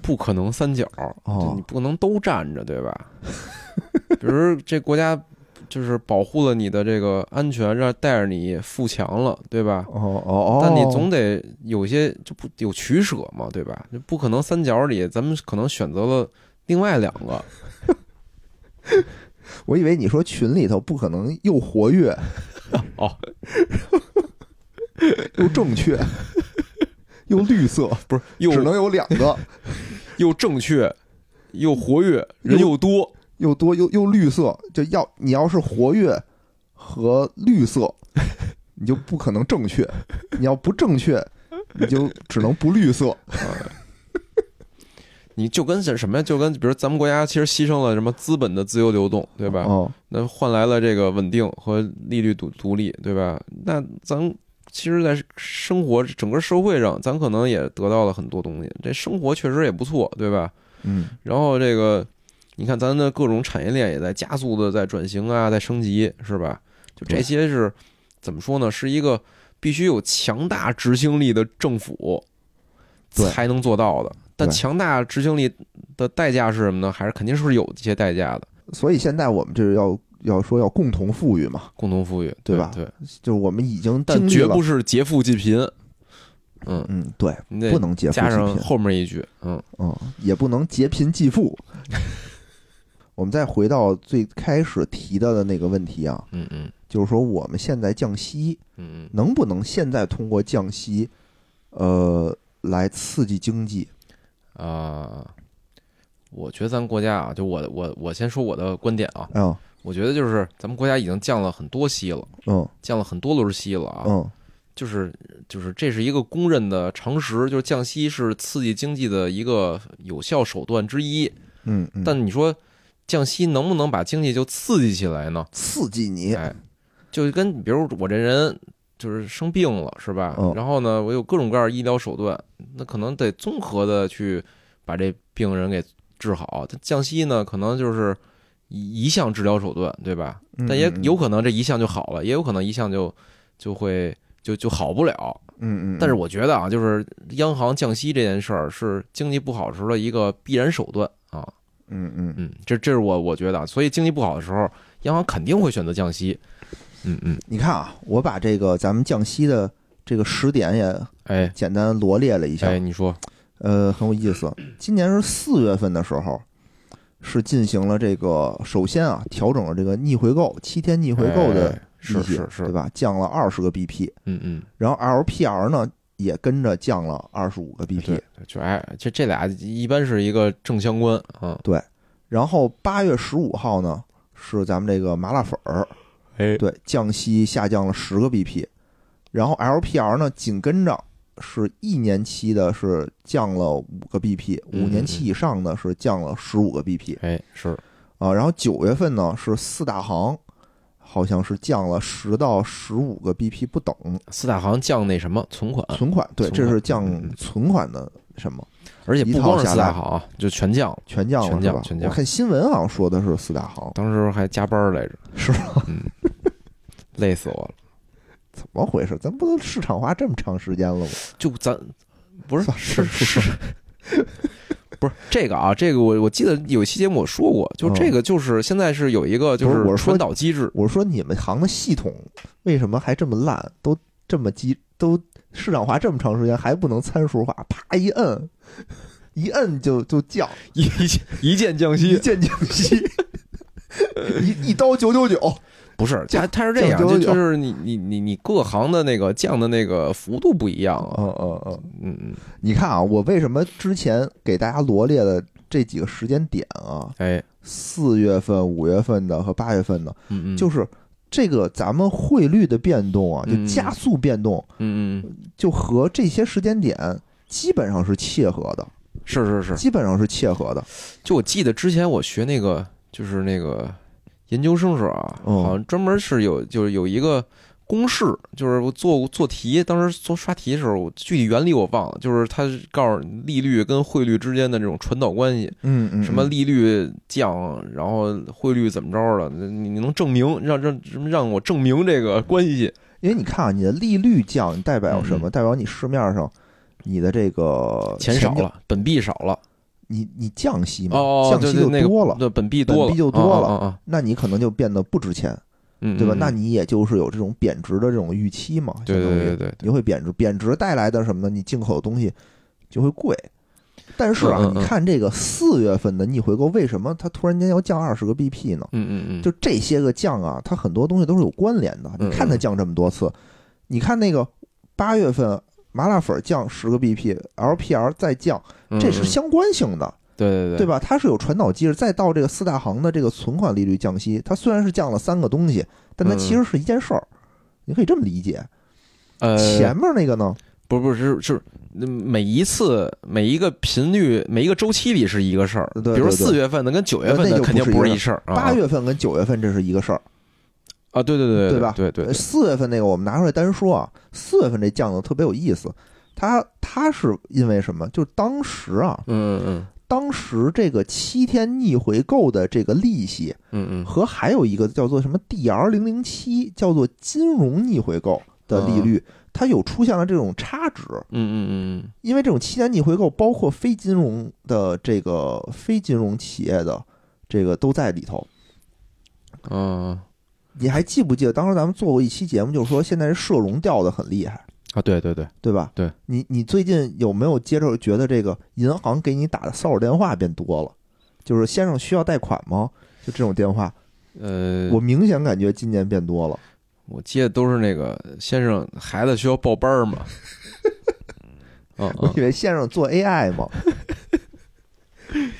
Speaker 2: 不可能三角，
Speaker 1: 哦
Speaker 2: 就你不能都站着，对吧？ 比如这国家就是保护了你的这个安全，让带着你富强了，对吧？
Speaker 1: 哦哦哦，
Speaker 2: 但你总得有些就不有取舍嘛，对吧？就不可能三角里，咱们可能选择了另外两 个，
Speaker 1: 我以为你说群里头不可能又活跃，
Speaker 2: 哦，
Speaker 1: 又正确，又绿色，
Speaker 2: 不是又
Speaker 1: 只能有两个，
Speaker 2: 又正确，又活跃，人
Speaker 1: 又
Speaker 2: 又多，
Speaker 1: 又多又又绿色，就要你要是活跃和绿色，你就不可能正确；你要不正确，你就只能不绿色。
Speaker 2: 你就跟是什么呀？就跟比如咱们国家其实牺牲了什么资本的自由流动，对吧？
Speaker 1: 哦，
Speaker 2: 那换来了这个稳定和利率独独立，对吧？那咱其实，在生活整个社会上，咱可能也得到了很多东西，这生活确实也不错，对吧？
Speaker 1: 嗯，
Speaker 2: 然后这个，你看咱的各种产业链也在加速的在转型啊，在升级，是吧？就这
Speaker 1: 对
Speaker 2: 些是怎么说呢？是一个必须有强大执行力的政府
Speaker 1: 对
Speaker 2: 才能做到的。但
Speaker 1: 对
Speaker 2: 强大执行力的代价是什么呢？还是肯定是有一些代价的，
Speaker 1: 所以现在我们就是要要说要共同富裕嘛，
Speaker 2: 共同富裕，
Speaker 1: 对吧
Speaker 2: 对。
Speaker 1: 就是我们已经经
Speaker 2: 但
Speaker 1: 历
Speaker 2: 绝
Speaker 1: 了
Speaker 2: 不，是劫富济贫。嗯，
Speaker 1: 嗯，对，
Speaker 2: 你
Speaker 1: 不
Speaker 2: 得
Speaker 1: 能劫富
Speaker 2: 加
Speaker 1: 济
Speaker 2: 上
Speaker 1: 贫，
Speaker 2: 后面一句，嗯，
Speaker 1: 嗯，也不能劫贫济 富。我们再回到最开始提到的那个问题啊，
Speaker 2: 嗯嗯
Speaker 1: 就是说我们现在降息，
Speaker 2: 嗯嗯，
Speaker 1: 能不能现在通过降息，呃，来刺激经济？
Speaker 2: 啊，我觉得咱国家啊，就我我我先说我的观点啊，
Speaker 1: 嗯
Speaker 2: 我觉得就是咱们国家已经降了很多息了，
Speaker 1: 嗯
Speaker 2: 降了很多轮息了啊，
Speaker 1: 嗯，
Speaker 2: 就是就是这是一个公认的常识，就是降息是刺激经济的一个有效手段之一。
Speaker 1: 嗯嗯，
Speaker 2: 但你说降息能不能把经济就刺激起来呢？
Speaker 1: 刺激你，
Speaker 2: 哎，就跟比如我这人就是生病了，是吧？
Speaker 1: 嗯
Speaker 2: 然后呢，我有各种各样的医疗手段，那可能得综合的去把这病人给治好。它降息呢，可能就是一一项治疗手段，对吧？
Speaker 1: 嗯
Speaker 2: 但也
Speaker 1: 嗯
Speaker 2: 有可能这一项就好了，也有可能一项就就会就就好不了。
Speaker 1: 嗯嗯，
Speaker 2: 但是我觉得啊，就是央行降息这件事儿是经济不好时候的一个必然手段啊，
Speaker 1: 嗯嗯，
Speaker 2: 嗯，这这是我我觉得啊，所以经济不好的时候，央行肯定会选择降息。嗯嗯，
Speaker 1: 你看啊，我把这个咱们降息的这个时点也
Speaker 2: 哎
Speaker 1: 简单罗列了一下，
Speaker 2: 哎，你说，
Speaker 1: 呃，很有意思。今年是四月份的时候，是进行了这个首先啊调整了这个逆回购七天逆回购的
Speaker 2: 哎是
Speaker 1: 理解
Speaker 2: 是是
Speaker 1: 对，吧？降了二十个 BP，
Speaker 2: 嗯嗯，
Speaker 1: 然后 LPR 呢也跟着降了二十五个
Speaker 2: 对
Speaker 1: BP。，
Speaker 2: 就哎，这这俩一般是一个正相关啊。
Speaker 1: 然后八月十五号呢是咱们这个麻辣粉儿，
Speaker 2: 哎，
Speaker 1: 对，降息下降了十个 BP，然后 LPR 呢紧跟着是一年期的是降了五个 BP，
Speaker 2: 嗯
Speaker 1: 五年期以上的是降了十五个 BP
Speaker 2: 哎是，
Speaker 1: 啊。然后九月份呢是四大行好像是降了十到十五个 BP 不等，
Speaker 2: 四大行降那什么存款，
Speaker 1: 存款对，
Speaker 2: 啊存款
Speaker 1: 这是降
Speaker 2: 嗯嗯
Speaker 1: 存款的什么
Speaker 2: 而且
Speaker 1: 一
Speaker 2: 不
Speaker 1: 套
Speaker 2: 光是
Speaker 1: 下
Speaker 2: 四大
Speaker 1: 来
Speaker 2: 行啊，就全降了。
Speaker 1: 全降了
Speaker 2: 全
Speaker 1: 是
Speaker 2: 降
Speaker 1: 吧？
Speaker 2: 全降
Speaker 1: 我看新闻好像说的是四大行，
Speaker 2: 当时还加班儿来着，
Speaker 1: 是
Speaker 2: 嗯，累死我了。
Speaker 1: 怎么回事？咱不都市场化这么长时间了吗？
Speaker 2: 就咱不是
Speaker 1: 算
Speaker 2: 是
Speaker 1: 算
Speaker 2: 是，不是这个啊？这个我我记得有一期节目我说过，就
Speaker 1: 嗯
Speaker 2: 这个就是现在是有一个就
Speaker 1: 不是我是说
Speaker 2: 传导机制，
Speaker 1: 我说你们行的系统为什么还这么烂？都这么基，都市场化这么长时间，还不能参数化？啪一摁，一摁就就降，
Speaker 2: 一一键降
Speaker 1: 一
Speaker 2: 息，
Speaker 1: 键降 息，一一刀九九
Speaker 2: 哦
Speaker 1: 九。
Speaker 2: 不是它它是这样，
Speaker 1: 降
Speaker 2: 就
Speaker 1: 九九
Speaker 2: 就是你你你你各行的那个降的那个幅度不一样啊，
Speaker 1: 嗯嗯嗯，
Speaker 2: 嗯嗯，
Speaker 1: 你看啊，我为什么之前给大家罗列的这几个时间点啊，
Speaker 2: 哎，
Speaker 1: 四月份、五月份的和八月份的，
Speaker 2: 嗯嗯，
Speaker 1: 就是是这个咱们汇率的变动啊，就
Speaker 2: 嗯
Speaker 1: 加速变动，
Speaker 2: 嗯嗯
Speaker 1: 就和这些时间点基本上是切合的。
Speaker 2: 是是是，
Speaker 1: 基本上是切合的。
Speaker 2: 就我记得之前我学那个就是那个研究生时候啊，
Speaker 1: 嗯
Speaker 2: 好像专门是有就是有一个公式，就是我做做题，当时做刷题的时候，我具体原理我忘了，就是它是告诉你利率跟汇率之间的这种传导关系，
Speaker 1: 嗯嗯
Speaker 2: 什么利率降，然后汇率怎么着了，你你能证明让让什么让我证明这个关系？
Speaker 1: 因为你看啊，你的利率降，代表什么？
Speaker 2: 嗯
Speaker 1: 代表你市面上你的这个
Speaker 2: 钱少
Speaker 1: 就，
Speaker 2: 了，本币少了，
Speaker 1: 你你降息嘛，
Speaker 2: 哦，
Speaker 1: 降
Speaker 2: 对
Speaker 1: 息
Speaker 2: 对，
Speaker 1: 就
Speaker 2: 那个
Speaker 1: 多了，
Speaker 2: 对，本币多了，
Speaker 1: 本币就多
Speaker 2: 啊
Speaker 1: 了
Speaker 2: 啊啊啊
Speaker 1: 那你可能就变得不值钱，
Speaker 2: 嗯，
Speaker 1: 对吧？
Speaker 2: 嗯
Speaker 1: 那
Speaker 2: 嗯
Speaker 1: 你也就是有这种贬值的这种预期嘛，
Speaker 2: 对
Speaker 1: 相
Speaker 2: 对
Speaker 1: 当于
Speaker 2: 对对对，
Speaker 1: 你会贬值，贬值带来的什么呢？你进口的东西就会贵。但是啊，
Speaker 2: 嗯嗯嗯
Speaker 1: 你看这个四月份的逆回购，为什么它突然间要降二十个 BP 呢？
Speaker 2: 嗯嗯嗯，
Speaker 1: 就这些个降啊，它很多东西都是有关联的。
Speaker 2: 嗯
Speaker 1: 你看它降这么多次，你看那个八月份麻辣粉降十个 BP，LPR 再降，
Speaker 2: 嗯
Speaker 1: 这是
Speaker 2: 嗯
Speaker 1: 相关性的，
Speaker 2: 对对对
Speaker 1: 对吧？它是有传导机制。再到这个四大行的这个存款利率降息，它虽然是降了三个东西，但它
Speaker 2: 嗯
Speaker 1: 其实是一件事儿。你可以这么理解，
Speaker 2: 呃，
Speaker 1: 前面那个呢，
Speaker 2: 不是不是是是嗯每一次每一个频率每一个周期里是一个事儿，
Speaker 1: 对对
Speaker 2: 比如
Speaker 1: 对
Speaker 2: 四月份的跟九月份
Speaker 1: 呃那
Speaker 2: 的
Speaker 1: 就
Speaker 2: 肯定
Speaker 1: 不是
Speaker 2: 不
Speaker 1: 一
Speaker 2: 是
Speaker 1: 个
Speaker 2: 一事儿，啊
Speaker 1: 八月份跟九月份这是一个事儿。
Speaker 2: 啊对对对
Speaker 1: 对吧
Speaker 2: 对对
Speaker 1: 呃
Speaker 2: 对
Speaker 1: 四月份那个我们拿出来单说啊，四月份这降的特别有意思，它它是因为什么？就是当时啊，
Speaker 2: 嗯嗯
Speaker 1: 当时这个七天逆回购的这个利息
Speaker 2: 嗯嗯嗯
Speaker 1: 和还有一个叫做什么 DR 零零七，叫做金融逆回购的利率，它有出现了这种差值。
Speaker 2: 嗯嗯嗯
Speaker 1: 因为这种七天逆回购包括非金融的这个非金融企业的这个都在里头。
Speaker 2: 嗯嗯
Speaker 1: 你还记不记得当时咱们做过一期节目，就是说现在是社融掉的很厉害，
Speaker 2: 啊对对对，
Speaker 1: 对吧？
Speaker 2: 对，
Speaker 1: 你你最近有没有接着觉得这个银行给你打的骚扰电话变多了？就是先生需要贷款吗？就这种电话，
Speaker 2: 呃
Speaker 1: 我明显感觉今年变多了。
Speaker 2: 我接的都是那个先生孩子需要报班儿 嘛，嗯
Speaker 1: 我
Speaker 2: 嗯
Speaker 1: 以为先生做 AI 嘛，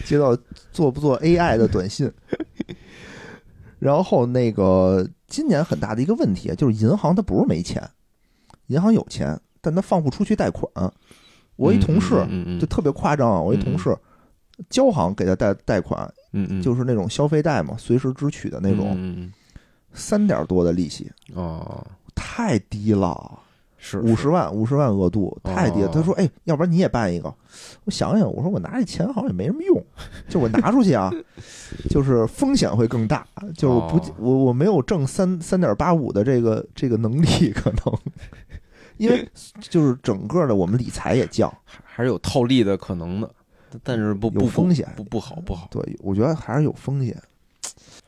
Speaker 1: 接到做不做 AI 的短信。然后那个今年很大的一个问题啊就是银行它不是没钱，银行有钱，但它放不出去贷款。我一同事，
Speaker 2: 嗯嗯
Speaker 1: 就特别夸张啊！我一同事，交行给他贷贷款，
Speaker 2: 嗯嗯
Speaker 1: 就是是那种消费贷嘛，随时支取的那种，
Speaker 2: 嗯
Speaker 1: 三点多的利息，
Speaker 2: 嗯嗯哦
Speaker 1: 太低了，
Speaker 2: 是
Speaker 1: 五
Speaker 2: 是
Speaker 1: 十万五十万额度太低了。
Speaker 2: 哦
Speaker 1: 他说：“哎，要不然你也办一个？”我想想，我说我拿这钱好像也没什么用，就我拿出去 啊，就是风险会更大，就是我不
Speaker 2: 哦
Speaker 1: 我我没有挣三三点八五的这个这个能力，可能因为就是整个的我们理财也降。
Speaker 2: 还还是有套利的可能的，但是不
Speaker 1: 有
Speaker 2: 不
Speaker 1: 风险。
Speaker 2: 不不好不好，
Speaker 1: 对，我觉得还是有风险，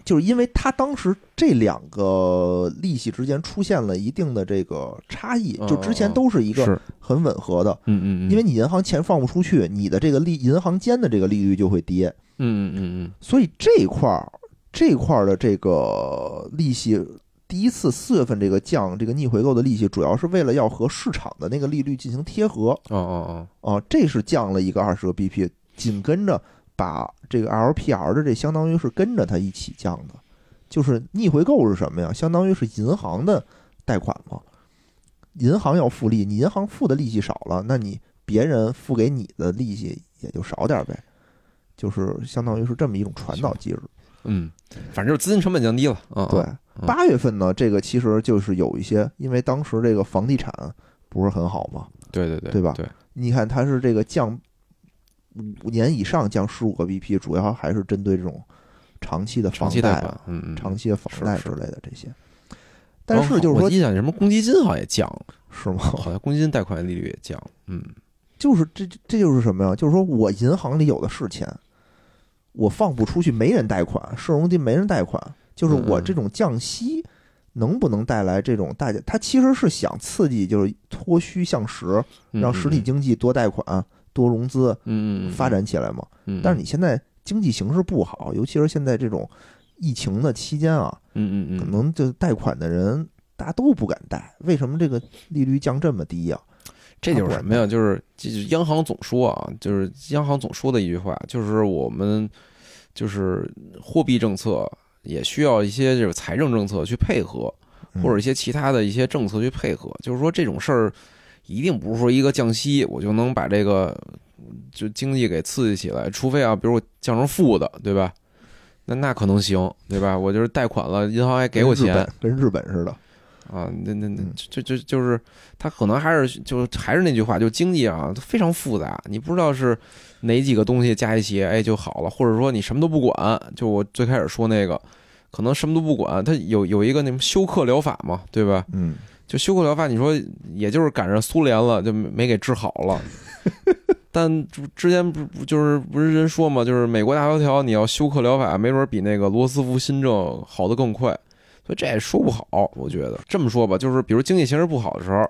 Speaker 1: 就是因为他当时这两个利息之间出现了一定的这个差异，就之前都是一个
Speaker 2: 哦是
Speaker 1: 很吻合的，
Speaker 2: 嗯嗯嗯，
Speaker 1: 因为你银行钱放不出去，你的这个利银行间的这个利率就会跌，
Speaker 2: 嗯嗯嗯
Speaker 1: 所以这一块儿这一块儿的这个利息。第一次四月份这个降这个逆回购的利息，主要是为了要和市场的那个利率进行贴合
Speaker 2: 嗯，哦哦
Speaker 1: 啊，这是降了一个二十个 BP，紧跟着把这个 LPR 的这相当于是跟着它一起降的，就是逆回购是什么呀？相当于是银行的贷款嘛，银行要付利，你银行付的利息少了，那你别人付给你的利息也就少点儿呗，就是相当于是这么一种传导机制。
Speaker 2: 哦，嗯，反正就是资金成本降低了，啊，
Speaker 1: 对
Speaker 2: 啊，
Speaker 1: 八月份呢，这个其实就是有一些，因为当时这个房地产不是很好嘛，
Speaker 2: 对对对，
Speaker 1: 对吧
Speaker 2: 对，
Speaker 1: 你看它是这个降五年以上降十五个 BP，主要还是针对这种长期的
Speaker 2: 长
Speaker 1: 房
Speaker 2: 期
Speaker 1: 贷
Speaker 2: 贷
Speaker 1: 啊、
Speaker 2: 款，嗯嗯，
Speaker 1: 长期的房贷
Speaker 2: 是
Speaker 1: 之
Speaker 2: 是
Speaker 1: 类的这些。但是就是
Speaker 2: 我
Speaker 1: 说，哦
Speaker 2: 印象里什么公积金好像也降了，
Speaker 1: 是吗？
Speaker 2: 好像公积金贷款利率也降，嗯，
Speaker 1: 就是这这就是什么呀？就是说我银行里有的是钱，我放不出去，没人贷款，社融金没人贷款，就是我
Speaker 2: 嗯嗯
Speaker 1: 这种降息。能不能带来这种大家？它其实是想刺激，就是脱虚向实，
Speaker 2: 嗯
Speaker 1: 让实体，经济多贷款、多融资
Speaker 2: 嗯嗯嗯，
Speaker 1: 发展起来嘛。
Speaker 2: 嗯，嗯，
Speaker 1: 但是你现在经济形势不好，尤其是现在这种疫情的期间啊，
Speaker 2: 嗯，嗯嗯
Speaker 1: 可
Speaker 2: 嗯，
Speaker 1: 能就贷款的人大家都不敢贷。为什么这个利率降这么低啊呀、
Speaker 2: 这啊就是什么呀？就是就是央行总说啊，就是央行总说的一句话，就是我们就是货币政策也需要一些这个财政政策去配合，
Speaker 1: 嗯
Speaker 2: 或者一些其他的一些政策去配合。就是说这种事儿，一定不是说一个降息我就能把这个就经济给刺激起来，除非啊，比如我降成负的，对吧？那那可能行，对吧？我就是贷款了，银行还给我钱，
Speaker 1: 跟日本，跟日本似的。
Speaker 2: 啊，那那那
Speaker 1: 嗯
Speaker 2: 就就就是他可能还是就还是那句话，就经济啊它非常复杂，你不知道是哪几个东西加一起，哎就好了，或者说你什么都不管，就我最开始说那个，可能什么都不管，它有有一个那什么休克疗法嘛，对吧？
Speaker 1: 嗯，
Speaker 2: 就休克疗法，你说也就是赶上苏联了，就没没给治好 了。但之之前不不就是不是人说嘛，就是美国大萧条，你要休克疗法，没准比那个罗斯福新政好得更快，所以这也说不好。我觉得这么说吧，就是比如经济形势不好的时候，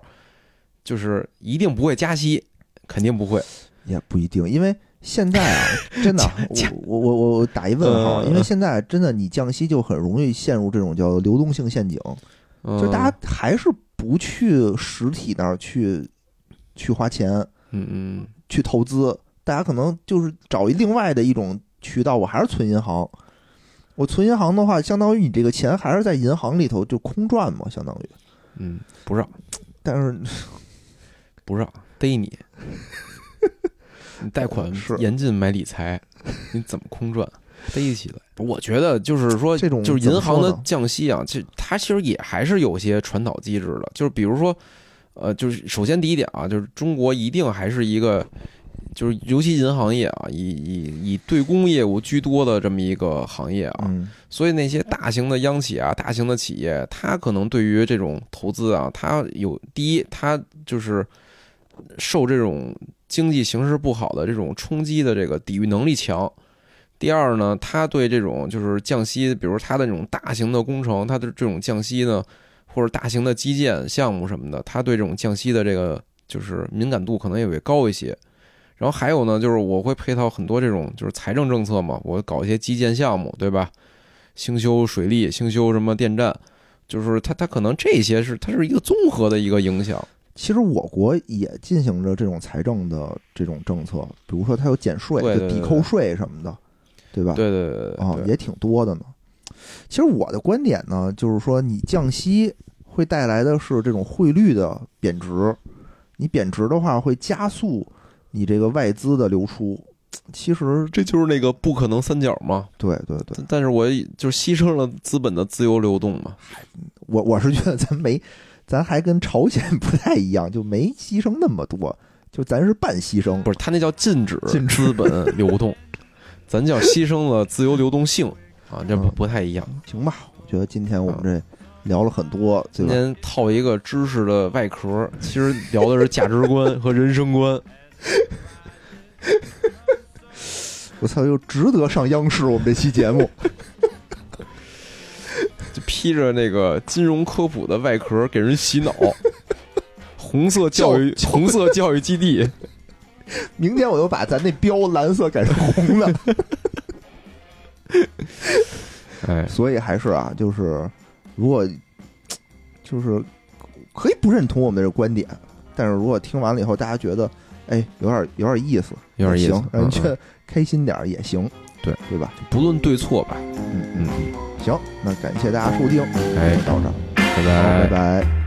Speaker 2: 就是一定不会加息，肯定不会。
Speaker 1: 也不一定，因为现在 啊，真的，我我我我打一问号，啊
Speaker 2: 嗯
Speaker 1: 因为现在真的你降息就很容易陷入这种叫流动性陷阱，
Speaker 2: 嗯、
Speaker 1: 就是大家还是不去实体那儿去去花钱，
Speaker 2: 嗯嗯
Speaker 1: 去投资，大家可能就是找一另外的一种渠道，我还是存银行。我存银行的话，相当于你这个钱还是在银行里头就空转嘛，相当于。
Speaker 2: 嗯，不让
Speaker 1: 但是
Speaker 2: 不让 逮你，你贷款
Speaker 1: 是
Speaker 2: 严禁买理财，你怎么 空转？逮起来！我觉得就是说，
Speaker 1: 这种
Speaker 2: 就是银行
Speaker 1: 怎么说
Speaker 2: 的
Speaker 1: 呢
Speaker 2: 降息啊，其实它其实也还是有些传导机制的。就是比如说，呃，就是首先第一点啊，就是中国一定还是一个，就是尤其银行业啊，以以以对公业务居多的这么一个行业啊，
Speaker 1: 嗯，
Speaker 2: 所以那些大型的央企啊、大型的企业，它可能对于这种投资啊，它有第一，它就是受这种经济形势不好的这种冲击的这个抵御能力强。第二呢，它对这种就是降息，比如它的那种大型的工程，它的这种降息呢，或者大型的基建项目什么的，它对这种降息的这个就是敏感度可能也会高一些。然后还有呢，就是我会配套很多这种就是财政政策嘛，我搞一些基建项目，对吧？兴修水利、兴修什么电站，就是它它可能这些是它是一个综合的一个影响。
Speaker 1: 其实我国也进行着这种财政的这种政策，比如说它有减税、
Speaker 2: 对
Speaker 1: 就
Speaker 2: 对
Speaker 1: 抵
Speaker 2: 对
Speaker 1: 扣税什么的，对吧？
Speaker 2: 对对对
Speaker 1: 啊，
Speaker 2: 对，
Speaker 1: 也挺多的呢。其实我的观点呢，就是说你降息会带来的是这种汇率的贬值，你贬值的话会加速你这个外资的流出。其实，
Speaker 2: 这就是那个不可能三角嘛。
Speaker 1: 对对对，
Speaker 2: 但是我就是牺牲了资本的自由流动嘛。
Speaker 1: 我我是觉得咱没，咱还跟朝鲜 不太一样，就没牺牲那么多，就咱是半牺牲。
Speaker 2: 不是，他那叫禁止
Speaker 1: 禁止
Speaker 2: 资本流 动，咱叫牺牲了自由流动性啊，这不
Speaker 1: 嗯
Speaker 2: 不太一样。
Speaker 1: 行吧，我觉得今天我们这聊了很多，对
Speaker 2: 今
Speaker 1: 吧？
Speaker 2: 天套一个知识的外壳，其实聊的是价值观和人生观。
Speaker 1: 我操，就值得上央视我们这期节目。
Speaker 2: 就披着那个金融科普的外壳给人洗脑。红色教育，
Speaker 1: 教
Speaker 2: 红色教育基地，
Speaker 1: 明天我就把咱那标蓝色改成红的。
Speaker 2: 哎，
Speaker 1: 所以还是啊，就是如果就是可以不认同我们的这个观点，但是如果听完了以后，大家觉得哎有点有点意思，
Speaker 2: 有点意思
Speaker 1: 行，，让人觉
Speaker 2: 嗯
Speaker 1: 得开心点儿也行，
Speaker 2: 对
Speaker 1: 对吧？
Speaker 2: 嗯不论对错吧，
Speaker 1: 嗯，
Speaker 2: 嗯，
Speaker 1: 行，那感谢大家收听，
Speaker 2: 哎
Speaker 1: 到这儿，
Speaker 2: 拜
Speaker 1: 拜
Speaker 2: 拜。
Speaker 1: 拜。